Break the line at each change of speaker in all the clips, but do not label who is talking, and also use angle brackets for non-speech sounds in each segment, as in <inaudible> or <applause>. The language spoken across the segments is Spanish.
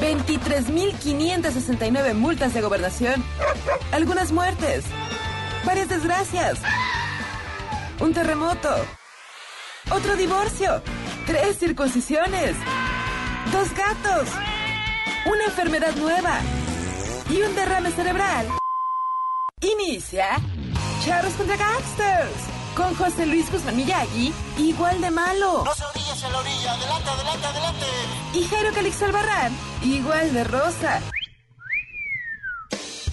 23.569 multas de gobernación, algunas muertes, varias desgracias, un terremoto, otro divorcio, tres circuncisiones, dos gatos, una enfermedad nueva y un derrame cerebral. Inicia Charros contra Gangsters con José Luis Guzmán Miyagi, igual de malo,
No se orillas en la orilla, adelante, adelante, adelante.
y Jairo Calix Albarrán, igual de rosa.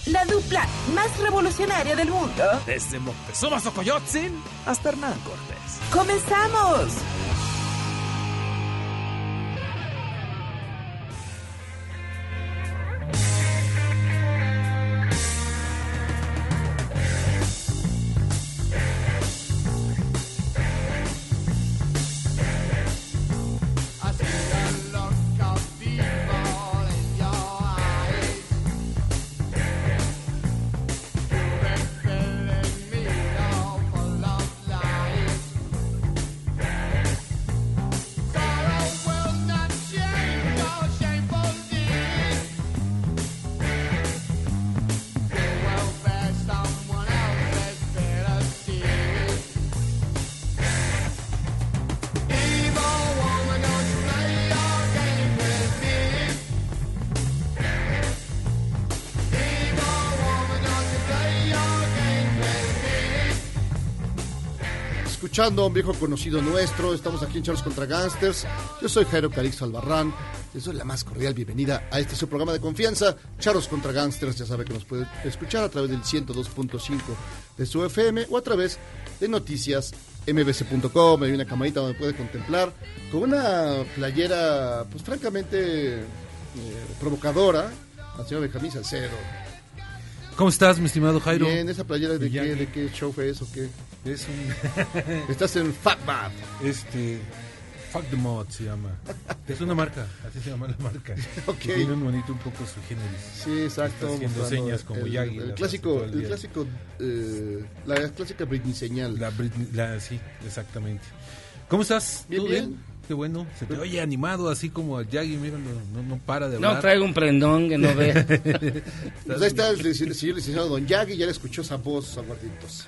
La dupla más revolucionaria del mundo.
Desde Moctezuma Xocoyotzin hasta Hernán Cortés.
¡Comenzamos!
Escuchando a un viejo conocido nuestro, estamos aquí en Charles contra Gangsters. Yo soy Jairo Calixto Albarrán. Les doy la más cordial bienvenida a este su programa de confianza, Charles contra Gangsters. Ya sabe que nos puede escuchar a través del 102.5 de su FM o a través de noticias mbc.com. Hay una camarita donde puede contemplar con una playera, pues francamente eh, provocadora, al señor Benjamín Salcedo.
¿Cómo estás, mi estimado Jairo?
Bien, esa playera de
Ya
qué,
que-
de qué show fue eso, qué.
Es un.
<laughs> Estás en Fat Bad.
este. Fuck the Mod se llama. Es una marca, así se llama la marca.
<laughs> Ok.
Que Tiene un bonito un poco su generis.
Sí, exacto.
Está haciendo
mostrando
señas como
el,
Yagi,
El
las hace
clásico,
todo el
el
día.
clásico, eh, la
<laughs>
clásica Britney señal.
La, Britney- la- sí, exactamente. ¿Cómo estás?
Bien,
¿Todo
bien.
Qué bueno. Se te oye animado, así como el Yagi, míralo, no, no para de hablar.
No, traigo un prendón que
<laughs>
no ve.
Pues ahí está el, lic- el señor licenciado Don Yagi, ya le escuchó esa voz, aguardientos.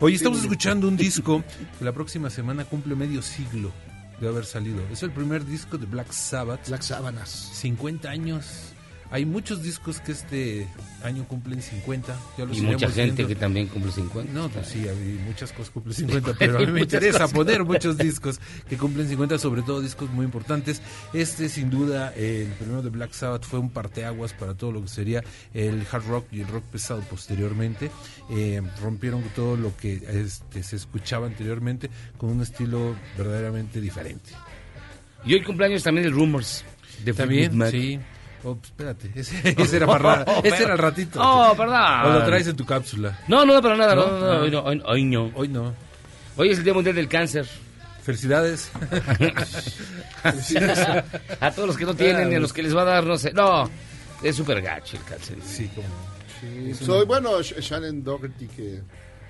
Hoy Ah. estamos escuchando un disco que la próxima semana cumple medio siglo de haber salido. Es el primer disco de Black Sabbath.
Las sábanas.
50 años. Hay muchos discos que este año cumplen 50. Ya los
y mucha
iremos
gente
viendo.
que también cumple 50.
Pues No, pues sí, hay muchas cosas cumplen
<laughs>
50, pero a
Hay
mí me
muchas
interesa
cosas.
poner muchos discos que cumplen 50, sobre todo discos muy importantes. Este, sin duda, el primero de Black Sabbath fue un parteaguas para todo lo que sería el hard rock y el rock pesado posteriormente. Eh, rompieron todo lo que este, se escuchaba anteriormente con un estilo verdaderamente diferente.
Y hoy cumpleaños también el Rumors. De
Está
Fleetwood
bien,
Mac. <laughs>
sí. Oh, pues, espérate, <laughs> ese, ese era para <laughs> ra- ese era el ratito.
Oh, perdón.
O lo traes en tu cápsula.
No, no, no, para nada. No, no,
No,
no,
no. Ah,
hoy, no, hoy, hoy no.
Hoy no.
Hoy es el Día Mundial del Cáncer.
Felicidades.
<laughs> a todos los que no tienen y a los que les va a dar, no sé. No, es súper gacho el cáncer.
Sí, como
Sí, soy, bueno, Sh- Shannon Doherty, que debe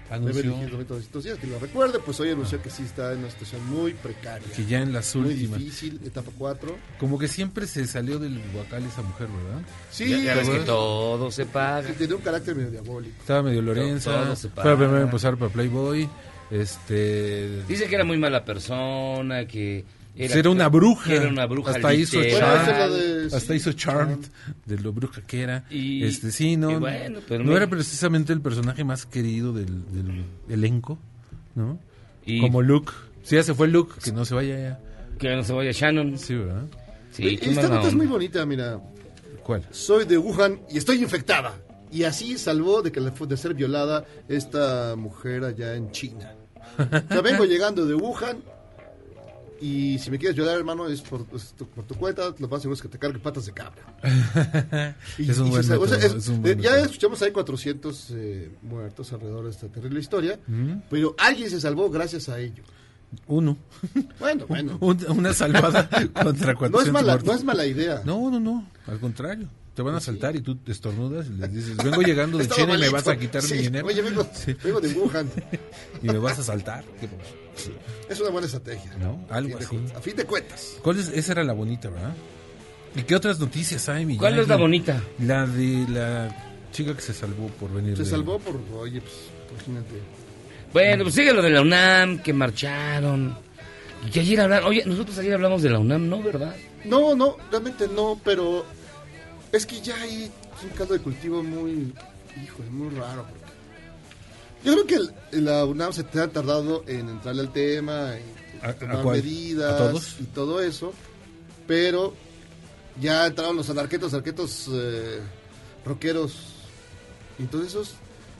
anunció Ah.
dirigir el evento de estos días, que lo recuerde, pues hoy anunció que sí está en una situación muy precaria.
que ya en las
Muy
últimas.
difícil, etapa 4.
Como que siempre se salió del guacal esa mujer, ¿verdad?
Sí,
ya, ya ves que
bueno,
todo se paga.
tiene un carácter medio diabólico.
Estaba medio Lorenza.
todo se
Fue la
para.
primera en pasar para Playboy. Este.
Dice que era muy mala persona, que era,
Era una bruja.
que era una bruja.
Hasta hizo
literal.
Bueno,
Charmed.
esa es la de-
Hasta
sí,
hizo Charmed de lo bruja que era.
Y-
este sí, no,
y bueno, pues pero
no
mira.
era precisamente el personaje más querido del, del elenco, ¿no?
Y-
Como Luke. Si ya se fue Luke, que no se vaya ya.
Que no se vaya Shannon.
Sí, ¿verdad?
Sí, qué
Esta
mala
nota Este es muy
onda.
bonita, mira.
¿Cuál?
Soy de Wuhan y estoy infectada. Y así salvó de que la- de ser violada
<laughs>
esta mujer allá en China. O sea, vengo llegando de Wuhan Y si me quieres ayudar, hermano, es por, es tu, por tu cuenta, lo más seguro es que te cargue patas de cabra.
<laughs>
Y-
es un
y
buen
se sabe, o sea,
método,
es-
es un
eh,
buen
Ya
método.
escuchamos, hay 400 eh, muertos alrededor de esta terrible historia,
Mm.
pero alguien se salvó gracias a ello.
Uno.
Bueno, bueno.
<laughs> Un- una
<laughs>
salvada contra 400
No es, mala,
muertos.
no es mala idea.
No, no, no, al contrario. Te van a saltar y tú te estornudas y les dices, Pues vengo llegando de
<laughs> Estaba
China y me
malito.
vas a quitar
Sí,
mi dinero
Oye, vengo, vengo de Wuhan.
y me vas a saltar. ¿Qué pasa?
Es una buena
<laughs>
estrategia.
No,
A fin
algo
de
así.
cuentas- A fin de cuentas.
¿Cuál es? Esa era la bonita, ¿verdad? ¿Y qué otras noticias hay, Miguel?
¿Cuál es la bonita?
La de la chica que se salvó por venir.
Se
de-
salvó por, oye, pues, imagínate.
Bueno, pues sigue lo de la UNAM, que marcharon. Y que ayer hablaron. Oye, nosotros ayer hablamos de la UNAM, ¿no, verdad?
No, no, realmente no, pero es que ya hay un caldo de cultivo muy, híjole, muy raro. porque yo creo que el- la UNAM se te ha tardado en entrarle al tema, en
¿A- a
tomar
cuál?
medidas
¿A todos?
y todo eso, pero ya entraron los anarquetos, arquetos eh, rockeros, y todos esos,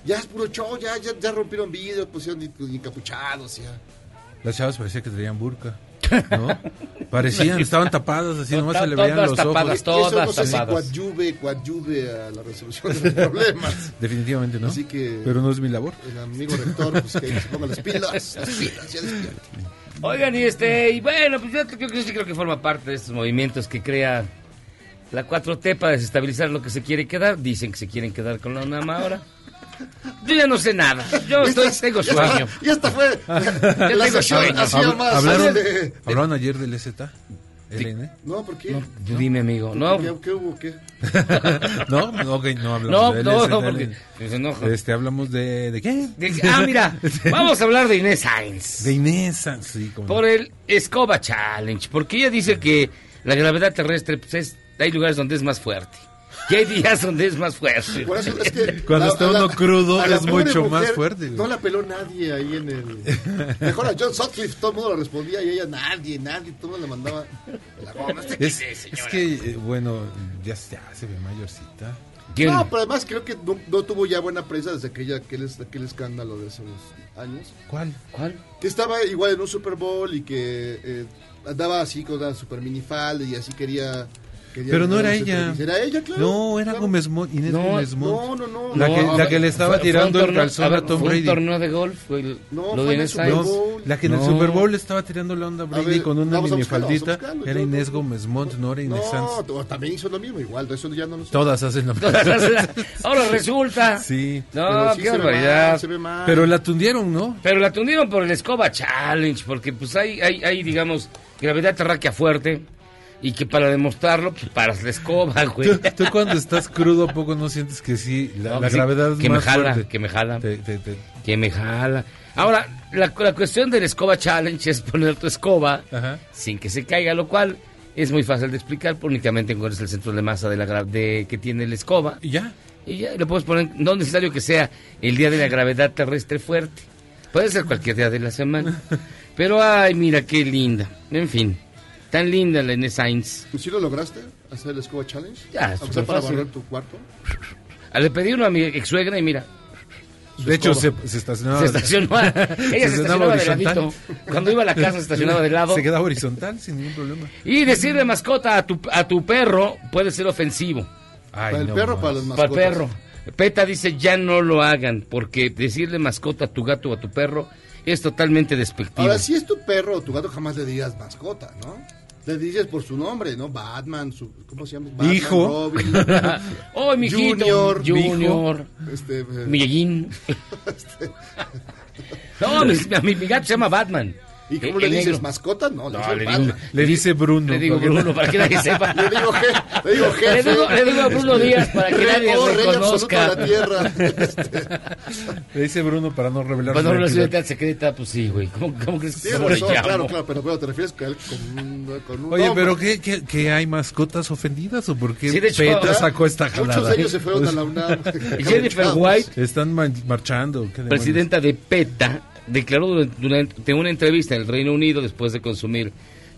ya es puro show, ya, ya, ya rompieron vidrio, pusieron y- y encapuchados, ya.
Las chavas parecía que
<laughs>
traían burka. ¿No? Parecían, estaban tapadas, así nomás se le
Todas
veían los
tapadas,
ojos.
Es que eso
Todas
no sé si
tapadas.
coadyuve, coadyuve a la resolución de los problemas.
<laughs> Definitivamente no.
Así que-
Pero no es mi labor.
el amigo rector, pues que se ponga las pilas, las pilas, ya despierte.
Oigan, y este, y bueno, pues yo, yo sí creo que forma parte de estos movimientos que crea la 4T para desestabilizar lo que se quiere quedar. Dicen que se quieren quedar con la UNAM ahora. Yo ya no sé nada. Yo estoy, tengo
Ya está-
sueño.
<laughs> Y esta fue la
tengo
sección
sueño.
así
Habl-
más
hablaron,
de-
hablaron ayer del E EZ, LN.
No, ¿por qué?
Tú dime, amigo. No,
¿Qué, qué hubo? ¿Qué?
<laughs> No, no, ok, no
no,
hablamos de
no,
LSD.
no, porque se enoja.
Este, hablamos de... ¿De qué?
De- Ah,
<laughs>
mira, vamos a hablar de Inés Sainz.
De Inés, ah, sí, como...
Por el Escoba Challenge. Porque ella dice que la gravedad terrestre, pues es- hay lugares donde es más fuerte. Y hay días donde es más fuerte.
Por eso es que
Cuando está uno crudo
a la
es
pobre
mucho más
mujer
fuerte, güey.
No la peló nadie ahí
<laughs>
en el. Mejor a John Sutcliffe, todo el mundo le respondía y ella nadie, nadie, todo el mundo le mandaba la goma. Este
Es, es que, eh, bueno, ya se hace ve mayorcita.
¿Quién?
No, pero además creo que no, no tuvo ya buena prensa desde aquella, aquel, es- aquel escándalo de hace unos años.
¿Cuál?
¿Cuál?
Que estaba igual en un Super Bowl y que eh, andaba así con una super minifalda y así quería... quería
Pero no era
ganarse
ella.
televis- Era ella, claro.
No, era
claro.
Gómez Mon, Inés
No,
Gómez
No,
Mon.
no, no.
La
No,
que-
a
la
ver,
que le estaba tirando
un
el calzón a
ver,
Tom
fue
Brady.
un torneo de golf. fue el-
No,
lo
fue
de
en el
Inés
Super
Sainz.
Bowl.
La que en el
No.
Super Bowl estaba tirando la onda a Brady
ver,
con una
vamos a buscarlo,
minifaldita.
vamos a buscarlo,
Era
yo-
Inés Gómez Mont, no era Inés Sanz.
No, t- también hizo lo mismo, igual, eso ya no lo sé.
Todas hacen
<laughs>
lo mismo.
Ahora resulta.
Sí.
No,
Pero sí
qué
se ve
barbaridad.
mal, se ve mal.
Pero la tundieron, ¿no?
Pero la atundieron por el Escoba Challenge, porque pues hay, hay, hay digamos, gravedad terráquea fuerte. Y que para demostrarlo, pues paras la escoba, güey.
Tú, tú cuando estás crudo, ¿a poco no sientes que sí? La,
No,
la
sí,
gravedad es
que me
más
jala,
fuerte.
que me jala.
Te- te- te-
Que me jala. Ahora, la, la cuestión del escoba challenge es poner tu escoba
Ajá.
sin que se caiga, lo cual es muy fácil de explicar, porque únicamente encuentras el centro de masa de la gra- de, que tiene la escoba.
Y ya.
Y ya le puedes poner, no necesario que sea el día de la gravedad terrestre fuerte. Puede ser cualquier día de la
<laughs>
semana. Pero, ay, mira qué linda. En fin, tan linda la Inés Sainz.
¿Tú sí lo lograste? ¿Hacer el Escoba Challenge?
Ya,
Aunque sea
súper
para
fácil.
barrer tu cuarto.
Ah, Le pedí uno a mi ex suegra y mira,
De hecho, se,
escoba.
se estacionaba.
Pues, se
<laughs>
estacionaba. Ella se,
estacionaba
estacionaba de
horizontal.
ladito. Cuando iba a la casa se estacionaba de lado.
Se quedaba horizontal sin ningún problema.
Y decirle mascota a tu, a tu perro puede ser ofensivo.
Ay,
¿Para el
no
perro o
más.
para los
Para el
mascotas?
perro. PETA dice ya no lo hagan porque decirle mascota a tu gato o a tu perro es totalmente despectivo.
Ahora, si es tu perro o tu gato, jamás le digas mascota, ¿no? Le dices por su nombre, ¿no? Batman, su, ¿cómo se llama? Batman,
Hijo.
Robin,
<laughs> Oh, mi
Junior, mi hijo.
Junior,
este, eh, <laughs>
Miguelín. no, mi, mi- mi gato se llama Batman.
¿Y cómo
El-
le
el
dices?
negro.
¿Mascota? No, le,
No,
dices
le
Batman.
digo,
Ah, Le dice Bruno.
le digo
porque-
Bruno para que nadie
<laughs>
sepa.
Le digo, je- le digo
Le
jefe.
digo, le digo a Bruno Díaz para que
Rey-
nadie
oh, rey
lo
absoluto de
conozca.
la tierra.
Le dice Bruno para no revelar
Cuando
su
hablo de
identidad.
ciudad secreta, pues sí, güey. ¿Cómo, cómo crees que
Tienes
cómo le
razón,
llamo?
claro, claro, pero, pero te refieres que él con, con un
Oye,
nombre.
pero ¿qué, qué, qué hay mascotas ofendidas o por qué
Sí, de hecho,
PETA
¿verdad?
sacó esta jalada?
Muchos de ellos se fueron a la
<laughs>
UNAM.
Y Jennifer White,
Están man- marchando. ¿qué demonios?
presidenta de PETA, declaró durante- durante una entrevista en el Reino Unido después de consumir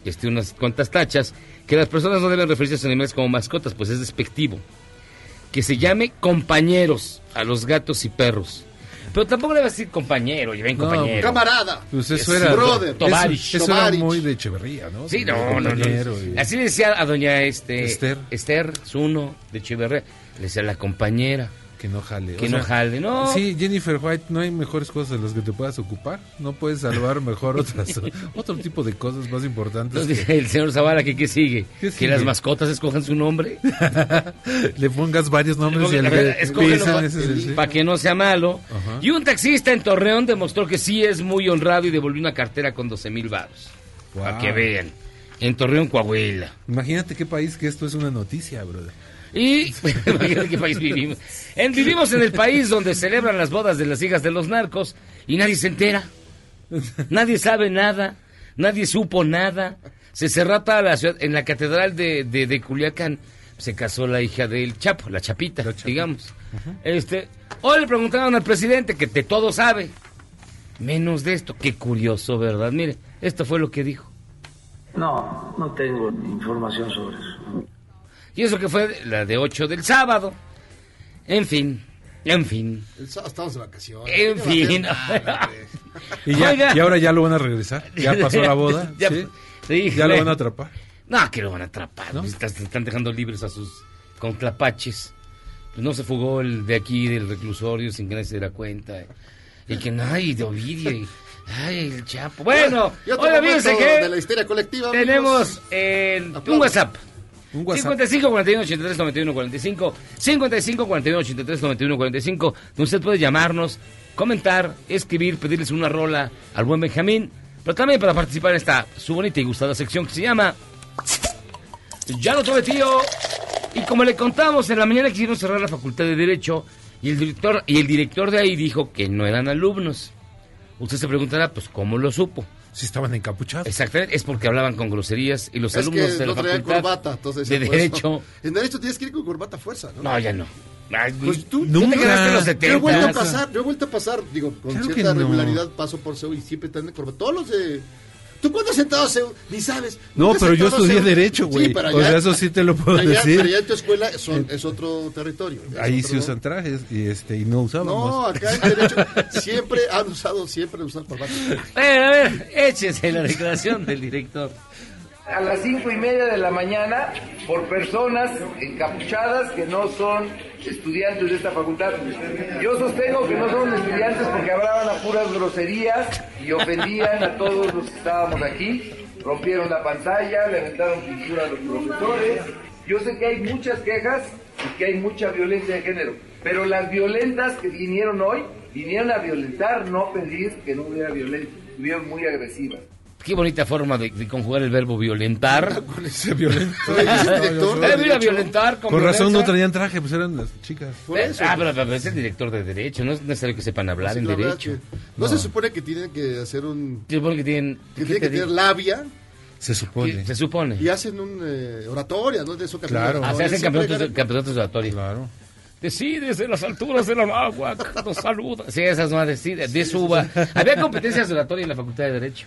este, unas cuantas tachas que las personas no deben referirse a sus animales como mascotas, pues es despectivo. Que se llame compañeros a los gatos y perros. Pero tampoco le vas a decir compañero, y ven
No,
compañero.
Camarada.
Pues eso
Es
era.
brother.
eso-
Tovarich.
Eso, era
Tovarich.
muy de Echeverría, ¿no?
Sí,
Como
no, Ah, no,
compañero
no.
y-
Así le decía a doña este,
Esther.
Esther. Zuno de Chiverrea. Le decía la compañera.
Que no jale.
Que no jale, no. <laughs>
Sí, Jennifer White, no hay mejores cosas de las que te puedas ocupar. No puedes salvar <laughs> mejor otras, otro tipo de cosas más importantes.
Entonces el señor Zavala, ¿qué, qué sigue?
¿Qué
¿Que
sigue?
las mascotas escojan su nombre?
<laughs> le pongas varios nombres y
La
el
verdad,
que
escógelo
pisan,
pa-
ese es el- sí.
para que no sea malo.
Ajá.
Y un taxista en Torreón demostró que sí es muy honrado y devolvió una cartera con 12 mil baros.
Wow.
Para que vean. En Torreón, Coahuila.
Imagínate qué país que esto es una noticia, brother.
Y <laughs> imagínate qué país vivimos. En- vivimos en el país donde celebran las bodas de las hijas de los narcos y nadie se entera. Nadie sabe nada, nadie supo nada. Se cerrata la ciudad, en la catedral de, de- de Culiacán se casó la hija del Chapo, la Chapita,
La Chapita.
digamos. Este, hoy le preguntaron al presidente que de todo sabe, menos de esto. Qué curioso, ¿verdad? Mire, esto fue lo que dijo.
No, no tengo información sobre
<laughs>
eso.
Y eso que fue la de 8 del sábado. En fin, en fin.
El sábado Estamos de vacaciones.
En
¿Qué
fin.
va a
<laughs>
hacer? Ah, hombre.
Y, ya,
Oiga.
y ahora ya lo van a regresar. Ya pasó la boda.
<laughs> Ya-
¿sí?
sí,
Ya lo
güey.
van a atrapar.
No, que lo van a atrapar.
¿No?
pues, estás- Están, dejando libres a sus conclapaches. Pues no se fugó el de aquí del reclusorio sin que nadie se diera cuenta. eh. Y que ay, de Ovidio. y- Ay, el Chapo. Bueno,
Y otro
oiga,
momento
fíjense
De la
que
histeria colectiva. amigos.
tenemos eh, un
Aplausos.
WhatsApp.
Un WhatsApp.
55 41 83 91 45 55 41 83 91 45 donde usted puede llamarnos, comentar, escribir, pedirles una rola al buen Benjamín, pero también para participar en esta su bonita y gustada sección que se llama Ya lo tuve tío. Y como le contamos en la mañana quisieron cerrar la Facultad de Derecho y el director y el director de ahí dijo que no eran alumnos. Usted se preguntará, pues cómo lo supo.
Si estaban encapuchados.
Exactamente, es porque hablaban con groserías y los
Es
alumnos
que
de la
no traían
facultad
corbata, entonces
de
por eso.
derecho
En derecho tienes que ir con corbata a fuerza, ¿no?
no, ya no. Ay,
Pues tú-
tú, te
Nunca.
quedaste en los
Yo he vuelto a
70.
pasar, yo he vuelto a pasar, digo, con
Claro que
cierta
no.
regularidad paso por Seúl y siempre están de corbata. Todos los de. ¿Tú cuándo has sentado a Seúl? Ni sabes.
No,
Nunca has
pero yo
sentado a
estudié
Seúl.
Derecho, güey.
pero
O sea, eso sí te lo puedo
allá-
decir. Eh,
Pero allá en tu escuela son- es otro territorio. es
Ahí
otro-
sí usan trajes y, este, y no usábamos. <laughs>
No, acá en Derecho siempre han usado, siempre han usado corbata.
Bueno, a ver, échese la declaración del director.
a las cinco y media de la mañana por personas encapuchadas que no son estudiantes de esta facultad. Yo sostengo que no son estudiantes porque hablaban a puras groserías y ofendían a todos los que estábamos aquí, rompieron la pantalla, le aventaron pintura a los profesores. Yo sé que hay muchas quejas y que hay mucha violencia de género, pero las violentas que vinieron hoy vinieron a violentar, no pedir que no hubiera violencia, estuvieron muy agresivas.
Qué bonita forma de, de conjugar el verbo violentar. <laughs>
Se violentan.
Soy director
Eh,
de
mira,
Derecho.
violentar con,
Con razón no
violencia.
traían traje, pues eran las chicas.
Por
Eh,
eso.
Ah, pero, pero es el director de derecho, no es necesario que sepan hablar
Sí,
en
Pues la verdad
derecho.
que- No se supone que tienen que hacer un.
Se supone que tienen...
que
¿qué
tienen
te
que tener
digo?
labia
Se supone.
Que- Se supone.
y hacen un eh, oratoria, ¿no? De eso que
Claro.
Ah, se hacen campeonatos, de- campeonatos de oratoria.
Claro.
Decide desde las alturas de la agua, nos saluda. Sí, esas no decide, de suba. Había competencias de oratoria en la Facultad de Derecho.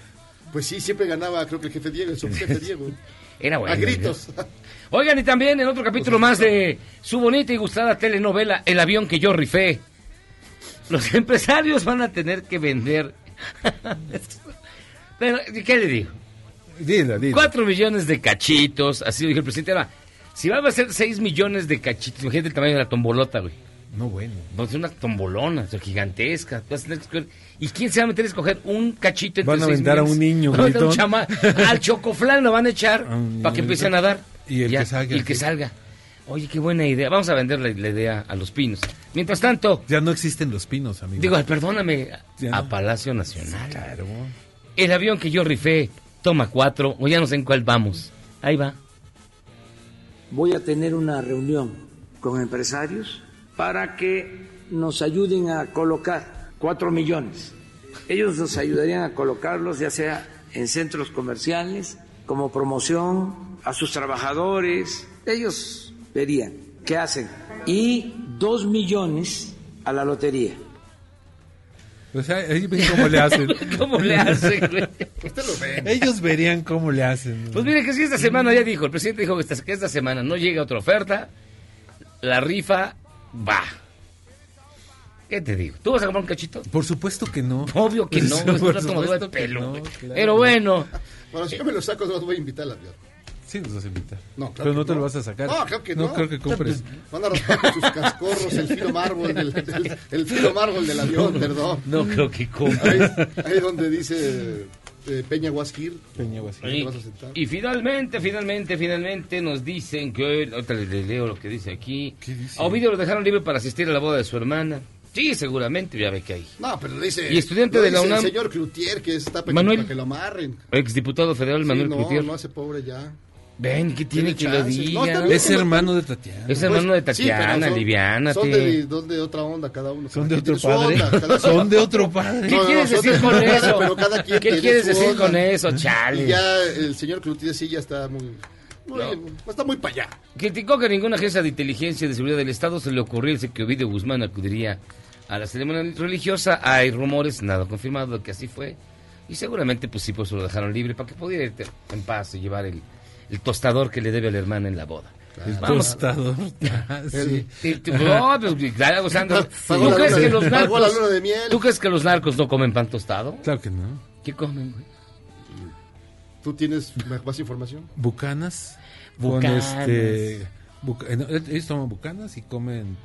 Pues sí, siempre ganaba, creo que el jefe Diego,
<laughs>
el subjefe Diego.
Era bueno. ¿eh?
a gritos.
Oigan, y también en otro capítulo más de su bonita y gustada telenovela, El avión que yo rifé. Los <laughs> empresarios van a tener que vender. <laughs> Pero, ¿qué le digo?
Dila, dila.
Cuatro millones de cachitos, así lo dijo el presidente. Ahora, si va a ser seis millones de cachitos, imagínate el tamaño de la tombolota, güey.
No, bueno.
Va a ser una tombolona, o sea, gigantesca. Vas a tener que escoger- ¿Y quién se va a meter a escoger un cachito entre
Van a
seis
aventar a
millones?
un
<laughs>
niño,
Van a aventar a un
gritón.
chama- Al chocoflán lo van a echar
<laughs> A un
para que
niño
empiece a
gritón.
nadar.
Y el que salga,
y el que
sí.
salga. Oye, qué buena idea. Vamos a vender la, la idea a los pinos. Mientras tanto,
Ya no existen los pinos, amigo.
digo, perdóname,
Ya
a
no.
Palacio Nacional.
claro.
El avión que yo rifé, toma cuatro, o ya no sé en cuál vamos. Ahí va.
voy a tener una reunión con empresarios para que nos ayuden a colocar cuatro millones. Ellos nos ayudarían a colocarlos ya sea en centros comerciales, como promoción, a sus trabajadores. Ellos verían qué hacen. Y dos millones a la lotería.
O sea, Pues ahí ven cómo
<laughs>
le hacen.
¿Cómo le hace, güey?
Pues
Usted lo ve.
Ellos verían cómo le hacen.
Pues mire que si esta semana ya dijo, el presidente dijo que esta, que esta semana no llega otra oferta, la rifa va. ¿Qué te digo? ¿Tú vas a comprar un cachito?
Por supuesto que no.
Obvio que no,
<laughs> Por
güey, estás como
supuesto
de
que
pelo,
no,
güey.
claro.
Pero bueno.
Bueno, si yo me lo saco, los voy a invitar a la vida.
Sí, nos vas a invitar.
No, claro
Pero no
que
te
no.
lo vas a sacar.
No, claro que no.
creo
Pues,
que compres.
Van a raspar con sus cascorros el filo mármol del, del- el filo mármol del avión, perdón.
No creo que
Ahí,
compre.
ahí donde dice eh, Peña Guasquir.
Peña Guasquil.
Ahí te vas a sentar.
Y finalmente, finalmente, finalmente nos dicen que. Ahorita les, les leo lo que dice aquí. A Ovidio lo dejaron libre para asistir a la boda de su hermana. Sí, seguramente, ya ve que hay.
No, pero dice.
Y estudiante
lo
de la
dice
UNAM.
El señor Cloutier, que está pequeño
Manuel.
para que lo amarren.
Exdiputado federal
Sí,
Manuel
no,
Cloutier.
no hace pobre ya.
Ven, ¿qué tiene, que le
chances. No, está
diga?
bien.
Es hermano de Tatiana.
es hermano de
Sí, pero
Tatiana,
son-
liviánate.
Son de, don- de otra onda cada uno.
Son de
Cada
otro
quien
padre.
tiene
<laughs>
su onda, cada-
Son de otro padre.
¿Qué
No, no,
quieres
son de
decir con
otra onda,
eso?
pero cada quien
¿Qué
tiene
quieres
su
decir
onda.
con eso, chale?
Y ya el señor Cloutier sí ya está muy. muy- Pues, Está muy para allá.
Criticó que a ninguna agencia de inteligencia y de seguridad del Estado se le ocurrió el que Ovidio Guzmán acudiría a la ceremonia religiosa. Hay rumores, nada confirmado, de que así fue. Y seguramente, pues sí, por eso lo dejaron libre para que pudiera irte en paz y llevar el, el tostador que le debe a la hermana en la boda.
El
Vamos. <laughs>
tostador. Ah, <laughs> sí.
Y tú- No, pues, claro, o sea, no.
Pagó
¿Tú
la
crees
luna
que
de-
los
pagó la
narcos,
luna de miel.
¿Tú crees que los narcos no comen pan tostado?
Claro que no.
¿Qué comen, güey?
¿Tú tienes más información?
Bucanas.
Bucanas.
Con este, buca- eh, no, ellos toman bucanas y comen.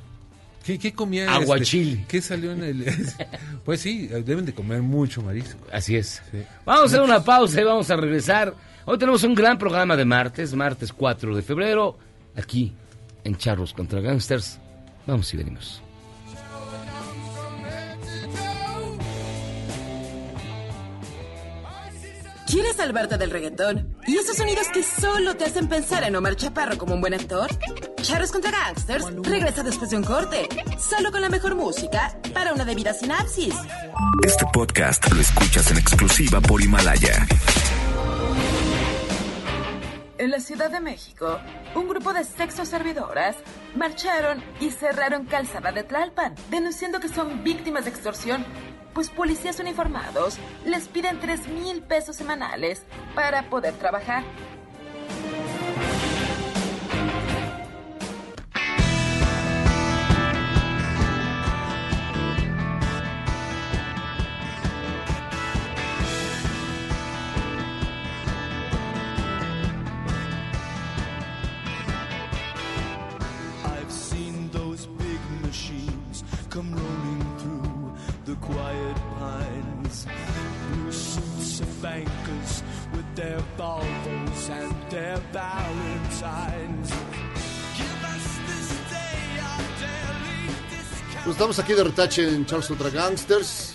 ¿Qué, qué comía? este?
Aguachil.
¿Qué salió en el.? <laughs> pues sí, deben de comer mucho marisco.
Así es.
Sí.
Vamos a hacer una pausa y vamos a regresar. Hoy tenemos un gran programa de martes, martes 4 de febrero, aquí en Charros contra Gangsters. Vamos y venimos.
¿Quieres salvarte del reggaetón? ¿Y esos sonidos que solo te hacen pensar en Omar Chaparro como un buen actor? Charros contra Gangsters regresa después de un corte, solo con la mejor música para una debida sinapsis.
Este podcast lo escuchas en exclusiva por Himalaya.
En la Ciudad de México, un grupo de sexo servidoras marcharon y cerraron Calzada de Tlalpan, denunciando que son víctimas de extorsión, pues policías uniformados les piden 3 mil pesos semanales para poder trabajar.
I've seen those big machines come rolling through the quiet pines. Blue suits of bankers with their volvos and their valentines. Give us this day our daily discount.
Pues estamos aquí de retache en Charles Ultra Gangsters.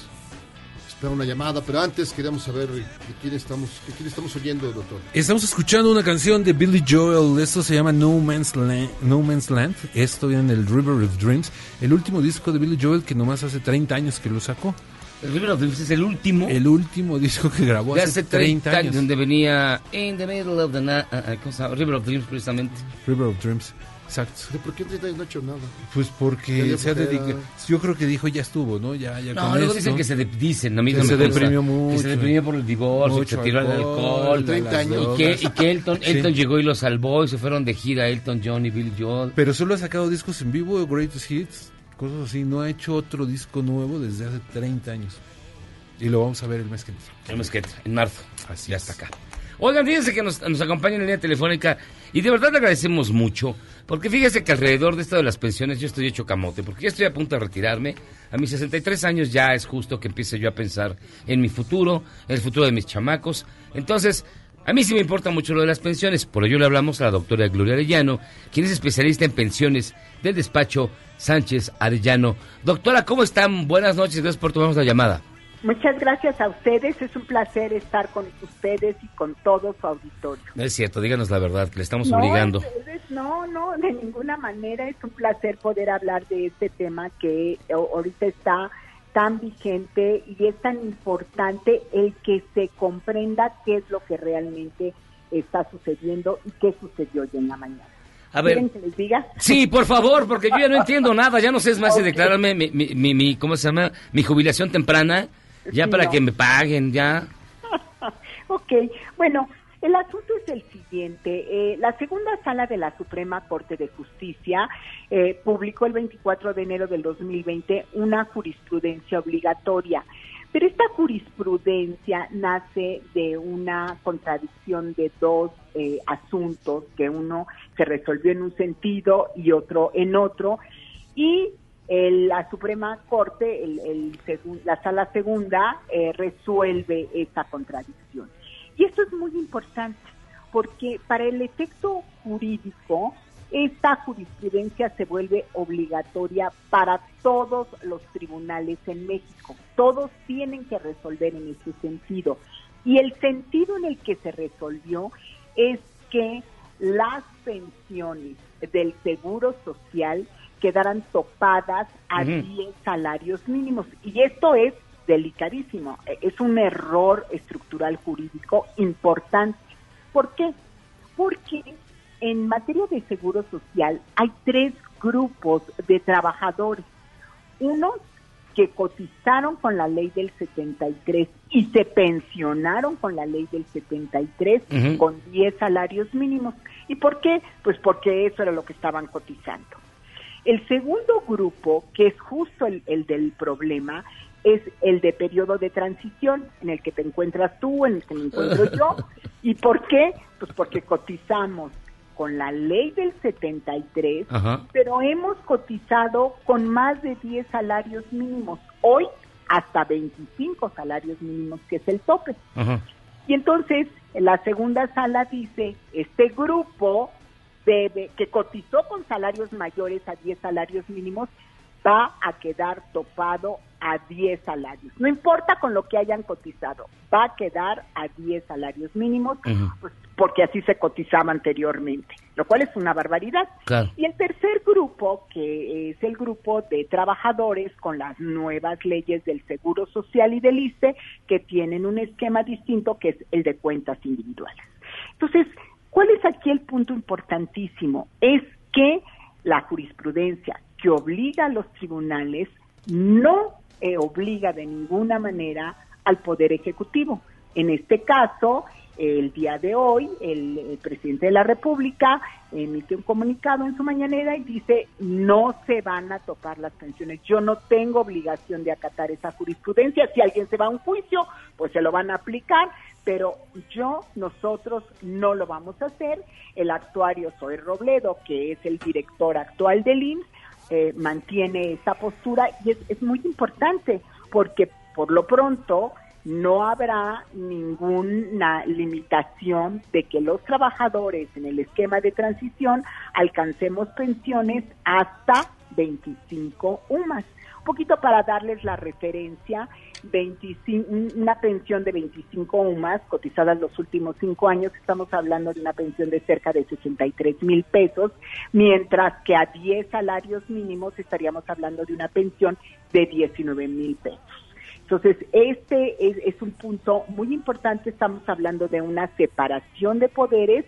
Espera una llamada, pero antes queríamos saber de quién estamos, de quién estamos oyendo, doctor.
Estamos escuchando una canción de Billy Joel, esto se llama No Man's Land, no Man's Land. esto en el River of Dreams, el último disco de Billy Joel que nomás hace 30 años que lo sacó,
El River of Dreams es el último
el último disco que grabó
de
hace,
hace
30, años,
donde venía In the Middle of the Night, ah, ah, ¿cómo se llama? River of Dreams precisamente.
River of Dreams, exacto.
¿Por qué en 30 años no ha hecho nada?
Pues
Le
porque
dio
se ha
flojera.
dedicado, yo creo que dijo ya estuvo, ¿no? Ya, ya
No,
con
luego
esto".
dicen que se de- dicen, a mí no
Que
me
se
consta,
deprimió
Que
mucho.
se deprimió por el divorcio, que
Mucho
se tiró al alcohol.
alcohol,
30
las
años.
Y que,
drogas.
y que Elton,
Sí.
Elton llegó y lo salvó y se fueron de gira Elton John y Bill Joel.
Pero solo ha sacado discos en vivo, Greatest Hits, cosas así. No ha hecho otro disco nuevo desde hace 30 años. Y lo vamos a ver el mes que viene.
Tenemos que en marzo.
Así
ya
es.
está acá. Oigan, fíjense que nos, nos acompaña en la línea telefónica y de verdad le agradecemos mucho, porque fíjese que alrededor de esto de las pensiones yo estoy hecho camote, porque ya estoy a punto de retirarme. A mis 63 años ya es justo que empiece yo a pensar en mi futuro, en el futuro de mis chamacos. Entonces, a mí sí me importa mucho lo de las pensiones, por ello le hablamos a la doctora Gloria Arellano, quien es especialista en pensiones del despacho Sánchez Arellano. Doctora, ¿cómo están? Buenas noches, gracias por tomarnos la llamada.
Muchas gracias a ustedes. Es un placer estar con ustedes y con todo su auditorio.
No es cierto, díganos la verdad, que le estamos obligando.
No, ustedes, no, no, de ninguna manera. Es un placer poder hablar de este tema que o- ahorita está tan vigente y es tan importante el que se comprenda qué es lo que realmente está sucediendo y qué sucedió hoy en la mañana.
A ver.
¿Quieren que les diga?
Sí, por favor, porque yo ya no entiendo nada, ya no sé es más
<laughs>
si
Ok.
declararme mi, mi, mi- mi- ¿cómo se llama? Mi jubilación temprana, ya para
No. <laughs>
que me paguen, ya.
Ok, bueno, El asunto es el siguiente. eh, la segunda sala de la Suprema Corte de Justicia eh, publicó el 24 de enero del 2020 una jurisprudencia obligatoria. Pero esta jurisprudencia nace de una contradicción de dos eh, asuntos, que uno se resolvió en un sentido y otro en otro. Y el- la Suprema Corte, el- el segun- la sala segunda, eh, resuelve esta contradicción. Y esto es muy importante, porque para el efecto jurídico, esta jurisprudencia se vuelve obligatoria para todos los tribunales en México. Todos tienen que resolver en ese sentido. Y el sentido en el que se resolvió es que las pensiones del Seguro Social quedaran topadas a
Ujú.
10 salarios mínimos. Y esto es delicadísimo, e- es un error estructural jurídico importante. ¿Por qué? Porque en materia de seguro social hay tres grupos de trabajadores. Unos que cotizaron con la ley del 73 y se pensionaron con la ley del 73
Ujú.
con 10 salarios mínimos. ¿Y por qué? Pues porque eso era lo que estaban cotizando. El segundo grupo, que es justo el, el del problema, es el de periodo de transición, en el que te encuentras tú, en el que me encuentro yo. ¿Y por qué? Pues porque cotizamos con la ley del 73,
Uh-huh.
Ajá.
pero hemos cotizado con más de 10 salarios mínimos. Hoy hasta 25 salarios mínimos, que es el tope.
Ajá.
Y entonces la segunda sala dice, este grupo debe, que cotizó con salarios mayores a 10 salarios mínimos, va a quedar topado a 10 salarios. No importa con lo que hayan cotizado, va a quedar a 10 salarios mínimos
Uh-huh.
porque así se cotizaba anteriormente, lo cual es una barbaridad.
Claro.
Y el tercer grupo, que es el grupo de trabajadores con las nuevas leyes del Seguro Social y del ISTE, que tienen un esquema distinto, que es el de cuentas individuales. Entonces, ¿cuál es aquí el punto importantísimo? Es que la jurisprudencia que obliga a los tribunales no eh, obliga de ninguna manera al Poder Ejecutivo. En este caso, el día de hoy, el, eh, presidente de la República emite un comunicado en su mañanera y dice, no se van a topar las pensiones. Yo no tengo obligación de acatar esa jurisprudencia. Si alguien se va a un juicio, pues se lo van a aplicar, pero yo, nosotros no lo vamos a hacer. El actuario Soy Robledo, que es el director actual del IMSS, eh, mantiene esa postura y es, es muy importante porque por lo pronto no habrá ninguna limitación de que los trabajadores en el esquema de transición alcancemos pensiones hasta 25 UMAS. Un poquito para darles la referencia, 25 un- una pensión de 25 UMAS cotizada en los últimos cinco años, estamos hablando de una pensión de cerca de 63 mil pesos, mientras que a 10 salarios mínimos estaríamos hablando de una pensión de 19 mil pesos. Entonces, este es, es un punto muy importante, estamos hablando de una separación de poderes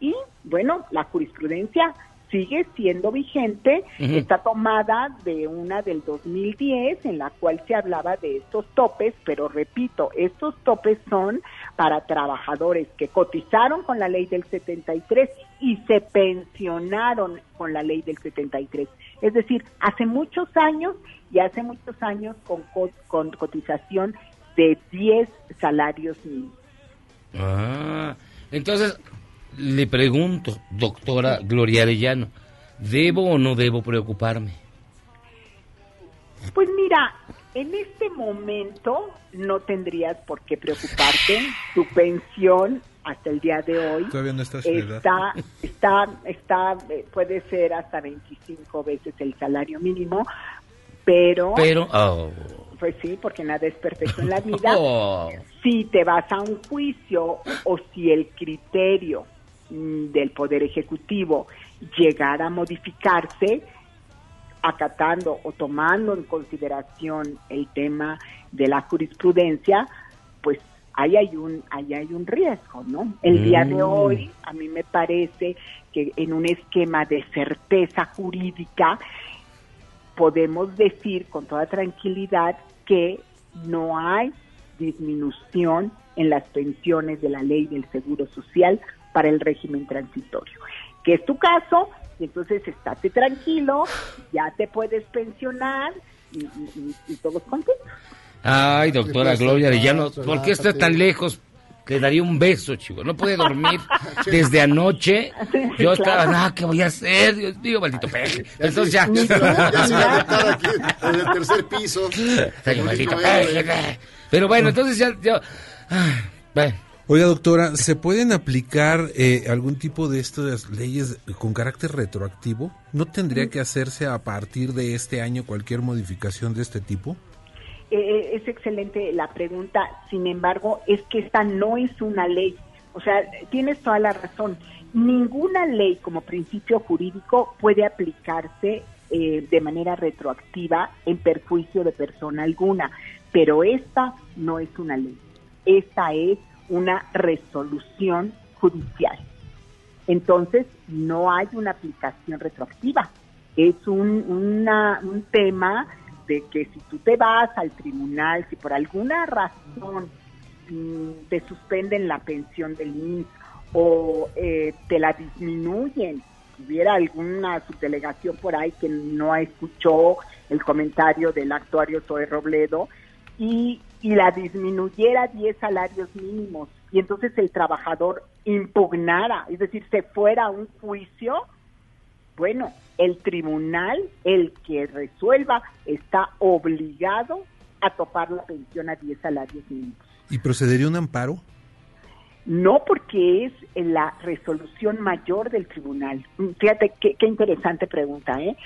y, bueno, la jurisprudencia sigue siendo vigente,
Ujú.
está tomada de una del 2010 en la cual se hablaba de estos topes, pero repito, estos topes son para trabajadores que cotizaron con la ley del 73 y se pensionaron con la ley del 73. Es decir, hace muchos años y hace muchos años con, co- con cotización de 10 salarios mínimos.
Ah, entonces, le pregunto, doctora Gloria Arellano, ¿debo o no debo preocuparme?
Pues mira, en este momento no tendrías por qué preocuparte. Tu pensión hasta el día de hoy
Todavía no estás en edad.
está, está, está, eh, puede ser hasta 25 veces el salario mínimo, pero,
Pero, oh,
pues sí, porque nada es perfecto en
<laughs>
la vida.
oh,
si te vas a un juicio o si el criterio mm, del Poder Ejecutivo llegara a modificarse, acatando o tomando en consideración el tema de la jurisprudencia, pues ahí hay un, ahí hay un riesgo, ¿no? El día de
Mm.
hoy, a mí me parece que en un esquema de certeza jurídica, podemos decir con toda tranquilidad que no hay disminución en las pensiones de la ley del Seguro Social para el régimen transitorio, que es tu caso, y entonces estate tranquilo, ya te puedes pensionar y, y- y- y todos contentos.
Ay, doctora
Te
Gloria
pasa,
Arellano,
Nacho,
¿por qué está
relájate.
tan lejos? Le daría un beso, chico. No
<laughs>
puede <laughs> dormir desde anoche. Yo estaba,
claro.
nada, ¿qué voy a hacer? Dios mío, maldito peje. Entonces <laughs> ya.
Ya se va ya se va a aventar aquí, desde el tercer piso.
Ay, maldito peje. Pero bueno, entonces ya. ya- ah, bueno.
Oiga, doctora, ¿se pueden aplicar eh, algún tipo de estas leyes con carácter retroactivo? ¿No
Mm.
tendría que hacerse a partir de este año cualquier modificación de este tipo?
Eh, es excelente la pregunta, sin embargo, es que esta no es una ley. O sea, tienes toda la razón. Ninguna ley como principio jurídico puede aplicarse eh, de manera retroactiva en perjuicio de persona alguna, pero esta no es una ley. Esta es una resolución judicial. Entonces, no hay una aplicación retroactiva. Es un, una- un tema de que si tú te vas al tribunal, si por alguna razón mm, te suspenden la pensión del INS o eh, te la disminuyen, si hubiera alguna subdelegación por ahí que no escuchó el comentario del actuario Zoe Robledo, y, y la disminuyera 10 salarios mínimos y entonces el trabajador impugnara, es decir, se fuera a un juicio, bueno, el tribunal, el que resuelva, está obligado a topar la pensión a 10 salarios mínimos.
¿Y procedería un amparo?
No porque es la resolución mayor del tribunal. Mm, Fíjate qué, qué interesante pregunta, ¿eh?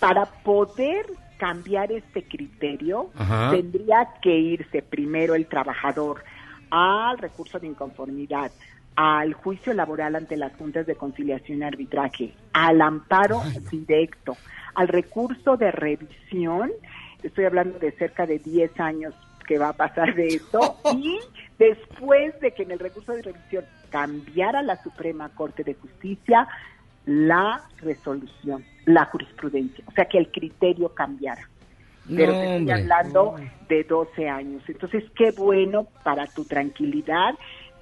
Para poder cambiar este criterio,
Ajá.
tendría que irse primero el trabajador al recurso de inconformidad, al juicio laboral ante las juntas de conciliación y arbitraje, al amparo directo, al recurso de revisión, estoy hablando de cerca de 10 años que va a pasar de esto, y después de que en el recurso de revisión cambiara la Suprema Corte de Justicia la resolución, la jurisprudencia, o sea que el criterio cambiara pero
No,
te estoy
hombre.
hablando de 12 años. Entonces, qué bueno para tu tranquilidad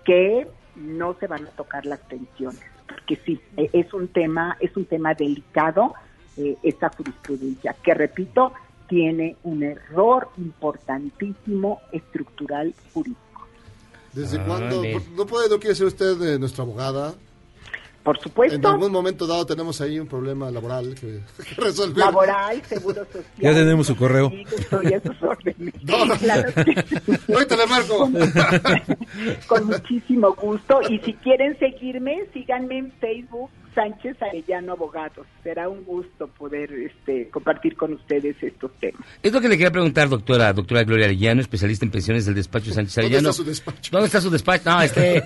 que no se van a tocar las pensiones, porque sí, e- es un tema, es un tema delicado eh, esta jurisprudencia, que repito, tiene un error importantísimo estructural jurídico.
¿Desde
Ah,
cuándo?
bien.
Por- ¿No puede, no quiere ser usted eh, nuestra abogada?
Por supuesto.
En algún momento dado tenemos ahí un problema laboral que, que resolver.
Laboral, seguro social.
Ya tenemos su correo.
estoy a sus órdenes.
No, no.
Claro que sí.
Ahorita le marco.
Con muchísimo gusto. Y si quieren seguirme, síganme en Facebook, Sánchez Arellano Abogados. Será un gusto poder este, compartir con ustedes estos temas.
Es lo que le quería preguntar, doctora, doctora Gloria Arellano, especialista en pensiones del despacho Sánchez
¿Dónde
Arellano.
está su despacho?
¿Dónde está su despacho? No, este,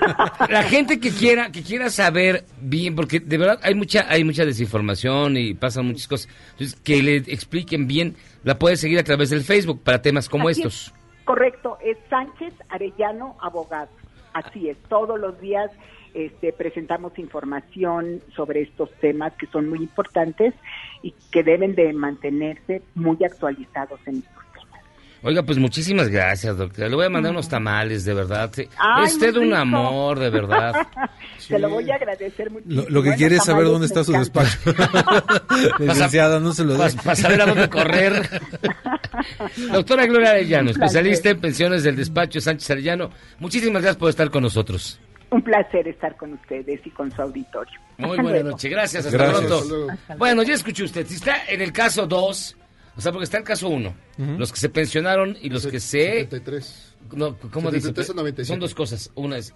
<laughs> la gente que quiera, que quiera saber bien, porque de verdad hay mucha, hay mucha desinformación y pasan muchas cosas. Entonces, que le expliquen bien, la puede seguir a través del Facebook para temas como
Así
estos.
es. Correcto, es Sánchez Arellano Abogado. Así es, todos los días este, presentamos información sobre estos temas que son muy importantes y que deben de mantenerse muy actualizados en
Oiga, pues muchísimas gracias, doctora. Le voy a mandar unos tamales, de verdad. Sí.
Ay,
es usted
muy
un
rico.
amor, de
<laughs>
verdad.
Te lo voy a agradecer muchísimo.
Lo, lo que quiere es saber dónde está su despacho. <laughs> Licenciada, no se lo
Para,
des.
para saber a dónde correr.
<laughs>
Doctora Gloria Arellano,
Un placer.
especialista en pensiones del despacho Sánchez Arellano, muchísimas gracias por estar con nosotros.
Un placer estar con ustedes y con su auditorio.
Muy
Hasta
buena
luego.
noche, gracias, hasta
Gracias.
pronto.
Hasta luego.
Bueno, ya escuchó usted, si está en el caso 2, o sea, porque está el caso 1,
Ujú.
los que se pensionaron y los que se...
73.
No, ¿cómo dice?
73 a 97.
Son dos cosas, una es...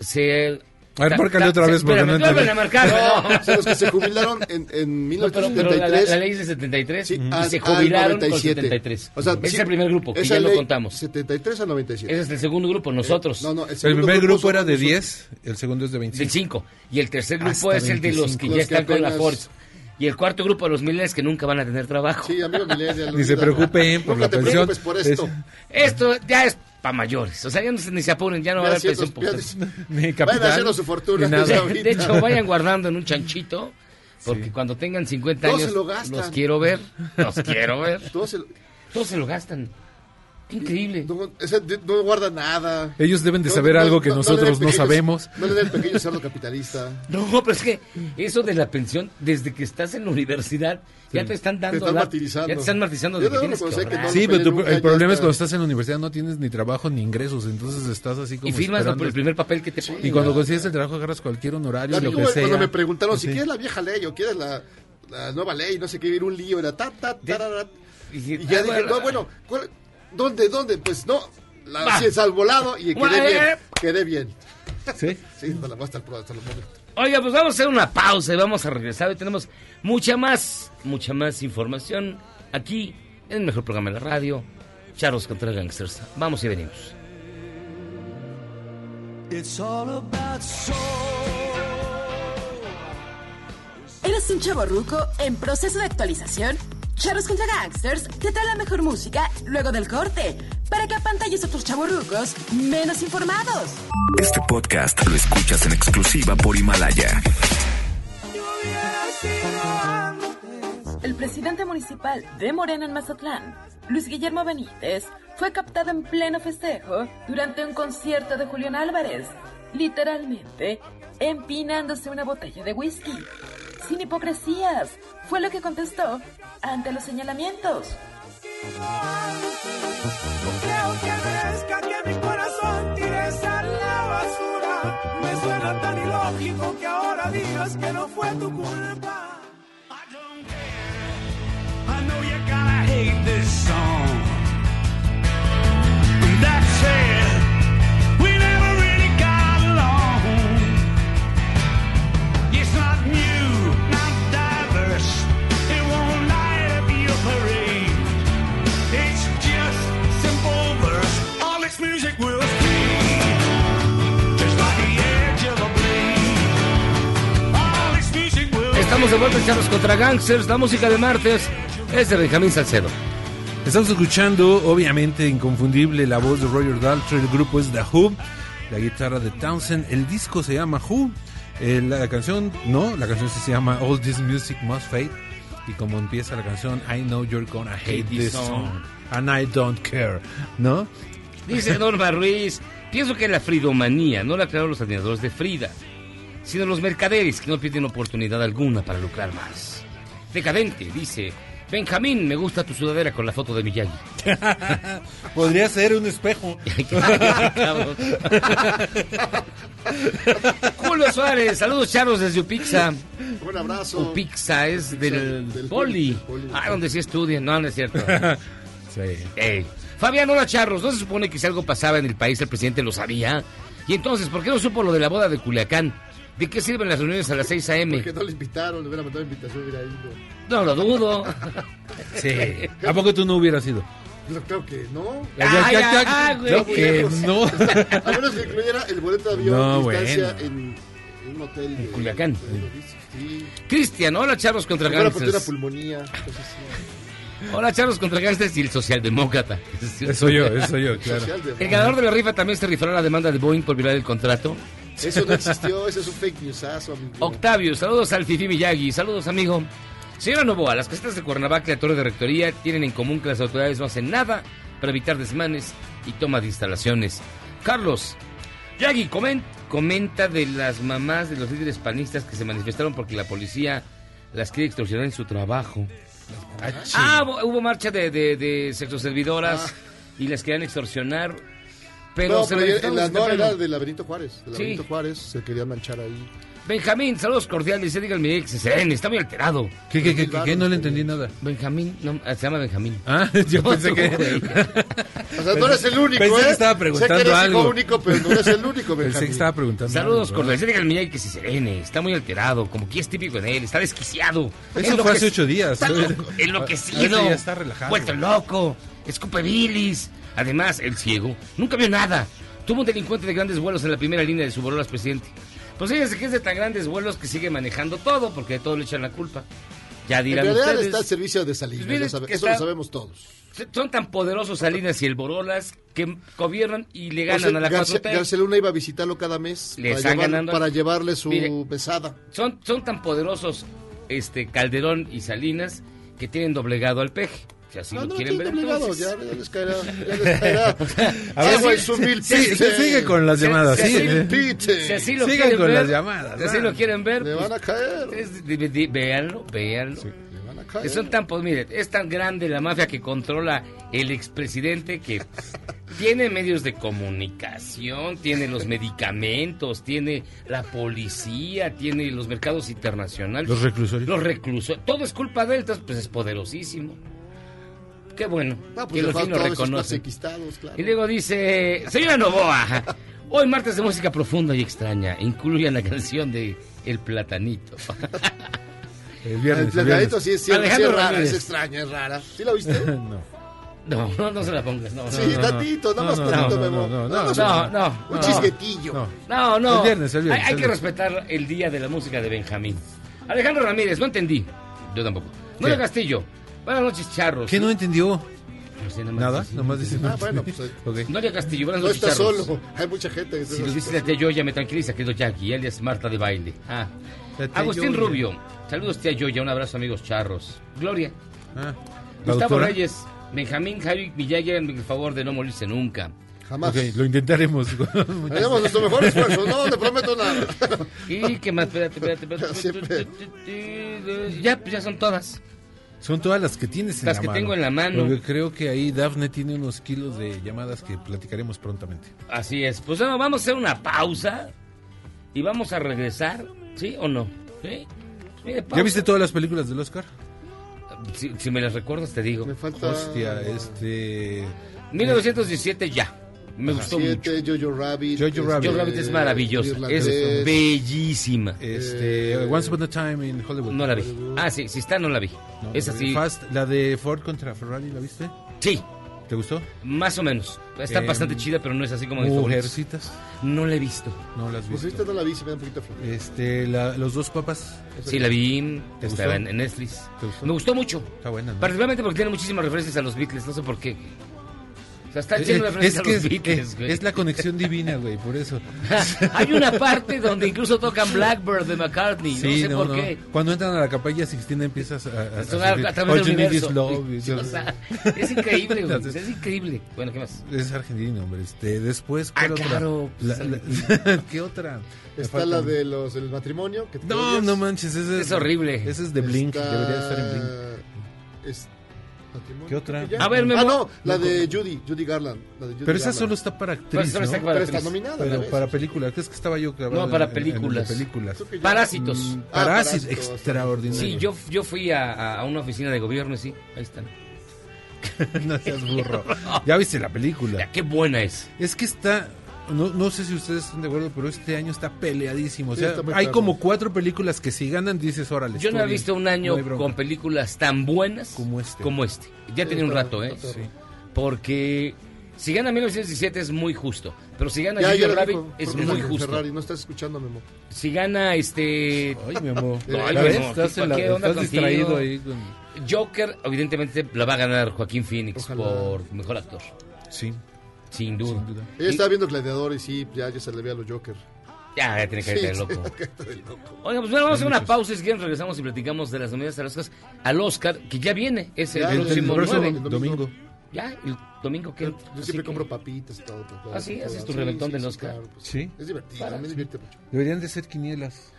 Se...
A ver,
ta-
márcale
ta-
otra
se-
vez, porque
espérame,
no entendí.
vuelven a marcarme, no.
son los que se jubilaron en, en
No, pero, pero la, la-
1973.
la ley es de 73
Sí,
y
al-
se
al
jubilaron con
97.
73.
O sea,
Ese es
sí,
el primer grupo, que
esa
ya lo
ley-
contamos.
73 a 97.
Ese es el segundo grupo, nosotros.
no, no, el
El
segundo
primer grupo era
son Ah,
de
nosotros.
10, el segundo es de 25.
25. Y el tercer grupo
Hasta
es el de los que
25.
ya
Los que
están con la
apenas-
Force. Y el cuarto grupo de los millennials que nunca van a tener trabajo.
Sí, amigo millennial,
Ni se
olvídalo.
preocupen por
Nunca
la
te
pensión.
preocupes por esto.
Esto ya es para mayores. O sea, ya no se, ni se apuren, ya no va a
Ya
haber pensión.
siento- ya
por-
siento-
<laughs> Ni
Vayan
capital,
haciendo su fortuna.
ni nada.
desde
De
ahorita.
hecho,
<laughs>
vayan guardando en un chanchito. Porque cuando tengan 50
Todos
años,
se lo gastan.
los quiero ver. Los quiero ver.
Todos se lo-
Todos se lo gastan. increíble.
No, ese de- no guarda nada.
Ellos deben de
No,
saber
no,
algo que
no, no le den
nosotros no
pequeños-
sabemos.
No le den el pequeño cerdo capitalista.
<laughs> No, pero es que eso de la pensión, desde que estás en la universidad, ya
Sí.
te están dando.
Te están
la-
martirizando.
Ya te están martirizando. de
Yo
que
no
tienes que
reconocí que
ahorrar.
Sí, pero tu- el problema es cuando estás en la universidad no tienes ni trabajo ni ingresos, entonces estás así como
Y firmas
esperando.
por el primer papel que te ponen.
Y cuando consigues el trabajo agarras cualquier honorario,
A mí
lo que
cuando-
sea.
cuando me preguntaron si
Sí.
quieres la vieja ley o quieres la, la nueva ley, no sé qué, era un lío, era ta, ta, tarara.
Y,
ya
ah,
dije,
bueno.
no, bueno, ¿cuál- ¿dónde, dónde? Pues no, la
Va.
sí, es al volado y
Ah. Bueno,
quedé bien,
eh.
quedé bien.
¿Sí?
Sí, no la voy a estar probando hasta los momentos.
Oiga, pues vamos a hacer una pausa y vamos a regresar. Hoy tenemos mucha más, mucha más información aquí en el mejor programa de la radio, Charlos contra Gangsters. Vamos y venimos.
It's all about soul.
¿Eres un chaborruco en proceso de actualización? Charros contra Gangsters te trae la mejor música luego del corte para que apantalles a tus chaborrucos menos informados.
Este podcast lo escuchas en exclusiva por Himalaya.
El presidente municipal de Morena en Mazatlán, Luis Guillermo Benítez, fue captado en pleno festejo durante un concierto de Julián Álvarez, literalmente empinándose una botella de whisky. Sin hipocresías, fue lo que contestó ante los señalamientos.
Creo que merezca que mi corazón tires a la basura. Me suena tan ilógico que ahora digas que no fue tu culpa. I don't care. I know you gotta hate this song. And that's it. We never really got along. It's not new, not diverse. It won't light up your parade. It's just simple verse. All its music will scream, just like the edge of a blade. All its music will.
Estamos de vuelta en Charlos contra Gangsters, la música de martes es de Benjamín Salcedo.
Estamos escuchando, obviamente, inconfundible la voz de Roger Daltrey, el grupo es The Who, la guitarra de Townsend, el disco se llama Who, eh, la canción, no, la canción sí se llama All This Music Must Fade, y como empieza la canción, I know you're gonna hate this song, and I don't care, ¿no?
<laughs>
Dice Norma Ruiz, pienso que la fridomanía no la crearon los admiradores de Frida, sino los mercaderes que no pierden oportunidad alguna para lucrar más. Decadente, dice, Benjamín, me gusta tu sudadera con la foto de Miyagi.
<laughs>
Podría ser un
<laughs>
espejo.
Cabrón. Julio Suárez, saludos charlos desde Upixa.
Un abrazo.
Upixa es del,
del
poli.
poli.
Ah, donde sí estudian, no, no es
<laughs>
cierto.
Sí.
Ey. Fabián, hola charros. ¿No se supone que si algo pasaba en el país el presidente lo sabía? Y entonces, ¿por qué no supo lo de la boda de Culiacán? ¿De qué sirven las reuniones a las 6 a.m.?
Porque no le invitaron, le hubiera mandado invitación, hubiera ido.
No lo
<laughs>
dudo.
Sí. ¿A poco tú no hubieras ido?
Pero creo que no. pues,
Ah, ya, ah, güey.
Creo que no.
<laughs> A menos que incluyera el boleto de avión,
No,
distancia
bueno.
en, en un hotel. En
Culiacán.
Sí.
Cristian, hola charros contra
Bueno, porque una
gangsters.
pulmonía. cosas así.
Hola charros contra gangsters y el
<laughs>
socialdemócrata.
Eso yo, eso yo, claro.
Social de-
El ganador de la rifa también se rifará la demanda de Boeing por violar el contrato.
Eso no existió, eso es un fake newsazo, amigo.
Octavio, saludos al Fifi Miyagi, saludos amigo. Señora Novoa, las casitas de Cuernavaca y la Torre de Rectoría tienen en común que las autoridades no hacen nada para evitar desmanes y toma de instalaciones. Carlos, Yagi comen- comenta de las mamás de los líderes panistas que se manifestaron porque la policía las quiere extorsionar en su trabajo. Ah, hubo- hubo marcha de, de, de sexoservidoras y las querían extorsionar, pero
Ah. no,
se
pero en- en
manifestaron
la
temprano.
no era de la Benito Juárez. De la
este Sí.
Benito Juárez se quería manchar ahí.
Benjamín, saludos cordiales, diga el Miguel que se serene, está muy alterado.
¿Qué, qué, qué, qué, qué? No le entendí nada.
Benjamín, no, ah, se llama Benjamín.
Ah, <laughs> yo pensé que...
O sea, no eres el único,
pensé
¿eh?
que estaba preguntando
sé que eres
algo.
hijo único, pero no eres el único,
Pensé que
Benjamín.
estaba preguntando.
Saludos
algo, ¿verdad?
cordiales, diga el Miguel que se serene, está muy alterado, como que es típico en él, está desquiciado.
Eso fue hace ocho días.
Está loco, enloquecido,
Ahorita ya está relajado.
vuelto loco, escupe bilis. Además, el ciego nunca vio nada. Tuvo un delincuente de grandes vuelos en la primera línea de su borolas presidente. Pues fíjense que es de tan grandes vuelos que sigue manejando todo, porque de todo le echan la culpa. Ya
En
dirán
realidad
ustedes.
está al servicio de Salinas,
Pues
ya
miren
sabe-
que
eso
está-
lo sabemos todos.
Son tan poderosos Salinas y el Borolas que gobiernan y le
O sea,
ganan a la
Pues Garce-
4T.
Garceluna iba a visitarlo cada mes
Le
para,
están
llevar-
ganando-
para llevarle su
Mire.
pesada.
Son, son tan poderosos este Calderón y Salinas que tienen doblegado al peje. si así
No,
lo
Ah, no,
quieren ver.
tiene obligado,
entonces.
ya- ya les caerá, ya les caerá.
A ver,
Agua y
sí,
su mil
sí, sí,
pite.
sigue con las llamadas,
Si- si
sí,
así-
eh.
Si así lo
Sigan
quieren
con
ver,
las llamadas,
Si así
ah.
lo quieren ver.
Le
pues,
van a caer.
es- di- di- véanlo, véanlo.
van a
Que
caer.
Son tan, pues, mire, es tan grande la mafia que controla el expresidente
<laughs>
que tiene medios de comunicación, tiene los medicamentos, tiene la policía, tiene los mercados internacionales.
Los reclusorios.
Los reclusorios. Todo es culpa de él, entonces, pues es poderosísimo. Qué bueno.
Ah, pues
que
le
los
faltan
lo
todos esos
reconocen.
plastiquistados, claro.
Y luego dice, señora Novoa, hoy martes de música profunda y extraña, incluye la canción de El Platanito. <laughs>
El
El
viernes.
platanito sí, es- sí, es- sí
Alejandro
es rara,
Ramírez.
es extraña, es rara. ¿Sí la
<laughs>
viste?
No, no, no se la pongas, no.
Sí,
no, no, no.
tantito, nada
No,
más
no,
tantito,
no,
Memo.
no, no,
Nada más
no,
un-
no,
Un
no.
chisguetillo.
No, no.
El viernes, el viernes,
Hay, hay
el
que
viernes.
respetar el día de la música de Benjamín. Alejandro Ramírez, no entendí. Yo tampoco. Nueve
¿Qué?
Castillo, buenas noches, charros.
¿Qué no entendió?
No sé, nomás
Nada,
dice-
nomás dice.
Ah, bueno, pues,
Ok.
Nuria Castillo, buenas
No
noches,
estás
charros.
solo. Hay mucha gente. que se-
Si lo dices la tía Yoya, me tranquiliza, querido Jackie, alias Marta de Baile. Ah.
La tía
Agustín
Yoya.
Rubio, saludos tía Yoya, un abrazo amigos charros. Gloria,
Ah, ¿la
Gustavo
doctora?
Reyes, Benjamín, Javi Villagui, hagan el favor de no morirse nunca.
Jamás.
Ok, lo intentaremos.
<laughs> Haremos nuestro mejor esfuerzo. No, te prometo
<laughs>
nada.
Y qué más, espérate, espérate,
<laughs>
espérate. Ya, pues ya son todas.
Son todas las que tienes en
Las
la
que
mano.
tengo en la mano.
Porque creo que ahí Dafne tiene unos kilos de llamadas que platicaremos prontamente.
Así es. Pues bueno, vamos a hacer una pausa y vamos a regresar, ¿sí o no? ¿Sí? Mire, pausa.
¿Ya viste todas las películas del Oscar?
Si, si me las recuerdas, te digo.
Me falta.
Hostia, este.
1917 ya. Me gustó mucho.
Siete, Jojo Rabbit. este,
Jojo Rabbit.
Yo Rabbit es maravillosa. Es
irlandés.
bellísima.
Este.
Eh,
Once Upon a Time in Hollywood.
No la vi. Ah, sí, si está, no la vi.
No,
es
la de
así.
Fast, la de Ford contra Ferrari, ¿la viste?
Sí,
¿Te gustó?
más o menos. Está
Em,
bastante chida, pero no es así como mis favoritos.
Mujercitas.
No la he visto.
No las
Pues
viste.
ahorita no la vi, se me da un poquito de flojera.
Este, la- los dos papas.
Sí, la vi.
¿Te
Estaba
gustó?
en en Netflix.
¿Te gustó?
Me gustó mucho.
Está buena, ¿no?
Particularmente porque tiene muchísimas referencias a los Beatles. No sé por qué. O sea, está
Eh,
lleno de
eh, es
referencias
que
a los Beatles,
es,
güey.
es la conexión divina, güey, por eso.
<laughs> Hay una parte donde incluso tocan Blackbird de McCartney. no sé por qué.
Cuando entran a la capilla Sixtina empiezas a, a,
A sonar
sentir,
a través
"All
del
you need is
universo.
love", y
Sí,
yo-
<laughs> o sea, es increíble,
<laughs>
güey,
Entonces-
Es increíble. Bueno, ¿qué más?
Es argentino, hombre. Este, después,
Ah,
¿cuál otra?
claro, pues,
La- la- <laughs> ¿Qué otra? Me
Está
faltan-
la de los del matrimonio. Que te
No,
odias.
no manches, ese
Es horrible.
Ese es de Blink,
Está-
debería estar en Blink.
es- matrimonio,
¿Qué otra?
creo que ya.
A ver, Memo.
Ah, no, la de Judy, Judy Garland. La de Judy
Pero esa
Garland.
solo está para
Pues,
actriz,
solo está
¿no?
para
Pero está
actriz.
nominada. la
Pero
ves.
para película, ¿crees que estaba yo grabando?
No, para
en- en- en
películas.
películas. Mm,
Creo que ya-
Parásitos.
Ah,
Parásitos,
Parásitos.
extraordinario.
Sí, yo, yo fui a, a- a una oficina de gobierno y sí, ahí están.
<laughs> no seas
<laughs>
burro. Ya viste la película.
Ya, qué buena es.
Es que está. No, no sé si ustedes están de acuerdo, pero este año está peleadísimo. O
Sí,
sea,
está muy
hay
claro.
como cuatro películas que si ganan dices, órale.
Yo no he
estoy
visto un
bien,
año
no hay bronca.
con películas tan buenas
Como este.
como este. Ya tenía un
está-
rato, ¿eh?
está perro.
Porque si gana 1917 es muy justo, pero si gana
Ya,
Jojo
ya lo
Rabbit
dijo.
es
Creo que
muy
Fer-
justo.
Ferrari, no estás escuchando, Memo.
Si gana este
Ay, mi amor.
Ay,
Ya
mi
ves,
amor,
Estás,
¿qué-
en la-
qué onda
estás
contigo?
distraído ahí. Con...
Joker, evidentemente la va a ganar Joaquín Phoenix
Ojalá.
por mejor actor,
Sí,
sin duda.
sin duda.
Ella estaba viendo Gladiador y sí, ya, ya se le ve a los Joker.
Ya, ya tiene que estar
Sí, <laughs>
loco.
Está del loco.
Oiga, pues bueno, vamos a hacer una pausa y si quieren regresamos y platicamos de las nominadas al Oscar, al Oscar, que ya viene, es el
Ya,
El, el
próximo
próximo-
9.
el
domingo.
domingo.
Ya, el domingo que
Yo
entra,
yo
así
siempre
que-
compro papitas y todo. pues, claro,
Ah, sí,
todo.
haces tu reventón del Oscar.
pues,
Sí.
Es divertido, a mí me divierte mucho.
Deberían de ser quinielas.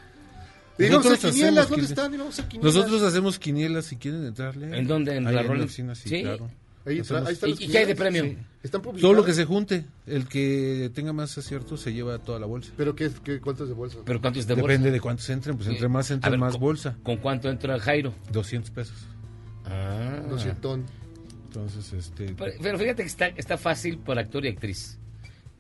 Y vamos a hacer
Nosotros
quinielas,
hacemos
¿dónde
quinielas.
están? Y vamos a hacer quinielas.
Nosotros hacemos quinielas si quieren entrarle.
¿En dónde? ¿En
Ahí
la Rolling?
oficina, sí,
Sí.
claro.
Ahí, tra-
Hacemos-
ahí están
¿Y-
los
y qué hay de
quinielas.
premio?
Están
Todo
publicados.
lo que se junte, el que tenga más aciertos se lleva toda la bolsa.
¿Pero qué, qué, cuántos de bolsa?
Pero ¿cuánto es de
Depende
bolsa?
de cuántos entren, pues
Eh,
entre más
a
entren,
ver,
más
¿con-
bolsa.
¿Con cuánto entra Jairo?
200 pesos.
Ah.
No sé, ton.
Entonces, este.
Pero, pero fíjate que está, está fácil por actor y actriz.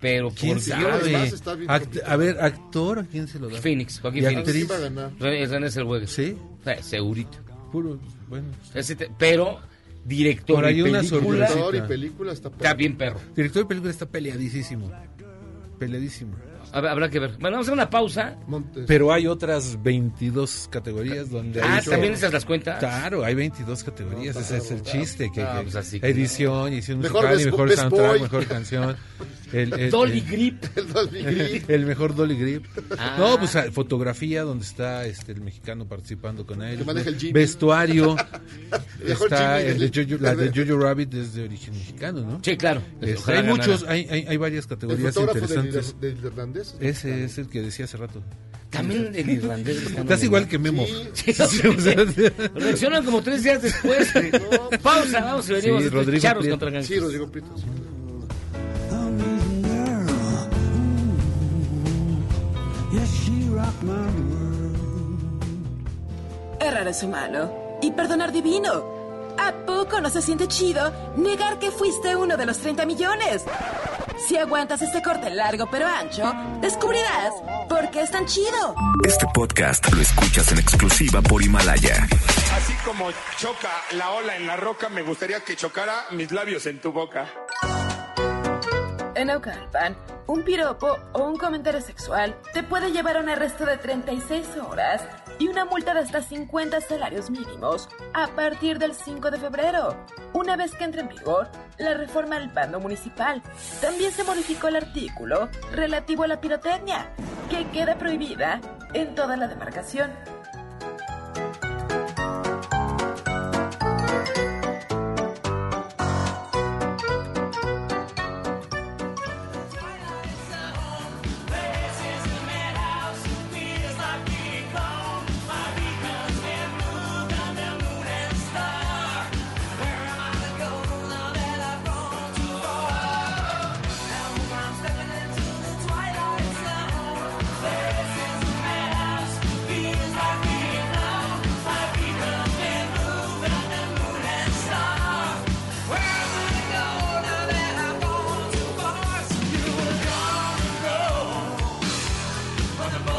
Pero por
¿Quién
guiones
sabe?
más está bien
Act-
complicado.
a ver, actor, ¿a quién se lo da?
Phoenix, Joaquín
¿Y
Phoenix.
¿Quién
actriz?
va a ganar?
René René Zellweger.
Sí,
Eh, segurito.
puro. Bueno.
Ese te- Pero director
Por ahí
y
una
película
sorpresa.
Director y
Cita.
película está
está bien perro.
Director de película está peleadísimo. Peleadísimo.
A ver, habrá que ver. Bueno, vamos a hacer una pausa.
Montes.
Pero hay otras 22 categorías donde. hay
Ah,
mucho-
también esas las cuentas.
Claro, hay 22 categorías, ese es el chiste. Que,
No,
que-
pues así que-
edición, edición
Mejor
musical,
Best-
mejor
Best
soundtrack,
Boy.
mejor
<laughs>
canción. El, el-
Dolly
el-
Grip.
El Dolby Green.
El mejor Dolly Grip.
Ah.
No, pues ah, fotografía donde está este el mexicano participando con él.
Que maneja el Jeep.
Vestuario,
<laughs> Mejor
está
chisme
el
de-
de Jojo- la de Jojo Rabbit es de origen mexicano, ¿no?
Sí, claro.
Este,
Ojalá
hay
ganara.
muchos, hay, hay, hay varias
El
categorías
fotógrafo del
interesantes.
irla- del irlandés.
Ese es el que decía hace rato.
También el irlandés está
Estás
nominado.
igual que Memo. <laughs>
Sí, sí, o sea, <laughs> reaccionan como tres días después. Pausa, vamos y venimos.
Sí,
Este,
Rodrigo
Charros
Prieto.
contra Gangsters.
Sí, Rodrigo Prieto. sí.
Yes, she rocked my
Errar es humano y perdonar divino. ¿A poco no se siente chido negar que fuiste uno de los 30 millones? Si aguantas este corte largo pero ancho, descubrirás por qué es tan chido.
Este podcast lo escuchas en exclusiva por Himalaya.
Así como choca la ola en la roca, me gustaría que chocara mis labios en tu boca.
En Naucalpan, un piropo o un comentario sexual te puede llevar a un arresto de 36 horas y una multa de hasta 50 salarios mínimos a partir del 5 de febrero, una vez que entre en vigor la reforma al bando municipal. También se modificó el artículo relativo a la pirotecnia, que queda prohibida en toda la demarcación.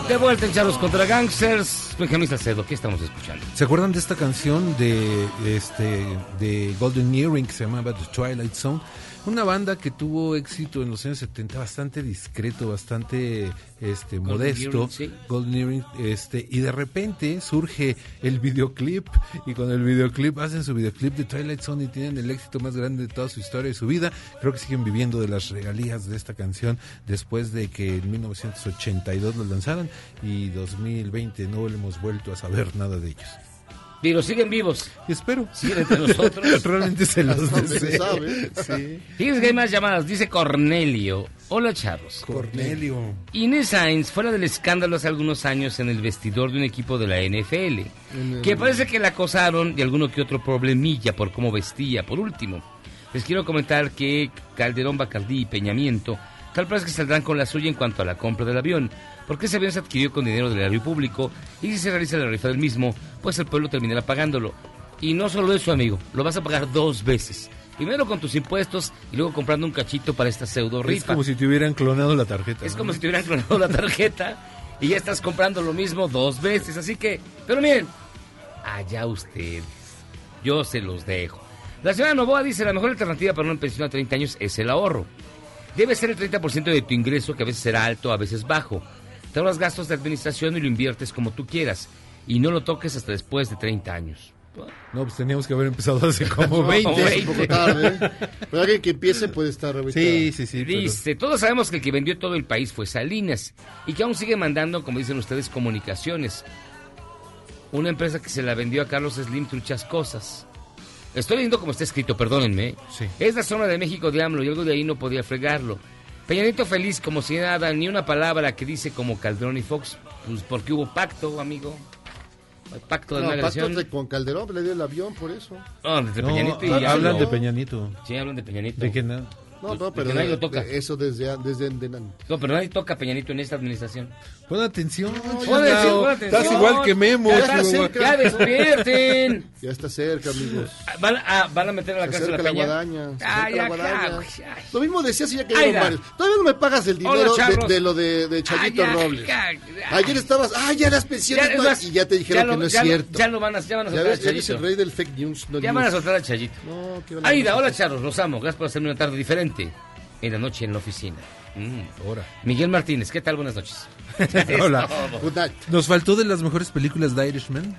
De vuelta en Charros contra Gangsters. Benjamín Salcedo, ¿qué estamos escuchando?
¿Se acuerdan de esta canción de, este, de Golden Earring que se llamaba The Twilight Zone? Una banda que tuvo éxito en los años 70, bastante discreto, bastante este, modesto.
Earring, sí.
Golden Earring, este, y de repente surge el videoclip, y con el videoclip hacen su videoclip de Twilight Zone y tienen el éxito más grande de toda su historia y su vida. Creo que siguen viviendo de las regalías de esta canción después de que en 1982 lo lanzaran y 2020 no le hemos vuelto a saber nada de ellos.
Pero siguen vivos.
Espero.
Siguen entre nosotros.
<laughs> Realmente se
<laughs>
los
Hasta donde
deseo.
sabe.
Sí.
Fíjense que hay más llamadas. Dice Cornelio. Hola, Charros.
Cornelio.
Inés Sainz, fuera del escándalo hace algunos años en el vestidor de un equipo de la NFL,
En el-
que parece que la acosaron de alguno que otro problemilla por cómo vestía. Por último, les quiero comentar que Calderón, Bacardí y Peñamiento tal parece que saldrán con la suya en cuanto a la compra del avión, porque ese avión se adquirió con dinero del erario público y si se realiza la rifa del mismo, pues el pueblo terminará pagándolo. Y no solo eso, amigo, lo vas a pagar dos veces. Primero con tus impuestos y luego comprando un cachito para esta pseudo
Es
rifa.
como si te hubieran clonado la tarjeta.
Es
¿no?
como si te hubieran clonado la tarjeta y ya estás comprando lo mismo dos veces. Así que, pero miren, allá ustedes. Yo se los dejo. La señora Novoa dice, la mejor alternativa para una pensión a 30 años es el ahorro. Debe ser el 30% de tu ingreso, que a veces será alto, a veces bajo. Te ahorras gastos de administración y lo inviertes como tú quieras. Y no lo toques hasta después de 30 años.
No, pues teníamos que haber empezado hace
<laughs>
como
Como
20.
veinte. Un poco tarde.
¿eh?
<laughs>
Pero alguien que empiece puede estar ahorita.
Sí, sí, sí. pero-
Dice, todos sabemos que el que vendió todo el país fue Salinas y que aún sigue mandando, como dicen ustedes, comunicaciones. Una empresa que se la vendió a Carlos Slim Truchas Cosas. Estoy leyendo como está escrito, perdónenme. ¿eh? Es la zona de México de AMLO y algo de ahí no podía fregarlo. Peñanito feliz como si nada, ni una palabra que dice como Calderón y Fox. Pues porque hubo pacto, amigo. El pacto de
No,
la
pactos de- con Calderón le dio el avión por eso.
No, desde
No,
Peña Nieto y
ha- hablan
AMLO.
de Peñanito.
Sí, hablan de Peñanito.
De que no.
No,
Pues,
no,
porque
pero
nadie lo
de-
toca.
de- eso desde, desde de- de-
No, pero nadie toca a Peñanito en esta administración.
Pon atención.
Pon atención, pon atención.
Estás igual que Memo.
Ya está cerca. Ya despierten.
<laughs>
Ah,
Ya está cerca, amigos.
Van a, van a meter a la
Se
cárcel a
acerca la
Peña.
guadaña. se
Ah,
acerca la
ya,
guadaña.
claro.
Lo mismo decía si ya que
Ay,
llegaron
da.
varios. Todavía no me pagas el dinero
Hola,
de,
charros.
de lo de, de Chayito
Ah, ya,
Robles.
ya, ya.
Ayer estabas, ah, ya las pensiones
Ya,
no
es
hay",
más,
y ya te dijeron
ya
que
lo-
no es
ya lo-
cierto.
ya lo van a- ya van a
Ya
soltar
ves,
a
ya eres el
Chayito.
rey del fake news. no
Ya van a
news.
soltar a Chayito.
No, qué vale.
Aida, hola Charlos, los amo. Gracias por hacerme una tarde diferente. En la noche en la oficina. Mm. Miguel Martínez, ¿qué tal? Buenas
<laughs>
noches. Es
<laughs> Hola.
todo.
Nos faltó de las mejores películas de Irishman.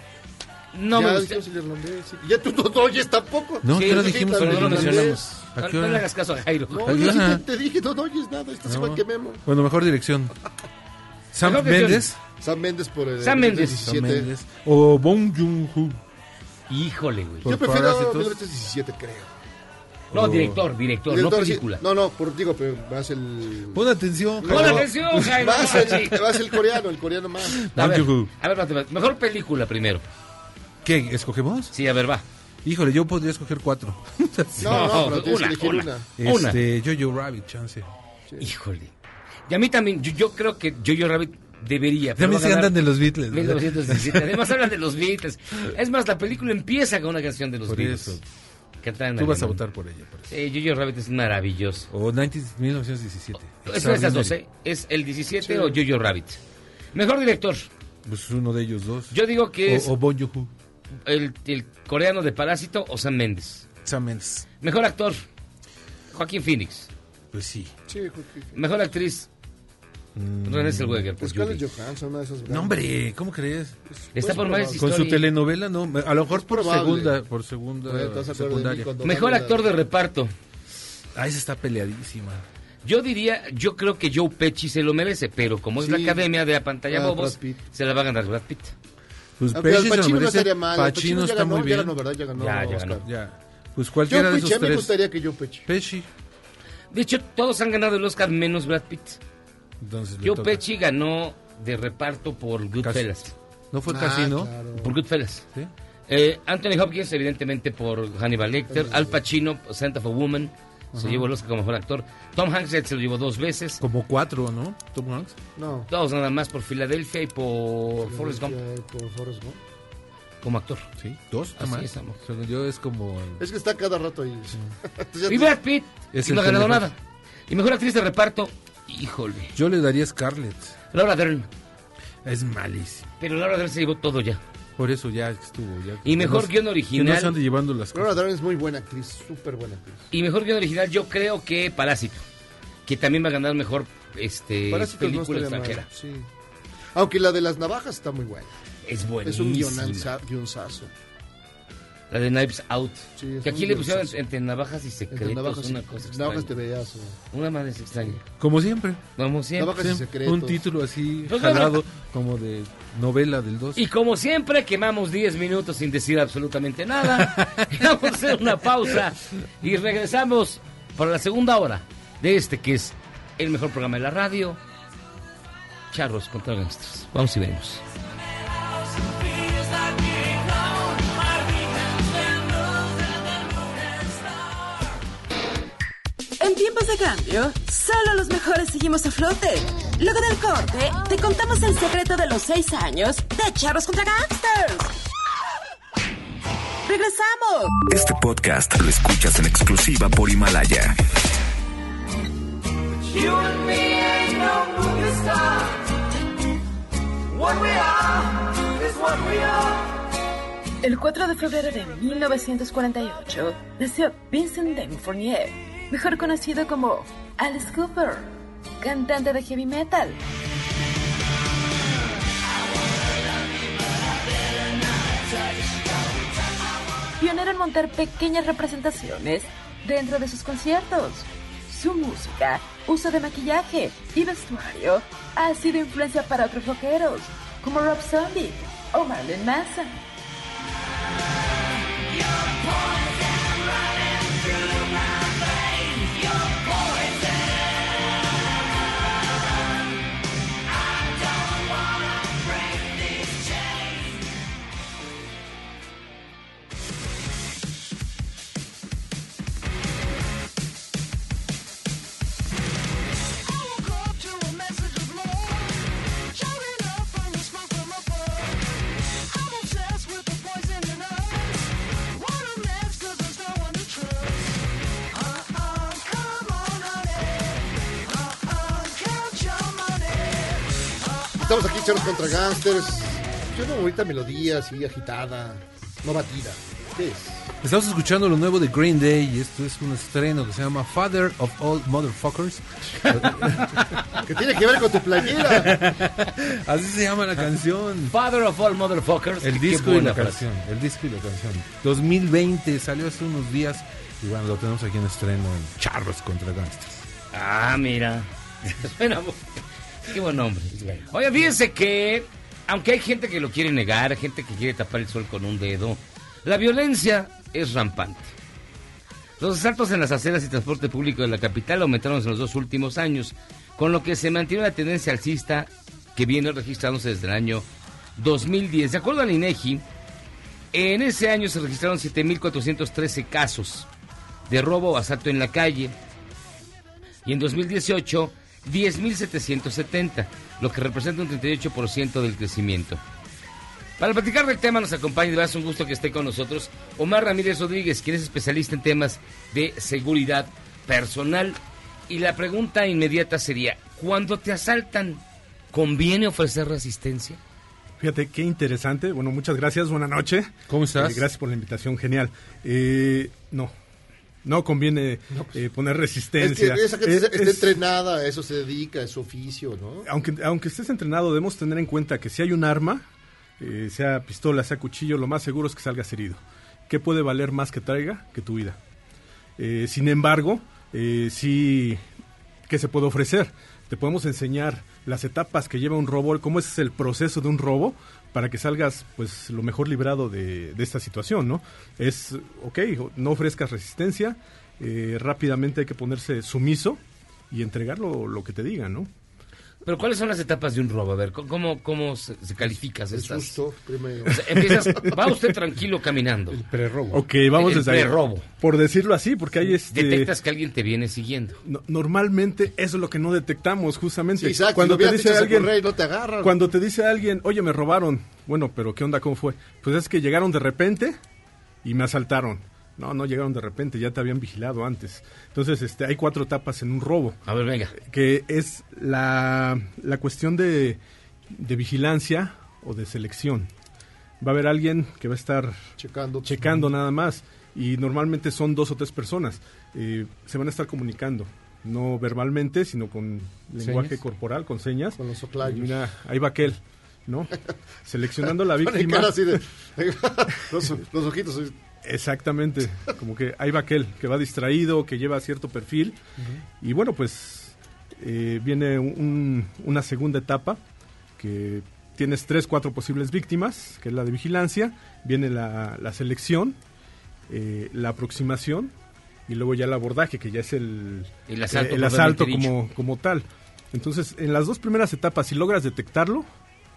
No
ya,
me gusta.
dijimos el irlandés, sí. Ya tú no, no oyes tampoco.
No,
Sí,
te lo
sí,
dijimos,
pero
pero
no lo
no lo
mencionamos.
ves.
No,
¿A qué
no
hora?
le hagas caso a Jairo.
No,
¿A qué
yo sí
hora?
te, te dije, no, no oyes nada. Estás
No.
igual que Memo.
Bueno, mejor dirección. Sam
Mejor dirección.
Mendes.
Sam Méndez por el.
Sam Méndez.
Sam Mendes. O Bong Joon-ho.
Híjole, güey.
Yo prefiero 1917, creo.
No,
Oh.
O-
director, director, no
sí.
película.
No, no, por, digo, pero más el...
Pon atención.
Pon Jairo. atención, Jairo,
Más
no, sí.
el, más el coreano, el coreano más.
A ver, a ver, espérate, mejor película primero.
¿Qué? ¿Escogemos?
Sí, a ver, va.
Híjole, yo podría escoger cuatro. <laughs>
No, <laughs> no, pero tienes que elegir una, una.
Este, Jojo Rabbit, chance.
Híjole. Y a mí también, yo, yo creo que Jojo Rabbit debería. pero
También
va a
se
ganar
andan de los Beatles. ¿verdad?
1917. Además hablan
<laughs>
de los Beatles. Es más, la película empieza con una canción de los
Por
Beatles.
eso.
Que traen
Tú vas a
alemán.
votar por ella.
Sí, Jojo Rabbit es maravilloso.
O 90 1917.
Es una de esas dos, ¿eh? ¿Es el 17 o Jojo Rabbit? Mejor director.
Pues uno de ellos dos.
Yo digo que
O-
es-
O Bon Joon-ho.
El, el coreano de Parásito o Sam Méndez.
Sam Mendes.
Mejor actor. Joaquín Phoenix.
Pues sí.
Sí, Joaquín.
Mejor actriz. René Zellweger. por
Pues Scarlett
Judy.
Johansson, una de esas. Pues,
No, hombre, ¿cómo crees?
Está por más
Con su telenovela, no. A lo mejor por
probable.
segunda. Por segunda.
Oye, te vas a acordar de mí
secundaria.
cuando
Mejor actor de reparto.
Ah, esa está peleadísima.
Yo diría, yo creo que Joe Pesci se lo merece, pero como es
Sí.
la academia de la pantalla
Ah,
bobos,
Brad Pitt.
se la va a ganar Brad Pitt.
Pues
Aunque
Pesci
Al
se lo
Pacino no
merece.
estaría mal. Al
Pacino
Pacino ya
está
ganó,
muy
ya
bien.
ganó, ¿verdad? Ya ganó
Ya, ya
Oscar.
ganó.
Ya. Pues cualquiera
Joe
de
Pesci,
esos
a mí me
tres.
gustaría que Joe Pesci.
Pesci.
De hecho, todos han ganado el Oscar menos Brad Pitt.
Entonces, Pues le
Joe
toca.
Pesci ganó de reparto por Goodfellas.
¿No fue
Ah,
Casino?
Por Goodfellas. Eh, Anthony Hopkins, evidentemente, por Hannibal Lecter. Al Pacino, por Santa of a Woman. Se
Ajá.
llevó el Oscar como mejor actor. Tom Hanks se lo llevó dos veces.
Como cuatro, ¿no? Tom Hanks.
No.
Todos nada más por Filadelfia y por Forrest Gump
Por Forrest Gump.
como actor.
Sí, dos
Así
nomás.
es, amor.
Según yo es como...
Es que está cada rato ahí. <laughs> Entonces ya
Y
te-
Brad Pitt
Es
y no ha
el
ganado
mejor.
nada. Y mejor actriz de reparto, híjole.
Yo le daría Scarlett.
Laura Dern.
Es malísimo.
Pero Laura Dern se llevó todo ya.
Por eso ya estuvo. Ya,
Y mejor
que
guión
no- Que
original.
no se ande llevando las
Laura
cosas.
Dern es muy buena actriz, súper buena actriz.
Y mejor guión original, yo creo que Parásito. Que también va a ganar mejor este,
Parásitos no
película
estaría mal,
extranjera.
sí. Aunque la de las navajas está muy buena.
Es
Es un
buenísima.
guionanza- guionzazo.
La de Knives Out.
es
que aquí
un
le pusieron
guionzazo.
entre, navajas y secretos.
Entre navajas,
una
y-
cosa
navajas
extraña.
de bellazo.
Una madre es extraña.
Como siempre.
Como siempre.
Navajas y
Siempre.
secretos.
Un título así
Pues bueno.
jalado como de novela del 2.
Y como siempre, quemamos 10 minutos sin decir absolutamente nada. <laughs> Vamos a hacer una pausa y regresamos para la segunda hora de este que es el mejor programa de la radio. Charros contra gangsters. Vamos y
<laughs>
venimos.
En tiempos de cambio, solo los mejores seguimos a flote. Luego del corte, te contamos el secreto de los seis años de Charros contra Gangsters. ¡Regresamos!
Este podcast lo escuchas en exclusiva por Himalaya.
You and me ain't no movie star. What we are is what we are.
El 4 de febrero de 1948 nació Vincent Dame Fournier, mejor conocido como Alice Cooper, cantante de heavy metal. Pionero en montar pequeñas representaciones dentro de sus conciertos. Su música, uso de maquillaje y vestuario ha sido influencia para otros rockeros como Rob Zombie o Marilyn Manson.
Estamos aquí, Charlos contra Gangsters. Yo una bonita melodía así, agitada, no batida. ¿Qué es?
Estamos escuchando lo nuevo de Green Day y esto es un estreno que se llama Father of All Motherfuckers.
<laughs> Que tiene que ver con tu playera.
Así se llama la canción.
Father of all motherfuckers.
El
Qué
disco y
buena
la
frase.
canción. El disco y la canción. 2020 salió hace unos días y bueno, lo tenemos aquí en estreno en Charros contra Gangsters.
Ah, mira. Suena bu- Qué buen nombre. Oye, fíjense que, aunque hay gente que lo quiere negar, gente que quiere tapar el sol con un dedo, La violencia es rampante. Los asaltos en las aceras y transporte público de la capital aumentaron en los dos últimos años, con lo que se mantiene la tendencia alcista que viene registrándose desde el año 2010. De acuerdo al INEGI, en ese año se registraron 7.413 casos de robo o asalto en la calle y en 2018 10.770, lo que representa un 38% del crecimiento. Para platicar del tema nos acompaña, y es un gusto que esté con nosotros, Omar Ramírez Rodríguez, quien es especialista en temas de seguridad personal. Y la pregunta inmediata sería, cuando te asaltan, ¿conviene ofrecer resistencia?
Fíjate qué interesante. Bueno, muchas gracias. Buenas noches.
¿Cómo estás?
Eh, gracias por la invitación. Genial. Eh, no, no conviene eh, poner
Es que
resistencia.
esa gente
Es-
está
es-
entrenada, a eso se dedica, es su oficio, ¿no?
aunque, aunque estés entrenado, debemos tener en cuenta que si hay un arma, eh, sea pistola, sea cuchillo, lo más seguro es que salgas herido. ¿Qué puede valer más que traiga que tu vida? Eh, sin embargo, eh, sí, ¿qué se puede ofrecer? Te podemos enseñar las etapas que lleva un robo, cómo es el proceso de un robo para que salgas pues lo mejor librado de, de esta situación, ¿no? Es, ok, no ofrezcas resistencia, eh, rápidamente hay que ponerse sumiso y entregar lo, lo que te digan, ¿no?
Pero ¿cuáles son las etapas de un robo? A ver, ¿cómo- ¿cómo, cómo se, se calificas estas?
susto, primero.
O sea, empiezas, va usted tranquilo caminando. El
prerrobo.
Ok, vamos
el
desde ahí.
prerrobo.
Por decirlo así, porque hay este...
Detectas que alguien te viene
<laughs>
siguiendo.
No- normalmente eso es lo que no detectamos justamente.
Sí, exacto, si
cuando
lo
te
hubieras
dice
hecho
alguien,
correr y no te agarran.
cuando te dice alguien, "Oye, me robaron." Bueno, pero ¿qué onda cómo fue? Pues es que llegaron de repente y me asaltaron. No, no llegaron de repente, ya te habían vigilado antes. Entonces, este hay cuatro etapas en un robo.
A ver, venga.
Que es la, la cuestión de, de vigilancia o de selección. Va a haber alguien que va a estar
checando,
nada más. Y normalmente son dos o tres personas. Eh, se van a estar comunicando, no verbalmente, sino con lenguaje
Señas.
corporal, con señas. Con
los oclayos.
Mira, ahí va aquel,
<laughs>
¿no? Seleccionando la
Pone
víctima.
cara así
<laughs>
de- <laughs> los, los ojitos. así.
Exactamente, como que ahí va aquel que va distraído, que lleva cierto perfil. Y bueno, pues eh, viene un- una segunda etapa que tienes tres, cuatro posibles víctimas, que es la de vigilancia, viene la, la selección, eh, la aproximación y luego ya el abordaje, que ya es el,
El asalto,
el asalto
propiamente
como, como tal. Entonces, en las dos primeras etapas, si logras detectarlo,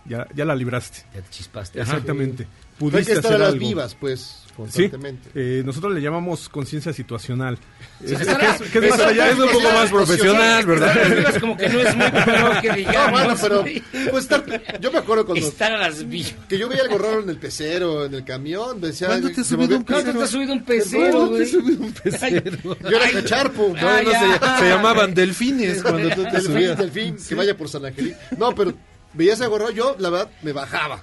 ya, ya la libraste.
Ya te chispaste. ajá.
Exactamente.
Pero hay que estar a
hacer
las
algo.
vivas, pues,
Sí,
constantemente.
eh, nosotros le llamamos conciencia situacional.
Sí,
Es-
está-
que es, que es
eso
más allá,
es
es un poco más profesional, ¿verdad?
como que no es
<laughs>
muy
<laughs>
claro que digamos.
bueno, pero pues, estar- yo me acuerdo cuando
Estar a las vivas.
que yo veía algo raro en el pecero, en el camión, decía
¿Cuándo te has
se
subido
movía-
un pecero? ¿Cuándo te has subido un pecero,
¿Cuándo te
güey? <laughs>
has subido un pecero? Yo era cacharpo.
ah,
No, no, se, se llamaban
<laughs>
delfines cuando tú te
Delfín,
subías.
delfín, que vaya por San Angelín. No, pero veías algo raro, yo la verdad me bajaba.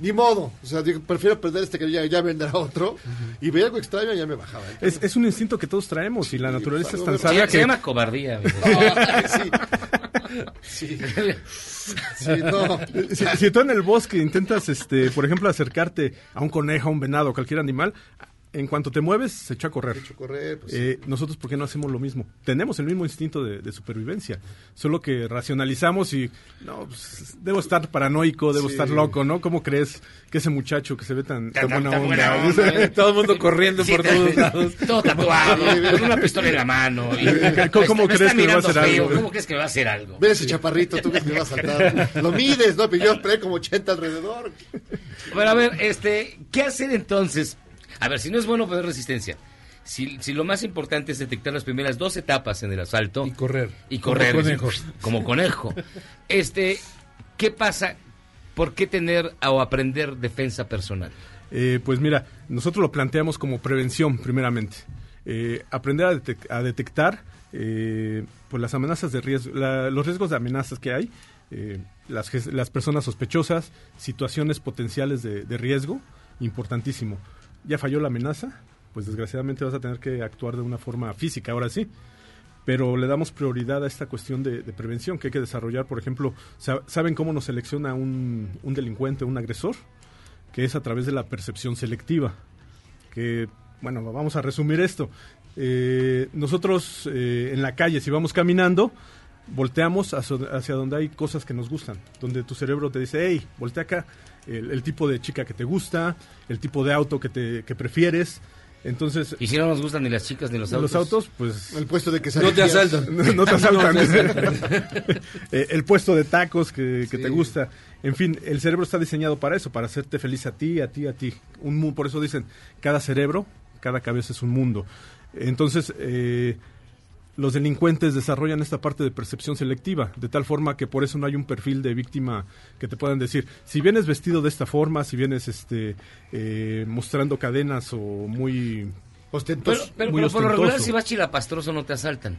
Ni modo, o sea, digo, prefiero perder este que ya, ya vendrá otro. Y veía algo extraño y ya me bajaba.
Es, es un instinto que todos traemos y la naturaleza
pues,
es tan
Se llama-
sabia
se
que...
llama cobardía. güey.
<laughs>
<laughs>
Sí.
<laughs>
Sí, no.
Si, si tú en el bosque intentas, este, por ejemplo, acercarte a un conejo, a un venado, a cualquier animal, en cuanto te mueves, se echa a correr.
echa a correr, pues,
Eh, Nosotros, ¿por qué no hacemos lo mismo? Tenemos el mismo instinto de, de supervivencia, solo que racionalizamos y, no, pues, debo estar paranoico, debo
Sí.
estar loco, ¿no? ¿Cómo crees que ese muchacho que se ve tan, tan buena
tan
onda?
buena
<laughs>
onda, ¿eh? Todo el mundo corriendo
Sí,
por todos lados.
Todo tatuado, con una pistola en la mano. y-
Eh, ¿Cómo- cómo
me está
crees que me va a
mirando
hacer
feo,
algo?
¿Cómo crees que me va a hacer algo?
Ve ese chaparrito, tú ves que me va a saltar. Lo mides, ¿no? Pero yo trae como 80 alrededor.
Bueno, a ver, este, ¿qué hacer entonces? A ver, si no es bueno poner resistencia. Si, si lo más importante es detectar las primeras dos etapas en el asalto. Y
correr.
Y
Como
correr.
conejo.
Como conejo. Este, ¿qué pasa? ¿Por qué tener o aprender defensa personal?
Eh, pues mira, nosotros lo planteamos como prevención primeramente. Eh, aprender a, detec- a detectar eh, pues las amenazas de riesgo, la- los riesgos de amenazas que hay, eh, las, ges- las personas sospechosas, situaciones potenciales de, de riesgo, importantísimo. Ya falló la amenaza, pues desgraciadamente vas a tener que actuar de una forma física, ahora sí pero le damos prioridad a esta cuestión de, de prevención que hay que desarrollar. Por ejemplo, sa- ¿saben cómo nos selecciona un, un delincuente, un agresor? Que es a través de la percepción selectiva. Que, bueno, vamos a resumir esto. Eh, nosotros eh, en la calle, si vamos caminando, volteamos hacia, hacia donde hay cosas que nos gustan, donde tu cerebro te dice, hey, voltea acá. el, el tipo de chica que te gusta, el tipo de auto que, te, que prefieres. Entonces,
Y si no nos gustan ni las chicas ni los autos.
los autos, pues...
El puesto de
No te
quesadillas.
asaltan. <laughs> No, no te asaltan.
No te asaltan.
<laughs> Eh, el puesto de tacos que, que te gusta. En fin, el cerebro está diseñado para eso, para hacerte feliz a ti, a ti, a ti. Un, mu- por eso dicen, cada cerebro, cada cabeza es un mundo. Entonces, eh, los delincuentes desarrollan esta parte de percepción selectiva, de tal forma que por eso no hay un perfil de víctima que te puedan decir, si vienes vestido de esta forma, si vienes este, eh, mostrando cadenas o muy...
Pero,
Ostentoso.
pero-
muy
pero por lo regular,
ostentoso.
si vas chilapastroso, no te asaltan.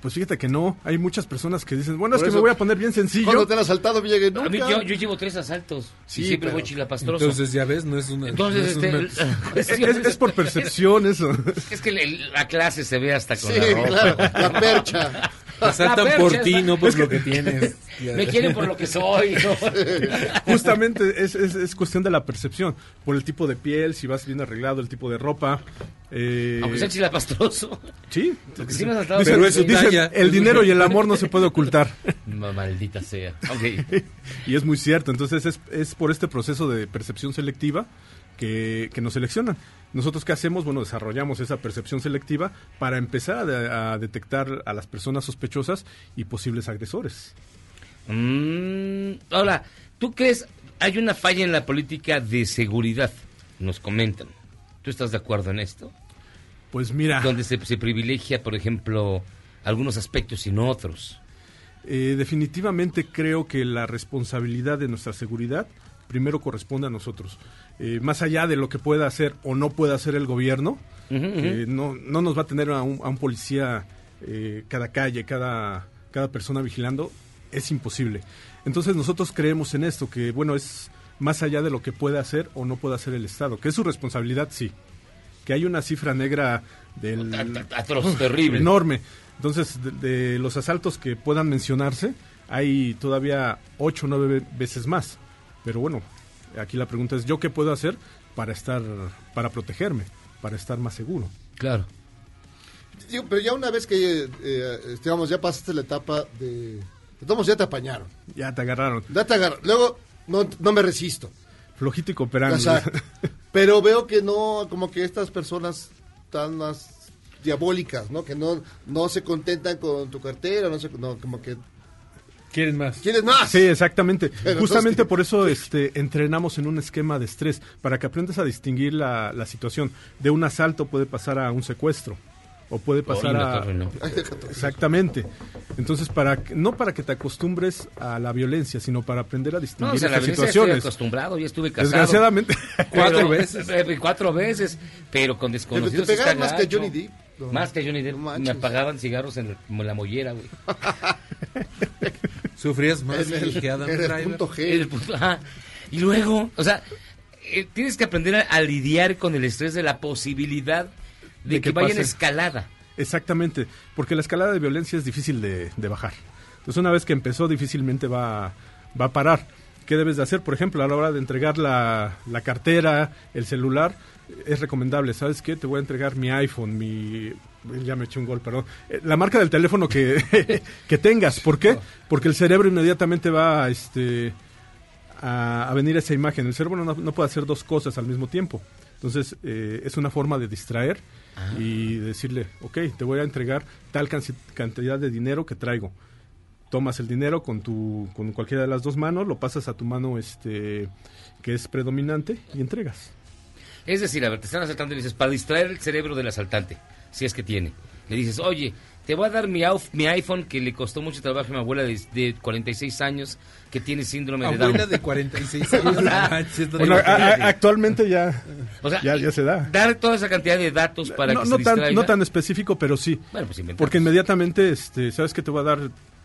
Pues fíjate que no, hay muchas personas que dicen, bueno,
Por
es que
eso-
me voy a poner bien sencillo.
¿Cuándo te
han asaltado, Villegas?
A mí, yo, yo llevo tres asaltos.
Sí,
y siempre
pero-
voy chilapastroso.
Entonces, ya ves, no es una.
Entonces,
no es una-
este,
<laughs>
<laughs>
el-
Es, es- es por percepción eso.
<laughs> Es que le- la clase se ve hasta con
Sí,
la ropa.
claro,
<laughs>
la percha.
La
Asaltan
percha
por
está-
ti, no por lo que tienes.
<laughs> Me quieren por lo que soy. ¿no?
<laughs> Justamente es, es- es cuestión de la percepción, por el tipo de piel, si vas bien arreglado, el tipo de ropa. Eh,
Aunque sea chilapastroso.
Sí,
Porque sí me has asaltado.
Dicen-
Pero es su
dicen,
talla.
el dinero y el amor no se puede ocultar.
Ma- Maldita sea.
<laughs> y es muy cierto. Entonces es, es por este proceso de percepción selectiva que, que nos seleccionan. Nosotros qué hacemos? Bueno, desarrollamos esa percepción selectiva para empezar a, de- a detectar a las personas sospechosas y posibles agresores.
Mm, ahora, ¿tú crees hay una falla en la política de seguridad? Nos comentan. ¿Tú estás de acuerdo en esto?
Pues mira.
Donde se, se privilegia, por ejemplo, algunos aspectos y no otros.
Eh, definitivamente creo que la responsabilidad de nuestra seguridad primero corresponde a nosotros. Eh, más allá de lo que pueda hacer o no pueda hacer el gobierno,
ujú.
eh, no, no nos va a tener a un, a un policía eh, cada calle, cada, cada persona vigilando, es imposible. Entonces nosotros creemos en esto, que bueno, es más allá de lo que pueda hacer o no pueda hacer el Estado, que es su responsabilidad, sí. Que hay una cifra negra del...
atroz, terrible.
Enorme. Entonces, de, de los asaltos que puedan mencionarse, hay todavía ocho o nueve veces más. Pero bueno, aquí la pregunta es, ¿yo qué puedo hacer para estar, para protegerme, para estar más seguro?
Claro.
Digo, pero ya una vez que, eh, eh, digamos, ya pasaste la etapa de... Digamos, ya te apañaron.
Ya te agarraron.
Ya te agarraron. Luego, no, no me resisto.
Flojito y cooperando.
Exacto. Pero veo que no, como que estas personas tan más diabólicas, ¿no? Que no, no se contentan con tu cartera, no, se, no como que...
¿Quieren más?
¿Quieres más?
Sí, exactamente.
<laughs> Pero
Justamente
entonces-
por eso este, entrenamos en un esquema de estrés, para que aprendas a distinguir la, la situación. De un asalto puede pasar a un secuestro, o puede pasar
Ay, la
a...
torre, no.
Exactamente. Entonces, para que- no para que te acostumbres a la violencia, sino para aprender a
No,
distinguir
o sea, la
las
violencia estoy
situaciones.
acostumbrado, ya estuve casado.
Desgraciadamente.
<laughs>
<laughs>
Pero- eh, Cuatro veces, pero con desconocidos.
Te pegaban
está
más que
gacho.
Johnny Depp. No.
Más que Johnny Depp. me apagaban cigarros en, el- como en la mollera, güey.
Sufrías más
En el-
que Adam
en el
Driver.
punto G. En el punto- ajá. Y luego, o sea, eh, tienes que aprender a, a lidiar con el estrés de la posibilidad de,
De
que,
que
vaya en
pase.
escalada.
Exactamente, porque la escalada de violencia es difícil de, de bajar. Entonces, una vez que empezó, difícilmente va, va a parar. ¿Qué debes de hacer? Por ejemplo, a la hora de entregar la, la cartera, el celular, es recomendable. ¿Sabes qué? Te voy a entregar mi iPhone, mi... Ya me eché un gol, perdón. Eh, La marca del teléfono que, <laughs> que tengas. ¿Por qué? Porque el cerebro inmediatamente va a, este, a, a venir esa imagen. El cerebro no, no puede hacer dos cosas al mismo tiempo. Entonces, eh, es una forma de distraer
Ah.
y decirle, ok, te voy a entregar tal canci- cantidad de dinero que traigo. Tomas el dinero con tu con cualquiera de las dos manos, lo pasas a tu mano este que es predominante y entregas.
Es decir, a ver, te están asaltando y le dices, para distraer el cerebro del asaltante, si es que tiene. Le dices, oye, te voy a dar mi, auf- mi iPhone que le costó mucho trabajo a mi abuela de, de 46 años que tiene síndrome de Down.
Abuela
<laughs>
de 46 años.
O sea,
no manches, no
Bueno, a-
digas
a-
nada.
actualmente ya,
O sea,
ya, ya se da.
Dar toda esa cantidad de datos para
no,
que
no
se
tan,
distraiga.
no tan específico, pero sí.
Bueno, pues inventamos.
Porque inmediatamente, este, sabes que te voy a dar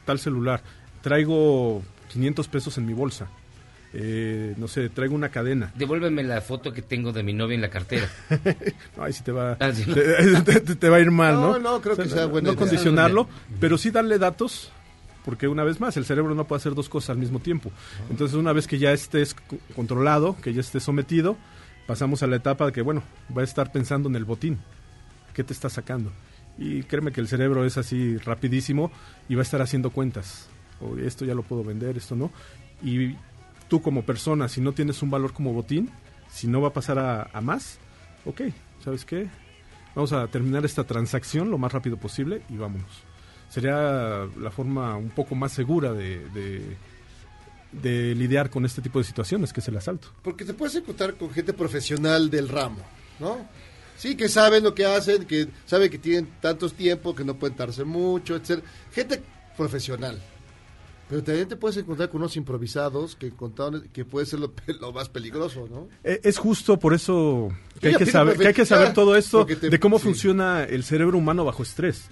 tal celular. Traigo 500 pesos en mi bolsa. Eh, no sé, traigo una cadena.
Devuélveme la foto que tengo de mi novia en la
<laughs>
cartera.
Ay, si te va,
Ah, sí.
<laughs> te, te- te va a ir mal, ¿no?
No, no, creo que sea buena
No
idea.
condicionarlo, pero sí darle datos, porque una vez más, el cerebro no puede hacer dos cosas al mismo tiempo. Entonces, una vez que ya estés c- controlado, que ya estés sometido, pasamos a la etapa de que, bueno, va a estar pensando en el botín. ¿Qué te está sacando? Y créeme que el cerebro es así rapidísimo y va a estar haciendo cuentas. O esto ya lo puedo vender, esto no. Y tú como persona, si no tienes un valor como botín, si no va a pasar a, a más, ok, ¿sabes qué? Vamos a terminar esta transacción lo más rápido posible y vámonos. Sería la forma un poco más segura de, de- de lidiar con este tipo de situaciones, que es el asalto.
Porque te puedes encontrar con gente profesional del ramo, ¿no? Sí, que saben lo que hacen, que saben que tienen tantos tiempos, que no pueden tardarse mucho, etc. Gente profesional. Pero también te puedes encontrar con unos improvisados que encontraron que puede ser lo, <laughs> pe- lo más peligroso, ¿no?
Eh, Es justo por eso
Yo
que hay
ya
que,
pido
saber, que hay que
perfección,
saber todo esto
porque te-
de cómo
sí.
funciona el cerebro humano bajo estrés.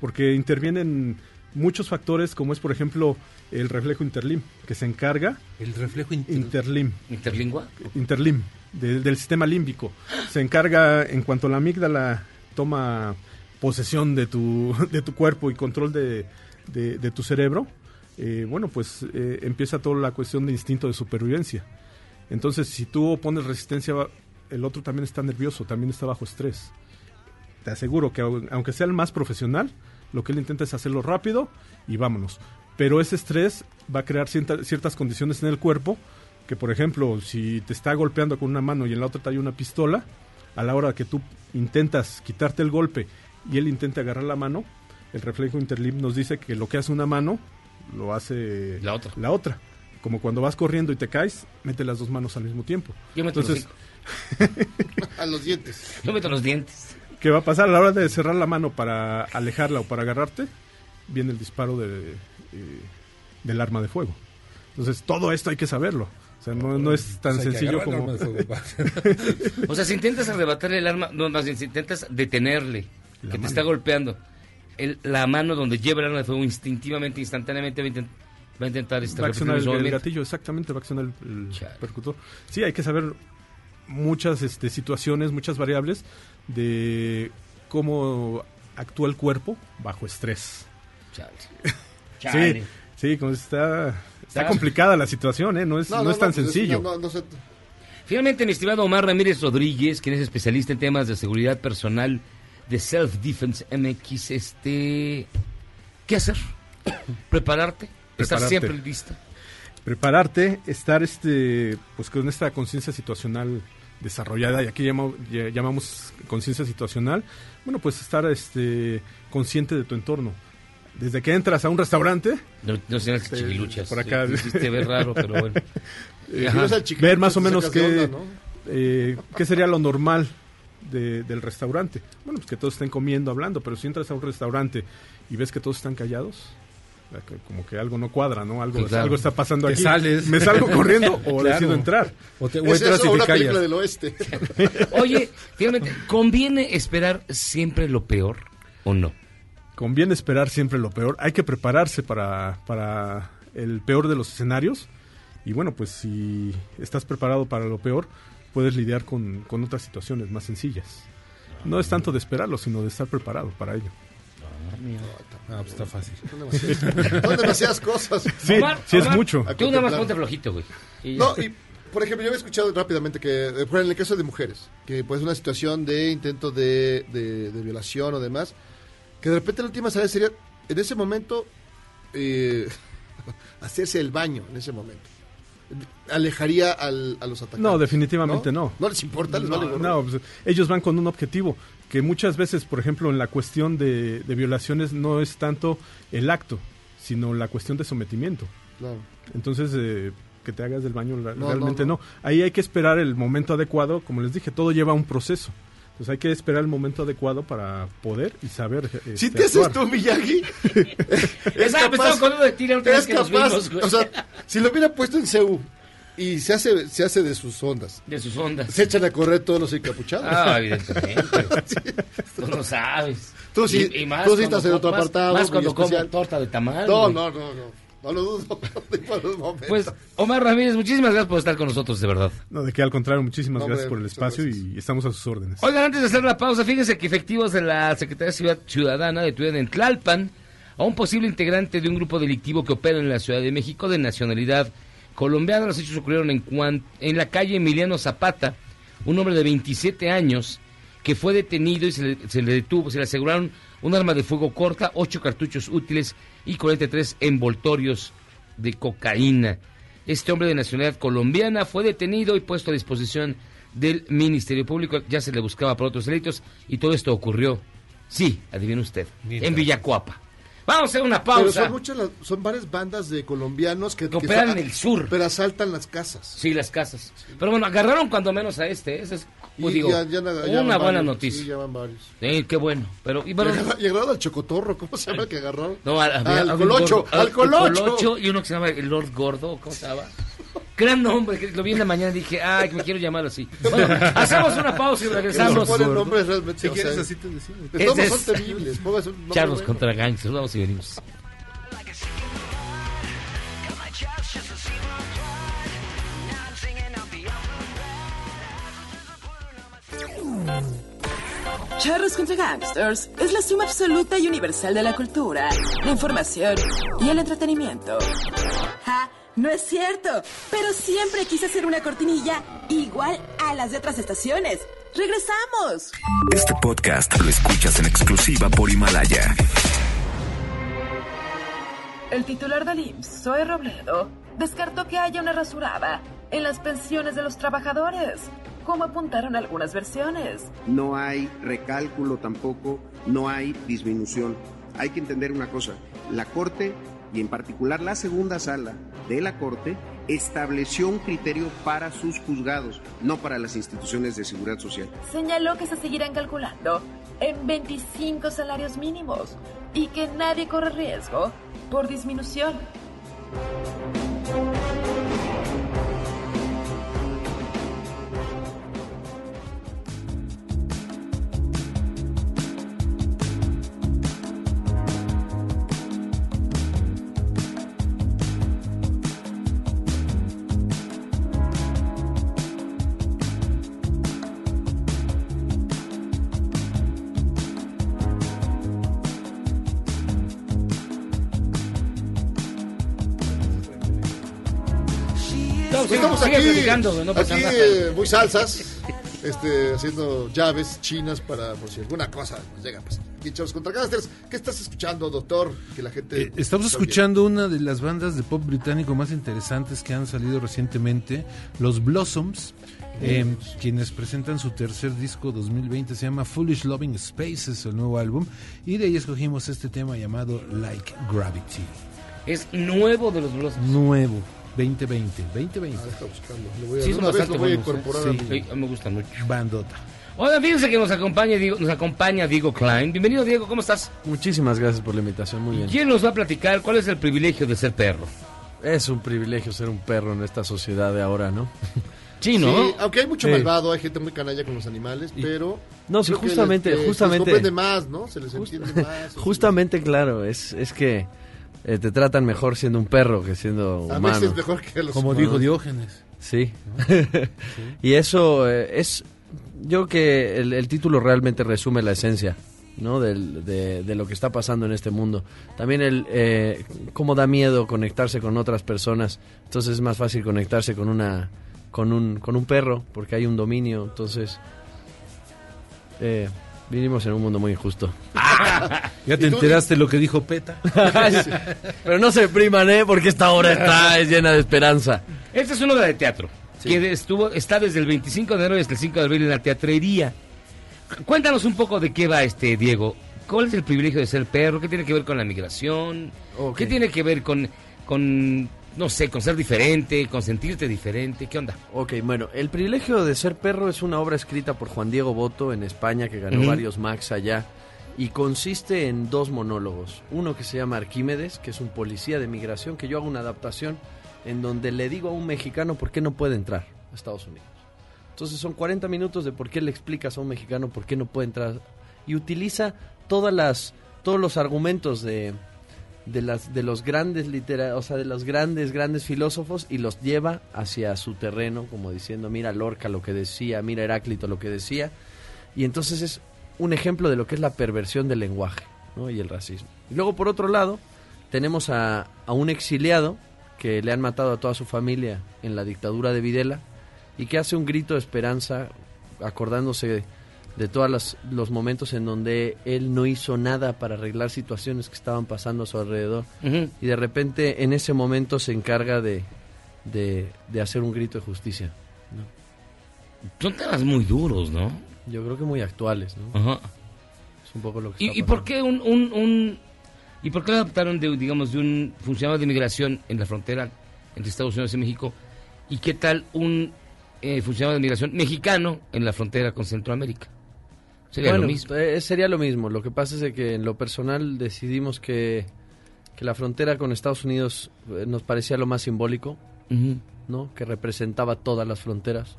Porque intervienen muchos factores, como es, por ejemplo, el reflejo interlim, que se encarga.
¿El reflejo
interlim?
¿Interlingua?
Interlim, de- del sistema límbico. Se encarga, en cuanto la amígdala toma posesión de tu, <laughs> de tu cuerpo y control de, de- de tu cerebro, eh, bueno, pues eh, empieza toda la cuestión de instinto de supervivencia. Entonces, si tú opones resistencia, va- el otro también está nervioso, también está bajo estrés. Te aseguro que au- aunque sea el más profesional, lo que él intenta es hacerlo rápido y vámonos. Pero ese estrés va a crear cienta- ciertas condiciones en el cuerpo que, por ejemplo, si te está golpeando con una mano y en la otra trae una pistola, a la hora que tú intentas quitarte el golpe y él intenta agarrar la mano, el reflejo interlim nos dice que lo que hace una mano lo hace la otra. Como cuando vas corriendo y te caes, mete las dos manos al mismo tiempo.
Yo meto los
<laughs>
A los dientes.
Yo meto los dientes.
¿Qué va a pasar a la hora de cerrar la mano para alejarla o para agarrarte? Viene el disparo de, eh, del arma de fuego. Entonces, todo esto hay que saberlo. O sea, no, no es tan
O sea, Pues hay que
sencillo
agarrar
como...
el arma
<laughs>
de fuego,
<laughs> O sea, si intentas arrebatarle el arma, no, más bien, si intentas detenerle, que te
mano.
está golpeando, el- la mano donde lleva el arma de fuego instintivamente, instantáneamente va a, inten- va a intentar este,
va a accionar
repetir
el,
su
el
movimiento.
gatillo, exactamente, va a accionar el, el percutor. Sí, hay que saber muchas este, situaciones, muchas variables de cómo actúa el cuerpo bajo estrés.
Chale.
Sí, sí, como está, está
Está-
complicada la situación, ¿eh? No es, no, es tan
pues,
sencillo.
no, no, no sé.
Finalmente, mi estimado Omar Ramírez Rodríguez, quien es especialista en temas de seguridad personal de Self Defense MX, este, ¿qué hacer? <coughs> Prepararte, estar
Prepararte.
siempre listo.
prepararte, estar este, pues con esta conciencia situacional desarrollada, y aquí llama- ya- llamamos conciencia situacional, bueno, pues estar este, consciente de tu entorno. Desde que entras a un restaurante,
No, no seas
Este,
chiquiluchas.
por acá. <laughs>
Te hiciste ver raro, pero <laughs> bueno.
eh,
Ajá.
ver más o menos
Sacas de
qué,
onda, ¿no?
eh, qué sería lo normal de- del restaurante. Bueno, pues que todos estén comiendo, hablando, pero si entras a un restaurante y ves que todos están callados, eh, que- como que algo no cuadra, ¿no? Algo,
Pues Claro.
algo está pasando
Te
aquí.
sales.
Me salgo corriendo
<laughs>
o
Claro.
decido entrar.
O te- o
Es eso, una película del oeste.
<laughs> Oye, finalmente, ¿conviene esperar siempre lo peor o no?
Conviene esperar siempre lo peor. Hay que prepararse para, para el peor de los escenarios. Y bueno, pues si estás preparado para lo peor, puedes lidiar con, con otras situaciones más sencillas. No es tanto de esperarlo, sino de estar preparado para ello.
Ah, pues está fácil.
Son demasiadas- son demasiadas cosas.
Sí, sí es mucho.
A
Tú nada más
contemplar.
ponte flojito, güey. Y ya.
No, y por ejemplo, yo había escuchado rápidamente que, eh, por en el caso de mujeres, que pues una situación de intento de, de- de violación o demás, que de repente la última salida sería, en ese momento, eh, <laughs> hacerse el baño, en ese momento. Alejaría al- a los atacantes.
No, definitivamente no.
No, les importa, les
no,
vale gorro.
no, pues, ellos van con un objetivo que muchas veces, por ejemplo, en la cuestión de, de violaciones no es tanto el acto, sino la cuestión de sometimiento.
Claro.
Entonces, eh, que te hagas del baño la-
No,
realmente
no,
no, Ahí hay que esperar el momento adecuado, como les dije, todo lleva un proceso. Entonces hay que esperar el momento adecuado para poder y saber. eh,
Si
este,
te haces
actuar.
tú, <laughs> Miyagi. es
Estaba pensando con uno de ti la última vez
es
que nos
capaz,
vimos, güey.
O sea, si lo hubiera puesto en CEU y se hace, se hace de sus ondas.
De sus ondas.
Se echan a correr todos los encapuchados.
Ah, evidentemente.
<laughs>
Tú no sabes.
Tú sí-
Y- y
tú sí
cuando
estás en
co-
otro
más-
apartado,
Más cuando
muy especial.
como torta de tamal.
No,
güey.
no, no, no. No lo dudo. <laughs> por el momento.
Pues, Omar Ramírez, muchísimas gracias por estar con nosotros, de verdad.
No, de que al contrario, muchísimas
Hombre,
gracias por el
muchas
espacio y estamos a sus órdenes.
Oigan, antes de hacer la pausa, fíjense que efectivos de la Secretaría de Ciudad Ciudadana detuvieron en Tlalpan a un posible integrante de un grupo delictivo que opera en la Ciudad de México de nacionalidad colombiana. Los hechos ocurrieron en, cuan- en la calle Emiliano Zapata, un hombre de 27 años que fue detenido y se le, se le detuvo, se le aseguraron un arma de fuego corta, ocho cartuchos útiles y 43 envoltorios de cocaína. Este hombre de nacionalidad colombiana fue detenido y puesto a disposición del Ministerio Público. Ya se le buscaba por otros delitos y todo esto ocurrió, sí, adivine usted, en Villacuapa. Vamos a hacer una
Pero
pausa.
son, muchas las- son varias bandas de colombianos que, que
operan
sa-
en el sur.
Pero asaltan las casas.
Sí, las casas. Pero bueno, agarraron cuando menos a este. Esa es pues,
Y
digo,
ya- ya- ya
una
van
buena
varios,
noticia.
sí, ya van varios.
Sí, qué bueno. Pero, y
Y
bueno,
agarra- y agarraron al chocotorro, ¿cómo se llama el que agarraron?
no, a- a-
al,
había un
colocho,
gordo-
al colocho.
Y uno que se llama el Lord Gordo, ¿cómo se llama? Gran nombre, que lo vi en la mañana y dije, ay, que me quiero llamar así. Bueno,
<laughs>
hacemos una pausa y regresamos.
Ponen nombres realmente,
Si
o
quieres,
sea,
así te decimos.
de todos
Ese
son
es-
terribles, póngase un nombre
Charlos
bueno.
contra gangsters, vamos y venimos.
Charros contra Gangsters es la suma absoluta y universal de la cultura, la información y el entretenimiento. ¡Ja! No es cierto, pero siempre quise hacer una cortinilla igual a las de otras estaciones. ¡Regresamos!
Este podcast lo escuchas en exclusiva por Himalaya.
El titular del IMSS, Zoe Robledo, descartó que haya una rasurada en las pensiones de los trabajadores, como apuntaron algunas versiones.
no hay recálculo tampoco, no hay disminución. Hay que entender una cosa, la Corte y en particular la segunda sala de la Corte estableció un criterio para sus juzgados, no para las instituciones de seguridad social.
señaló que se seguirán calculando en 25 salarios mínimos y que nadie corre riesgo por disminución.
Estamos,
sigue
aquí,
platicando, no pasa
aquí
nada.
eh, muy salsas, este, haciendo llaves chinas para por si alguna cosa nos llega a pasar. Aquí en Charlos contra Gangsters, ¿qué estás escuchando, doctor? Que la
Este,
gente...
Eh, Estamos escuchando una de las bandas de pop británico más interesantes que han salido recientemente, los Blossoms, eh, quienes presentan su tercer disco 2020, se llama Foolish Loving Spaces, el nuevo álbum, y de ahí escogimos este tema llamado Like Gravity.
Es nuevo de los Blossoms.
Nuevo, 2020, 2020.
Ah,
Sí, son bastante buenos, ¿eh? Sí,
Sí.
sí, me gustan mucho.
Bandota.
Hola, fíjense que nos acompaña Diego, nos acompaña Diego Klein. Bienvenido, Diego, ¿cómo estás?
Muchísimas gracias por la invitación, muy bien.
¿Quién nos va a platicar cuál es el privilegio de ser perro?
Es un privilegio ser un perro en esta sociedad de ahora, ¿no?
Sí, aunque hay mucho
Sí.
malvado, hay gente muy canalla con los animales, pero...
No, sí,
creo que
justamente,
les- les-
justamente.
Les comprende más, ¿no? Se les entiende
<laughs>
más.
Justamente, claro, es, es que eh, te tratan mejor siendo un perro que siendo
A
humano.
veces mejor que los
Como
humanos.
dijo Diógenes. <laughs>
Sí. y eso eh, es, yo creo que el, el título realmente resume la esencia, ¿no? Del- de, de lo que está pasando en este mundo. También el eh, cómo da miedo conectarse con otras personas. Entonces es más fácil conectarse con una, con un, con un perro porque hay un dominio. Entonces eh, vivimos en un mundo muy injusto.
¿Ya te enteraste lo que dijo Peta?
Pero no se priman, ¿eh? Porque esta hora está es llena de esperanza.
Esta es una obra de teatro que estuvo, está desde el 25 de enero hasta el 5 de abril en la teatrería. Cuéntanos un poco de qué va este, Diego. ¿Cuál es el privilegio de ser perro? ¿Qué tiene que ver con la migración? ¿Qué tiene que ver con, con, no sé, con ser diferente, con sentirte diferente? ¿Qué onda?
<laughs> Ok, bueno, El privilegio de ser perro es una obra escrita por Juan Diego Boto en España que ganó
Ujú.
varios Max allá y consiste en dos monólogos. Uno que se llama Arquímedes, que es un policía de migración, que yo hago una adaptación en donde le digo a un mexicano por qué no puede entrar a Estados Unidos. Entonces son 40 minutos de por qué le explicas a un mexicano por qué no puede entrar y utiliza todas las todos los argumentos de de las de los grandes litera, o sea, de los grandes grandes filósofos y los lleva hacia su terreno como diciendo, mira Lorca lo que decía, mira Heráclito lo que decía. Y entonces es un ejemplo de lo que es la perversión del lenguaje ¿no? y el racismo. Y luego, por otro lado, tenemos a, a un exiliado que le han matado a toda su familia en la dictadura de Videla y que hace un grito de esperanza acordándose de, todos los momentos en donde él no hizo nada para arreglar situaciones que estaban pasando a su alrededor.
Ujú.
Y de repente en ese momento se encarga de, de, de hacer un grito de justicia. ¿no?
Son temas muy duros, ¿no?
Yo creo que muy actuales, ¿no?
Ajá.
Es un poco lo que
¿Y,
Pues está
y por qué un, un- un- y por qué lo adaptaron de digamos de un funcionario de inmigración en la frontera entre Estados Unidos y México y qué tal un eh, funcionario de inmigración mexicano en la frontera con Centroamérica? Sería
Bueno,
lo mismo.
eh, sería lo mismo. Lo que pasa es de que en lo personal decidimos que, que la frontera con Estados Unidos eh, nos parecía lo más simbólico,
Ujú.
¿no? Que representaba todas las fronteras.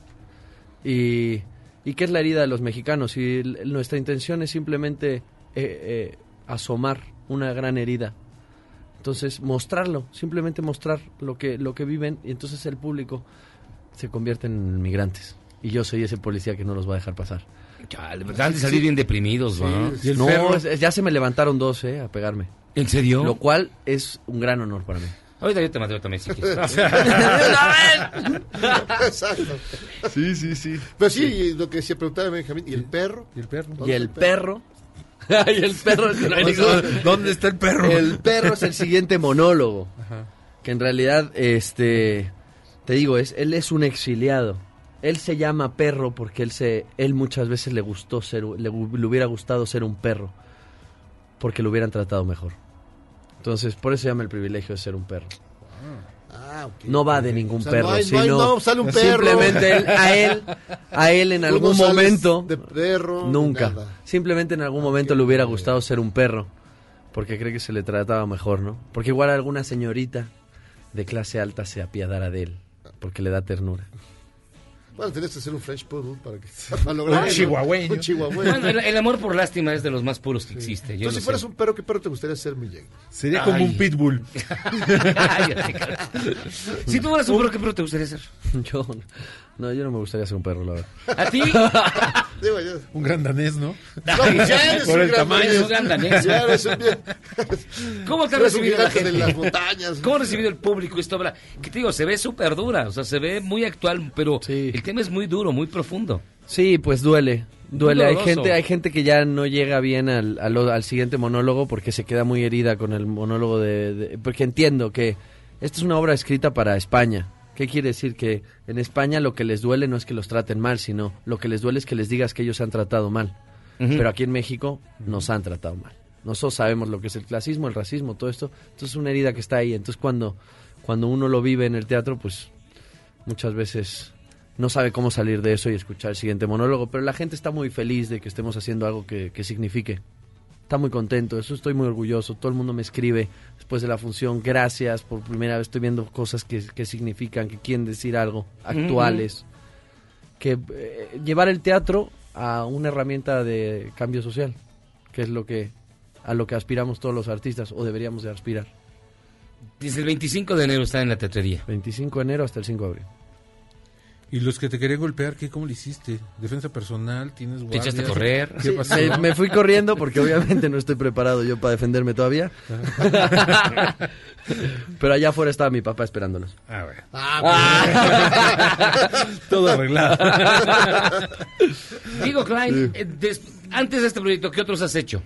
Y, y que es la herida de los mexicanos. Y l- nuestra intención es simplemente eh, eh, asomar una gran herida. Entonces, mostrarlo, simplemente mostrar lo que, lo que viven. Y entonces el público se convierte en migrantes. Y yo soy ese policía que no los va a dejar pasar.
Chale, pero han de salir bien deprimidos, ¿no?
Y el perro, es- ya se me levantaron dos, eh, a pegarme.
¿En serio?
Lo cual es un gran honor para mí.
Ahorita yo te mateo también si quieres.
<laughs>
Exacto.
Sí, sí, sí.
Pero sí, y lo que se preguntaba Benjamín, ¿y el perro?
¿Y el perro?
Y el perro. <laughs> y el perro. <laughs>
No hay ningún-
¿Dónde está el perro?
El perro es el siguiente monólogo.
Ajá.
Que en realidad, este. Te digo, es, él es un exiliado. Él se llama perro porque él se. Él muchas veces le gustó ser. Le, gu- le hubiera gustado ser un perro. Porque lo hubieran tratado mejor. Entonces, por eso se llama el privilegio de ser un perro.
Ah, ok.
No va de ningún
O sea, no
perro,
hay- no
sino
hay- no, sale un perro.
simplemente él- a él, a él en
Tú no
algún
sales
momento,
de perro,
nunca,
nada. Ah,
simplemente en algún momento le hubiera gustado ser un perro, porque cree que se le trataba mejor, ¿no? Porque igual alguna señorita de clase alta se apiadara de él, porque le da
<laughs>
ternura.
Bueno, tenés que ser un French Poodle para que <laughs> para lograr
Un
eso.
chihuahueño. <laughs>
Un chihuahueño.
Bueno, el, el amor por lástima es de los más puros que existe. Yo
Entonces, si fueras un perro, ¿qué perro te gustaría ser, Miguel?
Sería como un pitbull.
<laughs> si tú fueras un perro, ¿qué perro te gustaría ser?
<laughs> Yo, no, yo no me gustaría ser un perro, la verdad.
¿A
<laughs>
ti?
Digo, yo-
Un gran danés, ¿no?
No, pues ya eres
Por
un
el
gran
tamaño.
danés. Ya eres un bien-
¿eh? ¿Cómo te ha
Eres un
recibido la gente?
gigante de las montañas.
¿Cómo ha recibido el público esta obra? Que te digo, se ve súper dura, o sea, se ve muy actual, pero el tema es muy duro, muy profundo.
Sí, pues duele. Duele, hay
doloroso.
gente, hay gente que ya no llega bien al, al, al siguiente monólogo porque se queda muy herida con el monólogo de, de- Porque entiendo que esta es una obra escrita para España. ¿Qué quiere decir? Que en España lo que les duele no es que los traten mal, sino lo que les duele es que les digas que ellos se han tratado mal.
Ujú.
Pero aquí en México nos han tratado mal. Nosotros sabemos lo que es el clasismo, el racismo, todo esto. Entonces es una herida que está ahí. Entonces cuando, cuando uno lo vive en el teatro, pues muchas veces no sabe cómo salir de eso y escuchar el siguiente monólogo, pero la gente está muy feliz de que estemos haciendo algo que, que signifique. Está muy contento, eso estoy muy orgulloso, todo el mundo me escribe después de la función, gracias, por primera vez estoy viendo cosas que, que significan, que quieren decir algo, actuales, que eh, llevar el teatro a una herramienta de cambio social, que es lo que a lo que aspiramos todos los artistas o deberíamos de aspirar.
Desde el 25 de enero está en la teatrería.
25 de enero hasta el 5 de abril.
Y los que te querían golpear, ¿qué? ¿Cómo le hiciste? ¿Defensa personal? ¿Tienes
Te echaste a
guardias?
correr.
¿Qué
Sí,
pasó?
Me, me fui corriendo porque obviamente no estoy preparado yo para
<laughs>
defenderme todavía. Pero allá afuera estaba mi papá esperándonos.
Ah, bueno.
Ah.
pues.
<laughs> Todo arreglado.
<laughs> Digo, Klein, eh, des- antes de este proyecto, ¿qué otros has hecho?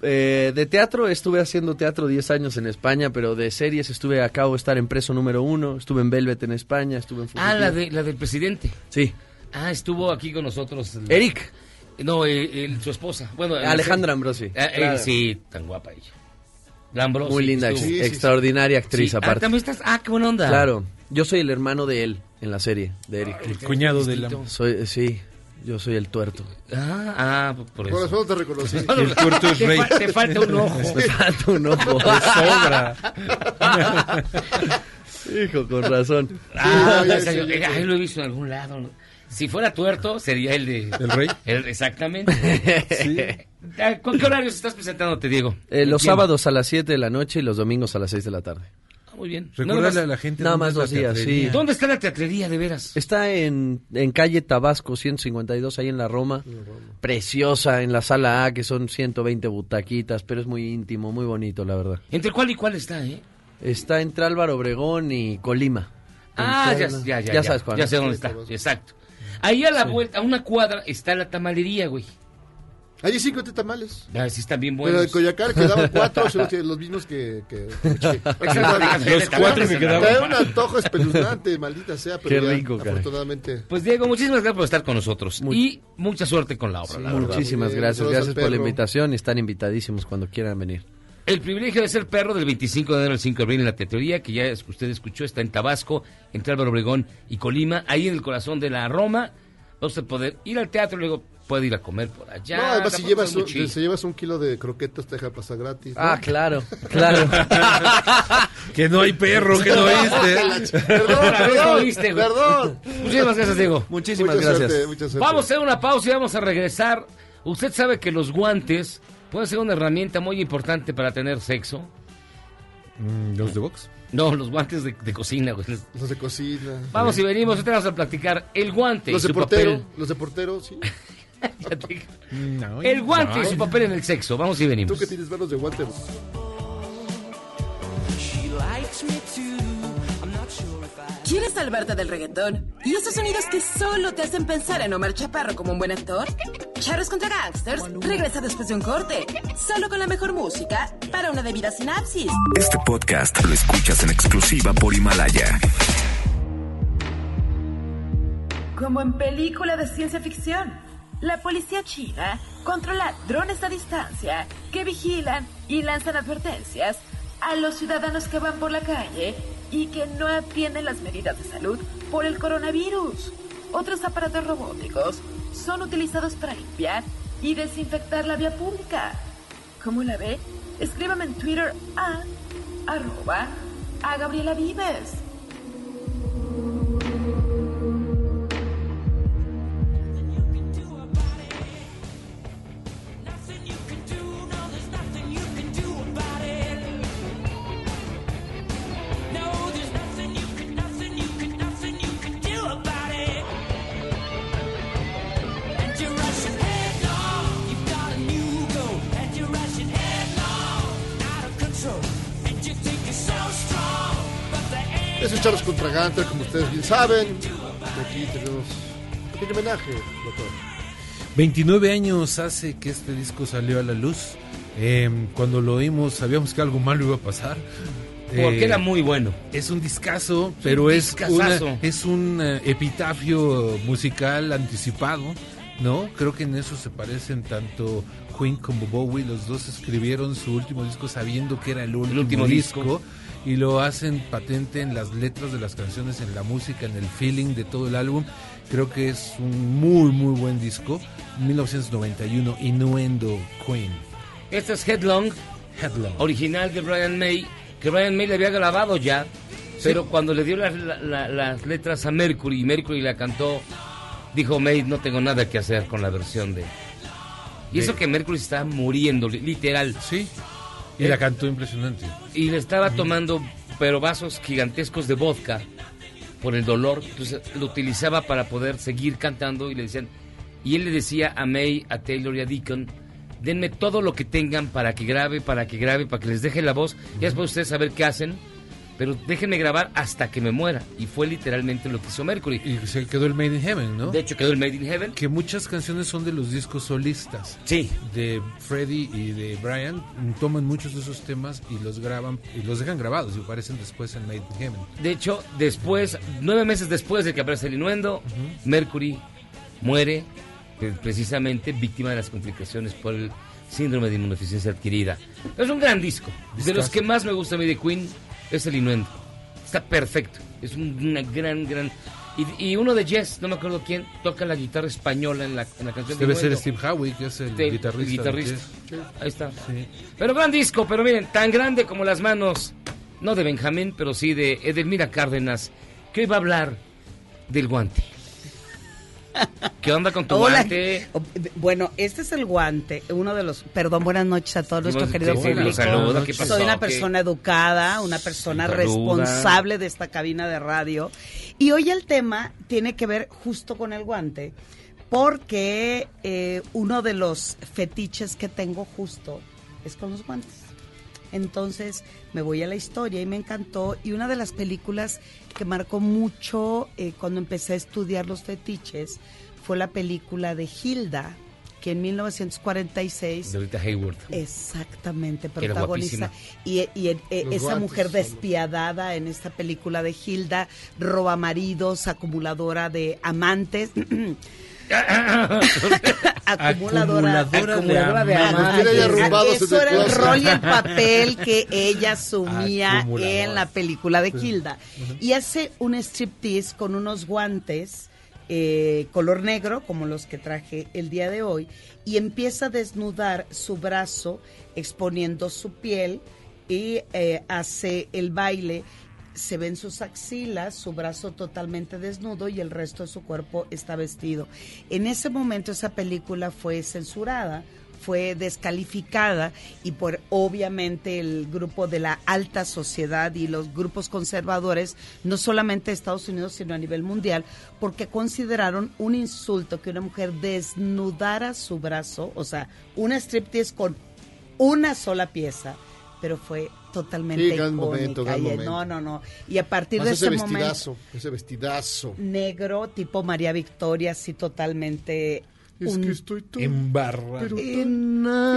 Eh, de teatro, estuve haciendo teatro 10 años en España, pero de series estuve a cabo de estar en Preso número 1, estuve en Velvet en España, estuve en
Ah,
Fugitivo.
la, de, la del presidente.
Sí.
Ah, estuvo aquí con nosotros. el-
Eric.
No, eh, el- su esposa. Bueno, eh,
Alejandra Ambrosi.
Ah, eh,
Claro.
Sí, tan guapa ella. La Ambrosi.
Muy linda,
estuvo.
ex- extraordinaria actriz
Sí, ah,
aparte.
también estás- ah, qué buena onda.
Claro, yo soy el hermano de él en la serie, de Eric.
Ah, El cuñado de la-
Soy, sí, yo soy el tuerto.
Ah, ah, por eso.
Por eso no te reconocí.
El tuerto es Te rey. fa- te falta un
<laughs>
ojo.
Te falta un ojo.
Te sobra.
<laughs> Hijo, con razón.
Ah,
Sí,
ya
sí,
sé, yo,
sí,
eh,
sí.
ay, lo he visto en algún lado. ¿no? Si fuera tuerto, sería el de...
¿El rey?
El- exactamente.
<laughs>
Ah, ¿Con qué horarios estás presentando, te digo?
Eh, los sábados a las 7 de la noche y los domingos a las 6 de la tarde.
Muy bien.
Recuérdale
Nada más-
a la gente Nada dónde más es la dos días, teatrería. sí.
¿Dónde está la teatrería, de veras?
Está en, en calle Tabasco 152, ahí en la Roma. Preciosa, en la sala A, que son 120 butaquitas, pero es muy íntimo, muy bonito, la verdad.
¿Entre cuál y cuál está, eh?
Está entre Álvaro Obregón y Colima.
Ah, ya,
Entonces,
ya, ya.
Ya sabes cuál.
Ya sé dónde está, exacto. Ahí a la vuelta, a una cuadra, está la tamalería, güey.
Allí cinco tamales.
Ah, sí están bien
Pero
buenos.
de
<laughs>
Coyoacán quedaban cuatro, son los, que- los mismos que... que
Los cuatro que quedaban.
Trae un antojo espeluznante, maldita sea. Pero
Qué
ya,
rico, caray.
Afortunadamente.
Pues Diego, muchísimas gracias por estar con nosotros y mucha suerte con la obra. la verdad.
Muchísimas gracias, gracias por la invitación y están invitadísimos cuando quieran venir.
El privilegio de ser perro del 25 de enero al 5 de abril en la teoría que ya es- usted escuchó, está en Tabasco, entre Álvaro Obregón y Colima, ahí en el corazón de la Roma. Va usted a poder ir al teatro y luego puede ir a comer por allá.
no, además si
La
llevas,
pasamos
un,
muy chido.
si llevas un kilo de croquetas te deja pasar gratis. ¿no?
Ah,
<laughs>
claro, claro.
<laughs>
<laughs> que no hay perro, que no oíste.
Perdón,
Otra vez no
perdón,
oíste, güey.
perdón.
Muchísimas gracias,
<laughs>
Diego.
Muchísimas
Mucha
gracias.
suerte, mucha suerte.
Vamos a hacer una pausa y vamos a regresar. Usted sabe que los guantes pueden ser una herramienta muy importante para tener sexo.
Mm, ¿Los de box?
No, los guantes de, de cocina, güey.
Los de cocina.
Vamos y venimos, ahorita vamos a platicar el guante
Los
y
de
su
portero,
papel.
los de portero, sí.
Mm,
El guante y su papel en el sexo. Vamos y venimos.
Tú que tienes manos de guante.
She likes me too. I'm not sure if I.
¿Quieres salvarte del reggaetón? ¿Y esos sonidos que solo te hacen pensar en Omar Chaparro como un buen actor? Charros contra Gangsters regresa después de un corte, solo con la mejor música para una debida sinapsis.
Este podcast lo escuchas en exclusiva por Himalaya.
Como en película de ciencia ficción, la policía china controla drones a distancia que vigilan y lanzan advertencias a los ciudadanos que van por la calle y que no atienden las medidas de salud por el coronavirus. Otros aparatos robóticos son utilizados para limpiar y desinfectar la vía pública. ¿Cómo la ve? Escríbame en Twitter a arroba a Gabriela Vives.
Nothing you can do, no, there's nothing you can do about it. No, there's nothing you can, nothing you can, nothing you can do about it. And you're rushing headlong, you've got a new goal. And you're rushing headlong, out of control. And you think you're so strong, but there ain't.
Eso es Charles contra Gunter, como ustedes bien saben. Y Aquí tenemos un pequeño homenaje, doctor.
29 años hace que este disco salió a la luz. Eh, cuando lo oímos sabíamos que algo malo iba a pasar.
Porque
Eh,
era muy bueno.
Es un discazo, pero
un
es,
discazazo.
una- es un eh, epitafio musical anticipado, ¿no? Creo que en eso se parecen tanto Queen como Bowie. Los dos escribieron su último disco sabiendo que era el último,
último
disco.
disco.
Y lo hacen patente en las letras de las canciones, en la música, en el feeling de todo el álbum. Creo que es un muy, muy buen disco. 1991, Innuendo Queen.
Este es Headlong,
Headlong.
original de Brian May, que Brian May le había grabado ya, pero cuando le dio las, la- la- las letras a Mercury y Mercury la cantó, dijo May, no tengo nada que hacer con la versión de... Y
De-
eso que Mercury estaba muriendo, li- literal.
Sí. Y la cantó impresionante.
Y le estaba tomando, pero vasos gigantescos de vodka por el dolor. Entonces lo utilizaba para poder seguir cantando y le decían... Y él le decía a May, a Taylor y a Deacon, denme todo lo que tengan para que grabe, para que grabe, para que les deje la voz. Ya después ustedes saber qué hacen, pero déjenme grabar hasta que me muera. Y fue literalmente lo que hizo Mercury.
Y se quedó el Made in Heaven, ¿no?
De hecho, quedó el Made in Heaven.
Que muchas canciones son de los discos solistas.
Sí.
De Freddy y de Brian. mm, Toman muchos de esos temas y los graban y los dejan grabados y aparecen después en Made in Heaven.
De hecho, después, nueve meses después de que aparece el inuendo, Mercury muere pre- precisamente víctima de las complicaciones por el síndrome de inmunodeficiencia adquirida. Es un gran disco. De los
Discazo.
que más me gusta a mí de Queen es el inuendo. Está perfecto. Es un- una gran, gran... Y, y uno de Jess, no me acuerdo quién, toca la guitarra española en la, en la canción de
Debe ser
Innuendo.
Steve Howe, que es el
Del-
guitarrista.
el guitarrista.
de Kiss.
Ahí está. Pero gran disco, pero miren, tan grande como las manos, no de Benjamín, pero sí de Edelmira Cárdenas, que hoy va a hablar del guante. ¿Qué onda con tu
Hola.
guante?
O- Bueno, este es el guante, uno de los, perdón, buenas noches a todo nuestro
Buenas-
querido
sí, sí,
público.
los saluda, ¿qué pasó?
Soy una
¿Qué?
persona educada, una persona
Saluda.
responsable de esta cabina de radio. Y hoy el tema tiene que ver justo con el guante, porque eh, uno de los fetiches que tengo justo es con los guantes. Entonces me voy a la historia y me encantó. Y una de las películas que marcó mucho eh, cuando empecé a estudiar los fetiches fue la película de Hilda, que en 1946
De ahorita Hayward.
Exactamente,
Que era
protagoniza.
guapísima.
Y, y, eh, eh,
Los
esa
guantes,
mujer
los-
despiadada en esta película de Hilda, roba maridos, acumuladora de amantes. <clears throat> acumuladora,
Acumuladora de amantes. Porque ella
Ah,
arrumbado
que
se
Eso era el
desglosa.
<laughs>
rol y el papel que ella asumía
Acumuladora.
en la película de
Sí.
Hilda. Y hace un striptease con unos guantes eh, color negro, como los que traje el día de hoy, y empieza a desnudar su brazo, exponiendo su piel, y eh, hace el baile. Se ven sus axilas, su brazo totalmente desnudo y el resto de su cuerpo está vestido. En ese momento esa película fue censurada, fue descalificada y por obviamente el grupo de la alta sociedad y los grupos conservadores, no solamente de Estados Unidos, sino a nivel mundial, porque consideraron un insulto que una mujer desnudara su brazo, o sea, una striptease con una sola pieza, pero fue totalmente
Sí, gran
icónica
momento, gran
y, eh,
momento.
no no no y a partir
Más
de
ese,
ese momento
vestidazo, ese vestidazo.
negro tipo María Victoria así totalmente
Es
un-
que estoy todo
Embarra.
pero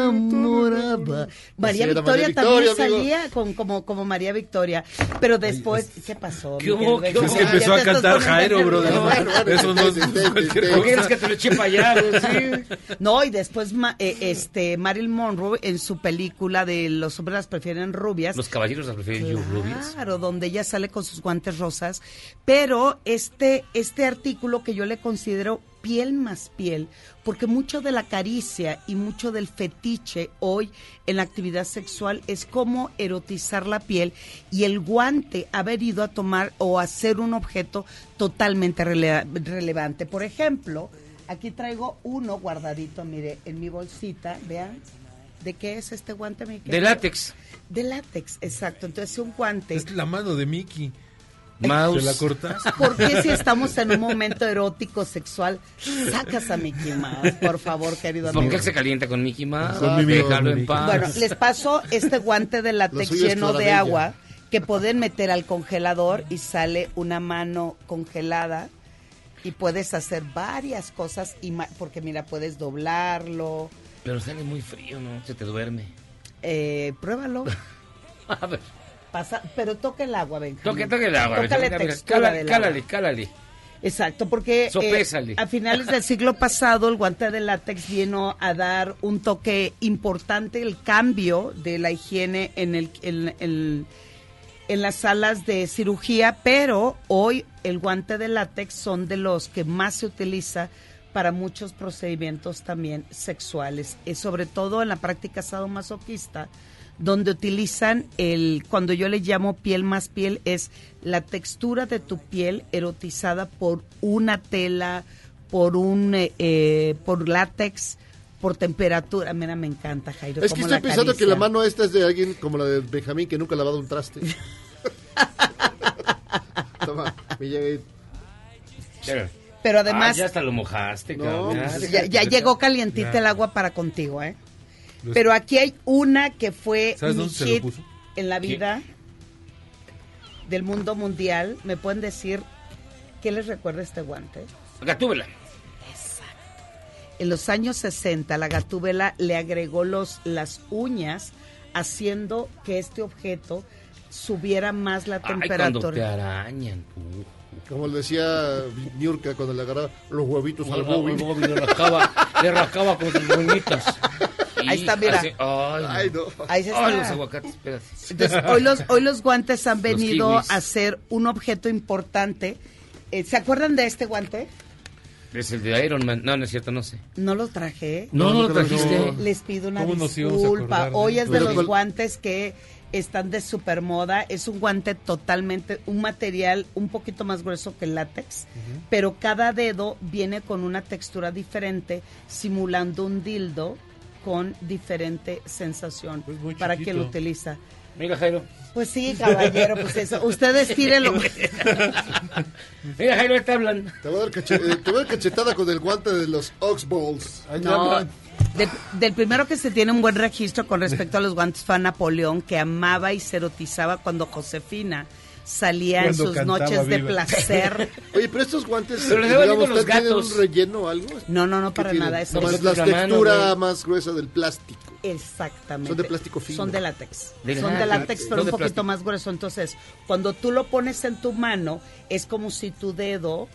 enamorada. María
Así era María
Victoria, también
Victoria, amigo.
salía con, como, como María Victoria, pero después, ¿qué pasó?
¿Qué
Miguel
hubo?
Reyes?
¿Qué hubo? Es que
Ya te
empezó a
estás
cantar
poniendo
Jairo,
nervioso.
brother. <laughs> Bueno, bueno, Eso no es detente, cualquier detente. cosa. ¿Quieres que te lo eche para allá? <laughs> Sí.
No, y después ma- eh, este Marilyn Monroe en su película de Los hombres las prefieren rubias.
Los caballeros las prefieren yo rubias.
Claro, donde ella sale con sus guantes rosas. Pero este, este artículo que yo le considero piel más piel, porque mucho de la caricia y mucho del fetiche hoy en la actividad sexual es cómo erotizar la piel y el guante ha venido a tomar o a ser un objeto totalmente rele- relevante. Por ejemplo, aquí traigo uno guardadito, mire, en mi bolsita, vean. ¿De qué es este guante, mi
De
querido?
látex.
De látex, exacto. Entonces un guante.
Es la mano de Mickey.
Mouse.
¿Se la cortas?
<laughs> ¿Por qué si estamos en un momento erótico, sexual, sacas a Mickey Mouse, por favor, querido
¿Por
amigo?
qué él se calienta con Mickey Mouse?
Con Mimi
Déjalo
Mouse,
en
Mickey.
paz.
Bueno, les paso este guante de
Ah, Lo
látex
suyo es
lleno de
clavel ya.
agua que pueden meter al congelador y sale una mano congelada y puedes hacer varias cosas y ma- porque mira, puedes doblarlo,
Pero sale muy frío, ¿no? Se te duerme.
eh, pruébalo.
<laughs> A ver.
Pasa, pero toca el agua, Benjamín.
Toque, toque el agua.
Tócale
Mira, mira,
textura
cala-
del agua.
Cálale, cálale.
Exacto, porque eh,
Sopésale.
a finales del siglo pasado el guante de látex vino a dar un toque importante, el cambio de la higiene en, el, en, en- en las salas de cirugía, pero hoy el guante de látex son de los que más se utiliza para muchos procedimientos también sexuales, eh, sobre todo en la práctica sadomasoquista, donde utilizan el, cuando yo le llamo piel más piel, es la textura de tu piel erotizada por una tela, por un, eh, eh, por látex, por temperatura. Mira, me encanta, Jairo.
Es que
cómo
estoy
la
pensando que la
acaricia.
mano esta es de alguien como la de Benjamín que nunca ha lavado un
<laughs>
traste. Toma, me llega y-
Pero además-
Ah, ya hasta lo mojaste,
No,
cabrón.
Pues ya, ya llegó calientita
Ya.
el agua para contigo, ¿eh?
Los-
Pero aquí hay una que fue
¿Sabes
mi
dónde se lo
hit
puso?
en la
¿Qué?
vida del mundo mundial. ¿Me pueden decir qué les recuerda este guante?
Gatúbela.
En los años 60, la gatúbela le agregó los, las uñas, haciendo que este objeto subiera más la
Ay, cuando te
temperatura.
arañan.
Como le decía Niurka cuando le agarraba los huevitos al
Al
Bobby.
Bobby le
<laughs>
rascaba- le rascaba con sus uñitas.
Ahí está, mira.
Hace- Ay, no.
Ahí se
Ay,
está.
los aguacates, espérate.
Entonces, hoy los, hoy los guantes han venido
kiwis.
a ser un objeto importante. Eh, ¿Se acuerdan de este guante?
<laughs> Es el de Iron Man. No, no es cierto, no sé.
No lo traje. ¿eh?
No, no lo trajiste.
Les pido una
¿Cómo nos íbamos a
disculpa.
acordar de
Hoy es de
eso?
los
Pero-
guantes que están de super moda. Es un guante totalmente, un material un poquito más grueso que el látex, pero cada dedo viene con una textura diferente, simulando un dildo con diferente sensación para quien lo
chiquito.
utiliza.
Mira, Jairo.
Pues sí, caballero, pues eso. Ustedes tírenlo.
Mira, Jairo, ahí te hablan.
Te voy a dar, cache- eh, te voy a dar cachetada con el guante de los Oxballs. Ahí te
No,
hablan.
de- del primero que se tiene un buen registro con respecto a los guantes fue a Napoleón, que amaba y se erotizaba cuando Josefina salía en
Cuando
sus
cantaba
noches de
Viva.
placer.
<laughs> Oye, pero estos guantes,
Pero le daban
digamos,
algo a los
¿tienen
gatos.
un relleno o algo?
No, no, no,
¿Qué
para
tienen?
nada. Eso
Nomás
es
la
otra mano,
textura
güey.
más gruesa del plástico.
Exactamente.
Son de plástico fino.
Son de látex.
De
son de
látex,
látex,
no
pero un
de
poquito
plástico.
más grueso. Entonces, cuando tú lo pones en tu mano, es como si tu dedo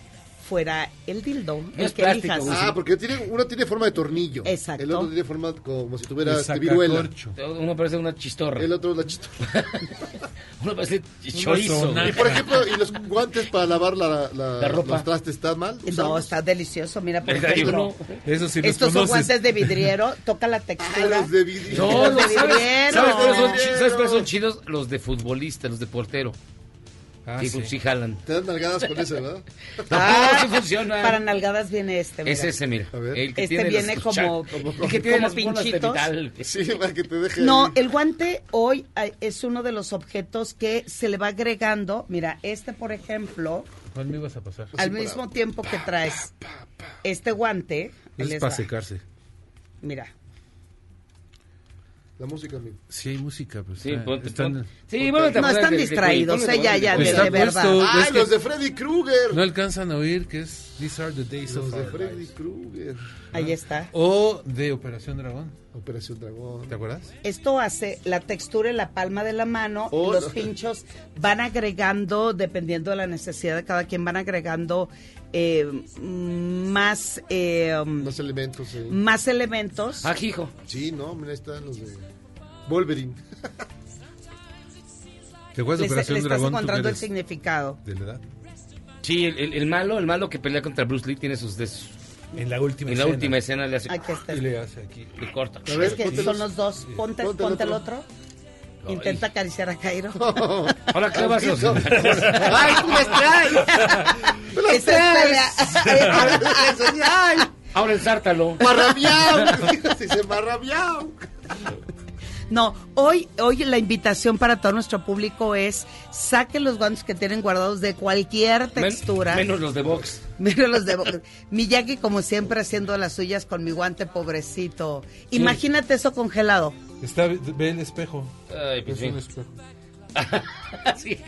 fuera el dildo, el que elijas.
Ah, porque tiene, uno tiene forma de tornillo.
Exacto.
El otro tiene forma como si
De
tuviera este,
sacacorcho.
viruela.
Uno parece una chistorra.
El otro es la chistorra.
<laughs> Uno parece chorizo.
Y por ejemplo, ¿y los guantes para lavar la, la-
La ropa.
los trastes están mal?
No, está delicioso. Mira, por
Venga,
ejemplo,
yo no. Eso sí los
estos son
conoces.
guantes de vidriero, toca la textura.
los de vidriero.
No,
Los
no,
de
¿sabes,
vidriero.
¿sabes cuáles son, chi- ¿sabes cuáles son chidos? Los de futbolista, los de portero. sí, pues
sí.
sí jalan.
Te dan nalgadas con
<laughs>
ese, ¿verdad?
Ah,
sí funciona.
Para nalgadas viene este. mira.
Es ese, mira. El que
Este
tiene las-
viene como-
el que tiene
como
las bolas de
pinchitos.
metal.
Sí, para que te deje.
No, el guante hoy ah, es uno de los objetos que se le va agregando. Mira, este, por ejemplo,
¿Cuál me ibas a pasar?
al mismo tiempo que traes este guante,
Es
les
para
va.
secarse.
mira,
La música, amigo.
Sí, hay música, pues.
Sí,
está-
ponte-
están- Pues
ponte- Sí, vuélvete a
No,
poner
están
de- de-
distraídos,
ponte-
eh, ya, ya,
ponte-
de- de verdad.
¡Ay,
es que-
Ah, los de Freddy Krueger!
No alcanzan a oír que es These are the days
Los
of
de
our
Freddy
lives. Ah.
Krueger.
ahí está.
O de Operación Dragón.
Operación Dragón.
¿Te acuerdas?
Esto hace la textura en la palma de la mano,
Oh,
los
no.
pinchos van agregando, dependiendo de la necesidad de cada quien, van agregando eh, más, eh,
Más elementos. eh.
más elementos.
Ajijo.
Sí, no, mira, ahí están los de Wolverine. <laughs>
¿Te acuerdas de
Le,
Operación
le estás
Dragón? Tú que
encontrando el
eres
significado.
de la edad.
Sí, el, el- el malo, el malo que pelea contra Bruce Lee tiene sus de esos.
En la última
En la
escena.
última escena le hace.
Aquí está.
Y le hace aquí.
Le corta.
Es que son los dos. Ponte, ponte, el otro.
Ay.
Intenta acariciar a
<laughs>
Cairo.
Ahora, ¿qué vas a
¡Ay, tú me traes!
<laughs>
Ahora ensártalo.
¡Marrabiao! <laughs> Dice marrabiao.
No, hoy, hoy la invitación para todo nuestro público es saquen los guantes que tienen guardados de cualquier
Men-
textura.
menos los de box.
<laughs> Menos los de boca. Miyagi, como siempre, haciendo las suyas con mi guante pobrecito. Imagínate eso congelado.
Está, ve el espejo.
Ay, pues
es un
sí.
espejo.
Sí.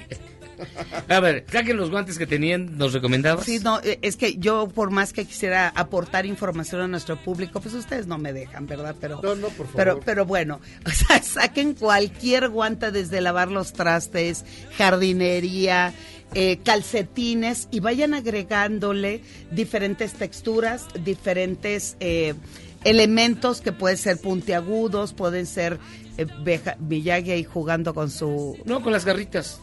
A ver, saquen los guantes que tenían, nos recomendabas.
Sí, no, eh, es que yo por más que quisiera aportar información a nuestro público, pues ustedes no me dejan, ¿verdad? Pero,
No, no, por favor.
Pero, pero bueno, <laughs> o sea, saquen cualquier guanta desde lavar los trastes, jardinería, eh, calcetines y vayan agregándole diferentes texturas, diferentes eh, elementos que pueden ser puntiagudos, pueden ser eh, veja- Miyagi ahí jugando con su...
No, con las garritas.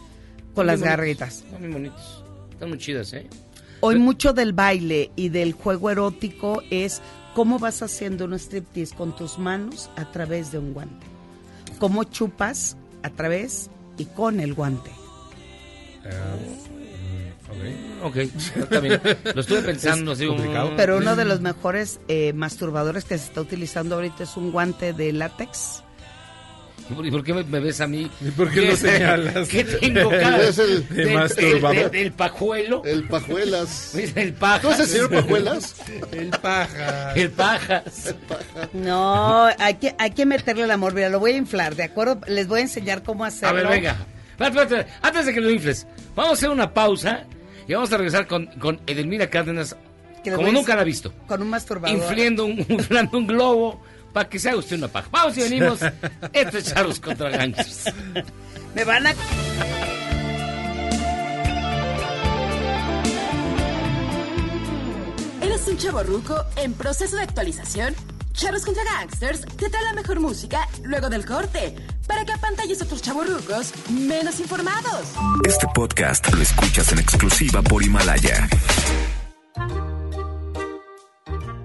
Con las
Están bien
garritas.
bonitos, Están muy bonitos. Están muy chidas, ¿eh?
Hoy mucho del baile y del juego erótico es cómo vas haciendo un striptease con tus manos a través de un guante. Cómo chupas a través y con el guante.
Ah, mm,
Eh, Ok, está bien. Lo estuve pensando,
Es
así,
complicado.
mm,
Pero uno de los mejores eh, masturbadores que se está utilizando ahorita es un guante de látex.
¿Y por, y por qué me, me ves a mí? ¿Y
por qué lo señalas?
¿Qué tengo cara?
Es el-
del,
de masturbador.
del- del pajuelo.
El
<laughs>
pajuelas.
El pajas.
¿No es el señor pajuelas?
<laughs>
El paja.
El pajas.
No, hay que, hay que meterle el amor. Mira, lo voy a inflar, ¿de acuerdo? Les voy a enseñar cómo
A
hacerlo.
ver, venga. Espérate, espérate, Antes de que lo infles, vamos a hacer una pausa y vamos a regresar con, con Edelmira Cárdenas,
Que le
como
voy a-
nunca la ha visto.
Con un masturbador.
infliendo un, <laughs> inflando un globo para que se haga usted una paja. Vamos y venimos. Esto es Charlos contra Ganchos.
<laughs> Me van a...
¿Eres un chavo ruco en proceso de actualización? Charros contra Gangsters te trae la mejor música luego del corte para que apantalles a tus chavorrucos menos informados.
Este podcast lo escuchas en exclusiva por Himalaya.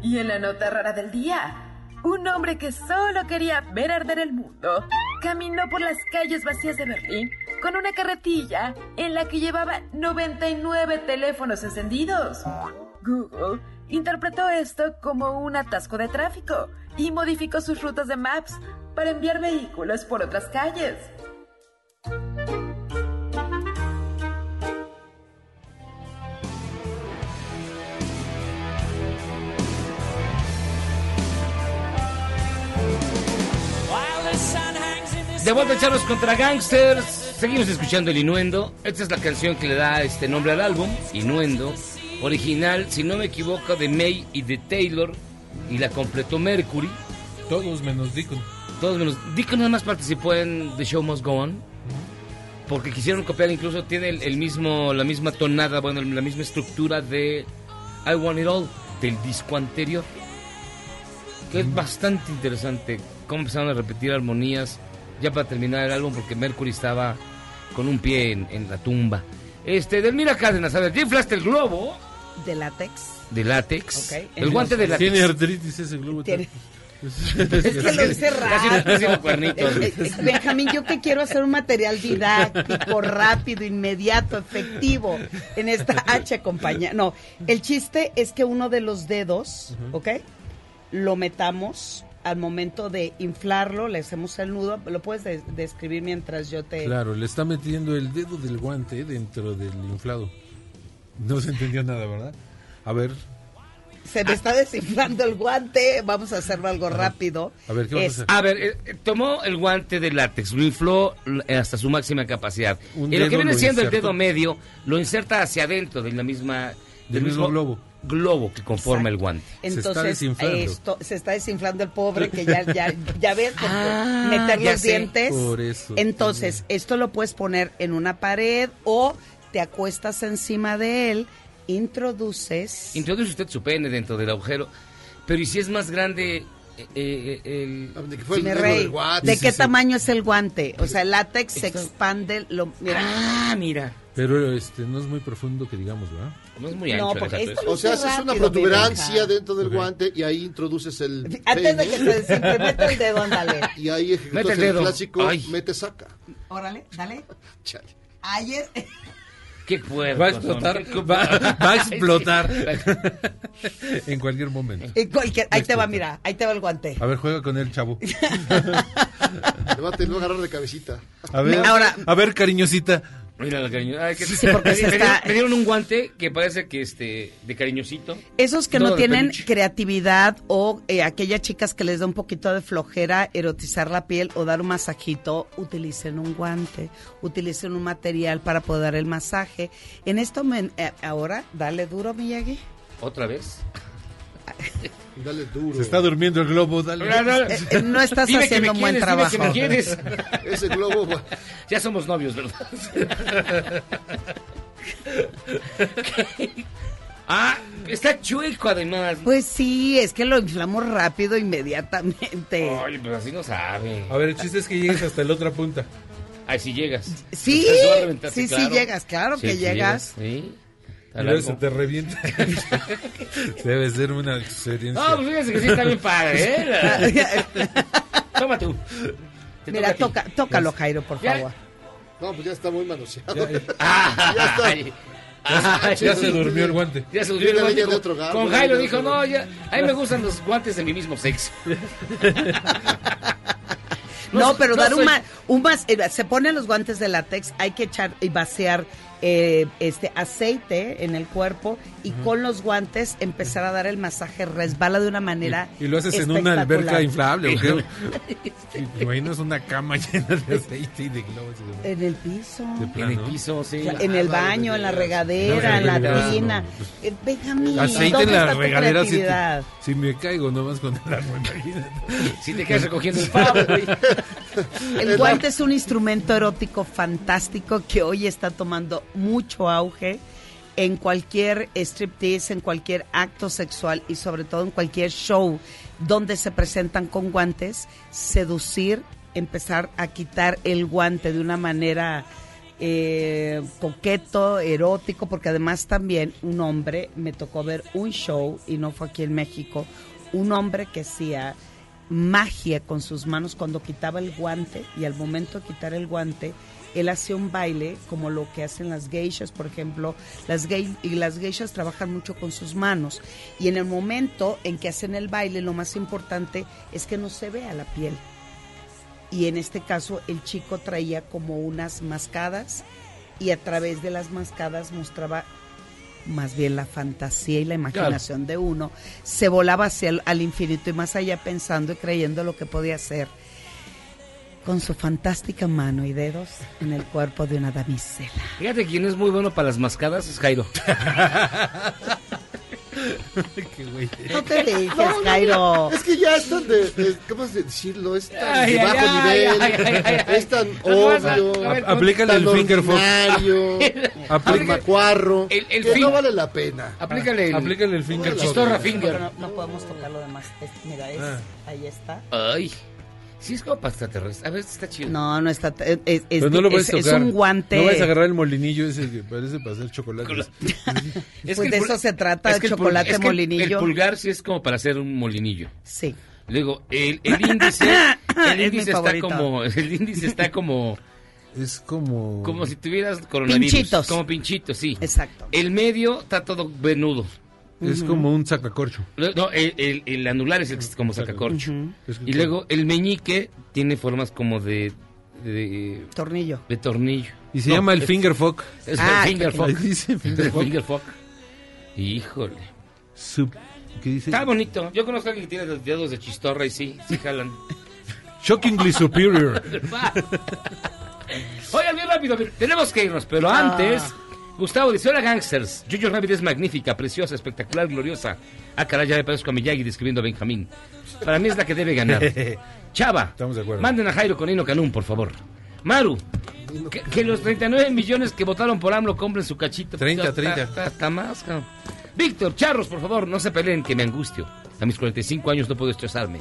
Y en la nota rara del día, un hombre que solo quería ver arder el mundo caminó por las calles vacías de Berlín con una carretilla en la que llevaba 99 teléfonos encendidos. Google interpretó esto como un atasco de tráfico y modificó sus rutas de maps para enviar vehículos por otras calles.
De vuelta, Charlos contra Gangsters. Seguimos escuchando el Inuendo. Esta es la canción que le da este nombre al álbum, Inuendo. Original, si no me equivoco, de May y de Taylor. Y la completó Mercury.
Todos menos Deacon.
Todos menos. Deacon nada más participó en The Show Must Go On. Porque quisieron copiar, incluso tiene el, el mismo, la misma tonada, bueno, la misma estructura de I Want It All del disco anterior. Que es bastante interesante cómo empezaron a repetir armonías ya para terminar el álbum porque Mercury estaba con un pie en, en la tumba. Este, Delmira Cárdenas, a ver, ya inflaste el globo
de látex.
de látex.
Ok.
El guante de látex.
Tiene artritis ese globo.
Tiene-
<laughs>
Es
que lo hice
Ya se- ya se hizo
rápido.
cuernito.
Eh, eh, Benjamín, yo que quiero hacer un material didáctico, rápido, inmediato, efectivo en esta H compañía. No, el chiste es que uno de los dedos,
Ujú.
¿ok? Lo metamos al momento de inflarlo, le hacemos el nudo. Lo puedes de- describir mientras yo te.
Claro, le está metiendo el dedo del guante dentro del inflado. No se entendió nada, ¿verdad? A ver,
Se me está desinflando el guante. Vamos a hacerlo algo rápido.
a ver, ¿qué vas
Es-
a hacer?
A ver, eh, eh, tomó el guante de látex, lo infló l- hasta su máxima capacidad.
Un
y lo que
dedo
viene
lo
siendo el
insertó.
dedo medio, lo inserta hacia adentro de la misma,
Del mismo
globo. globo que conforma el guante.
Entonces, esto- se está desinflando el pobre que
<laughs>
ya, ya, ya ves, porque
Ah,
meter
ya
los
sé.
dientes.
Por eso,
Entonces, esto lo puedes poner en una pared o te acuestas encima de él, introduces.
Introduce usted su pene dentro del agujero, pero ¿y si es más grande eh, eh, el...
¿De
Pues,
Mi rey, ¿de qué tamaño es el guante? O sea, el látex se expande. Lo, mira.
Ah, mira.
pero este no es muy profundo que digamos, ¿verdad?
No es
muy No, ancho, porque Alejandro. esto
O
¿eh?
sea,
luce
haces una
rápido, mi
protuberancia
Benja.
dentro del guante y ahí introduces el.
Antes
pene.
de que se desinfle, mete el dedo, ándale.
Y ahí ejecutas
Mete el
el,
dedo.
clásico,
Ay.
mete saca.
Órale,
<laughs>
dale. Ahí es-
Qué puerco
Va a
son,
explotar,
qué cu- <laughs>
va, va a
Ay, sí.
explotar
<laughs>
en cualquier momento.
en cualquier- ahí te va, mira, ahí te va el guante.
A ver, juega con él,
<laughs>
chavo.
Le va a tener que agarrar de cabecita.
A ver,
Ahora-
a ver cariñosita.
Mira la cariño. Ay, que-
Sí, porque
me,
se
me
está-
dieron- me dieron un guante que parece que este de cariñosito.
Esos que no,
de
tienen
peluche.
creatividad o eh, aquellas chicas que les da un poquito de flojera erotizar la piel o dar un masajito, utilicen un guante, utilicen un material para poder dar el masaje. En esto, men- eh, ahora, dale duro, Miyagi.
otra vez.
Dale duro.
Se está durmiendo el globo, dale. <laughs>
Eh, eh, no estás
Dime que me
haciendo un buen
quieres,
trabajo.
dime que me quieres.
<laughs> Ese globo.
Ya somos novios, <laughs> ¿verdad? <laughs> ah, está chueco además.
Pues sí, es que lo inflamos rápido inmediatamente.
Ay, pues así no sabe.
A ver, el chiste es que llegues hasta la otra punta.
Ay, si llegas.
Sí,
Pues, eso va a reventarte,
sí, sí,
claro.
llegas, claro
Sí,
que
sí
llegas.
Sí.
Y luego se te revienta. <laughs> Debe ser una experiencia.
No, pues fíjense que sí está bien padre, ¿eh?
<laughs>
Toma tú. Te
Mira,
toca a
toca,
ti.
tócalo, Jairo, por
Ya.
favor.
No, pues ya está muy manoseado. <laughs>
Ay,
Ah,
ay,
Ya se durmió el guante.
Ya se durmió el guante.
Viene ella de
Con,
otro gato,
con
viene
Jairo
de
dijo,
otro
no,
gato".
ya, a mí me gustan los guantes de mi mismo sexo.
No, pero
no
dar
soy-
un, ma- un mas- eh, se ponen los guantes de látex, hay que echar y vaciar eh, este aceite en el cuerpo y con los guantes empezar a dar el masaje resbala de una manera
Y lo haces en una
espectacular.
alberca inflable, ¿o qué?
<laughs>
¿Te imaginas una cama llena de aceite y de globos? y de-
En el piso.
De plano.
Eh, En el piso, sí.
En el baño, en la regadera, en
No, no,
la
no,
tina.
no.
Eh, Benjamín,
Aceite en
¿dónde está
la
tu
regadera. Si,
creatividad?
si me caigo nomás con el agua, imagínate.
<laughs> Si te quedas recogiendo el pavo, güey.
El guante es un instrumento erótico fantástico que hoy está tomando mucho auge en cualquier striptease, en cualquier acto sexual y sobre todo en cualquier show donde se presentan con guantes, seducir, empezar a quitar el guante de una manera eh, coqueto, erótico, porque además también un hombre, me tocó ver un show y no fue aquí en México, un hombre que hacía magia con sus manos cuando quitaba el guante y al momento de quitar el guante él hacía un baile como lo que hacen las geishas, por ejemplo, las gei- y las geishas trabajan mucho con sus manos y en el momento en que hacen el baile lo más importante es que no se vea la piel. Y en este caso el chico traía como unas mascadas y a través de las mascadas mostraba más bien la fantasía y la imaginación de uno, se volaba hacia el- al infinito y más allá pensando y creyendo lo que podía hacer. con su fantástica mano y dedos en el cuerpo de una damisela.
Fíjate quién es muy bueno para las mascadas es Jairo.
Qué güey.
No te dejes,
No, no, no,
Jairo.
Es que ya es tan de, de- ¿cómo se decirlo? Es tan
Ay,
de
ay,
bajo
ay,
nivel,
ay, ay, ay, ay.
es tan
No vas a-
obvio,
a ver,
A- aplícale
tan
el finger fox.
ordinario,
Aplica-
tan macuarro,
el
que
fin-
no vale la pena.
Aplícale el-
Aplícale el finger fox.
Chistorra finger.
No, no podemos tocar lo demás. Es- mira, es,
Ah.
ahí está.
Ay. Sí, es como para extraterrestre. A ver, está chido.
No, no está. Es, es-
Pero Pues no lo
es-
puedes
es
tocar.
un guante.
No vas a agarrar el molinillo ese que parece para hacer chocolates.
Pues
que el
de
pul-
eso se trata,
es que el pul-
chocolate
es que el-
molinillo.
El pulgar sí es como para hacer un molinillo.
Sí.
Luego, el, el índice,
Es
el
mi
índice está
favorito.
como, el índice está como,
Es como.
como si tuvieras coronavirus.
Pinchitos.
Como pinchitos, sí.
Exacto.
El medio está todo venudo.
Es como un sacacorcho.
No, el, el- el anular es el que es como sacacorcho.
Ujú. Es que
Y luego, el meñique tiene formas como de... de
tornillo.
De tornillo.
Y se llama el finger fuck.
Es
Ah,
el finger
que- <laughs>
fuck.
Ahí dice finger
El
fuck.
finger fuck. Híjole.
Sup- ¿Qué dice?
Está bonito. Yo conozco a alguien que tiene los dedos de chistorra y sí, sí jalan.
Shockingly superior.
<laughs> Oigan, bien rápido, bien, tenemos que irnos, pero
Ah.
antes, Gustavo dice, hola gangsters, Jojo Rabbit es magnífica, preciosa, espectacular, gloriosa. Ah, caray, ya me parezco a Miyagi describiendo a Benjamín. Para mí es la que debe ganar. Chava, manden a Jairo con Hino Canún, por favor. Maru, que, que los 39 millones que votaron por AMLO compren su cachito.
30,
Hasta-
30.
hasta- hasta más, cabrón. Víctor, charros, por favor, no se peleen, que me angustio. A mis 45 años no puedo estresarme.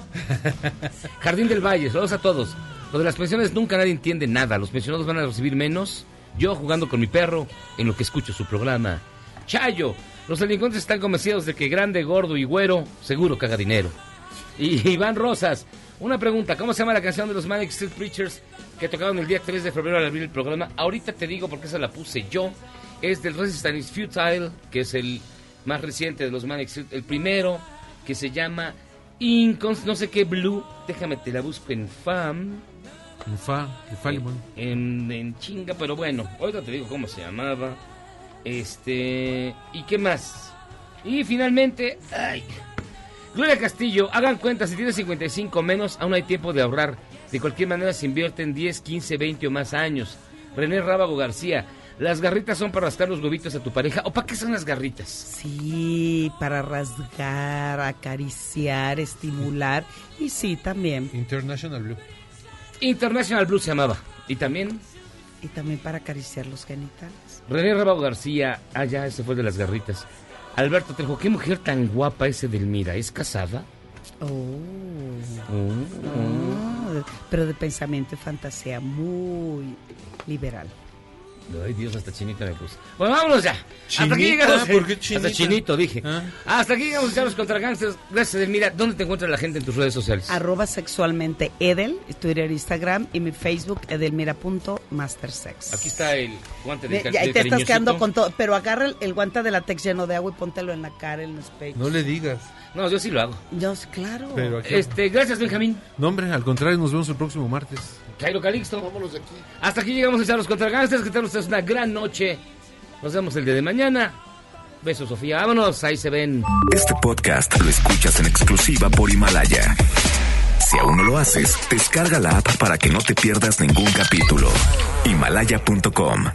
Jardín del Valle, saludos a todos. Lo de las pensiones nunca nadie entiende nada. Los pensionados van a recibir menos. Yo jugando con mi perro en lo que escucho su programa. Chayo, los delincuentes están convencidos de que grande, gordo y güero seguro caga dinero. Y <laughs> Iván Rosas, una pregunta, ¿cómo se llama la canción de los Manic Street Preachers que tocaron el día 3 de febrero al abrir el programa? Ahorita te digo porque esa la puse yo. Es del Resistance is Futile, que es el más reciente de los Manic Street, el primero, que se llama Incons, no sé qué Blue. Déjame, te la busco en FAM.
En fa, en fa limón.
En, en chinga, pero bueno, ahorita te digo cómo se llamaba. Este. ¿Y qué más? Y finalmente. Ay. Gloria Castillo, hagan cuenta, si tienes 55 menos, aún hay tiempo de ahorrar. De cualquier manera se invierte en 10, 15, 20 o más años. René Rábago García, las garritas son para rascar los huevitos a tu pareja. ¿O para qué son las garritas?
Sí, para rasgar, acariciar, estimular. Y sí, también.
International Blue.
International Blue se llamaba. Y también
Y también para acariciar los genitales.
René Rábago García, ah ya, ese fue el de las garritas. Alberto Trejo, qué mujer tan guapa es Edelmira, ¿es casada?
Oh.
Mm.
Ah, pero de pensamiento y fantasía muy liberal.
Ay, Dios, hasta chinita me puse. Bueno, vámonos ya. hasta
Chinita,
aquí llegamos.
¿por qué chinita? Ah.
Hasta chinito, dije. Hasta aquí llegamos, Charlos contra Gangsters. Gracias, Edelmira. ¿Dónde te encuentra la gente en tus redes sociales?
Arroba sexualmente Edel, Twitter, Instagram y mi Facebook edelmira.mastersex.
Aquí está el guante de
Ve,
cal-
ya
de
te estás
cariñosito.
quedando con todo, pero agarra el, el guante de latex lleno de agua y póntelo en la cara, en los pechos.
No le digas.
No, yo sí lo hago.
Yo, sí, claro.
Pero aquí-
Este, gracias, Benjamín.
No, hombre, al contrario, nos vemos el próximo martes.
Jairo Calixto. Vámonos de aquí. Hasta aquí llegamos, Charlos contra Gangsters. Que tengan ustedes una gran noche. Nos vemos el día de mañana. Besos, Sofía. Vámonos, ahí se ven.
Este podcast lo escuchas en exclusiva por Himalaya. Si aún no lo haces, descarga la app para que no te pierdas ningún capítulo. Himalaya.com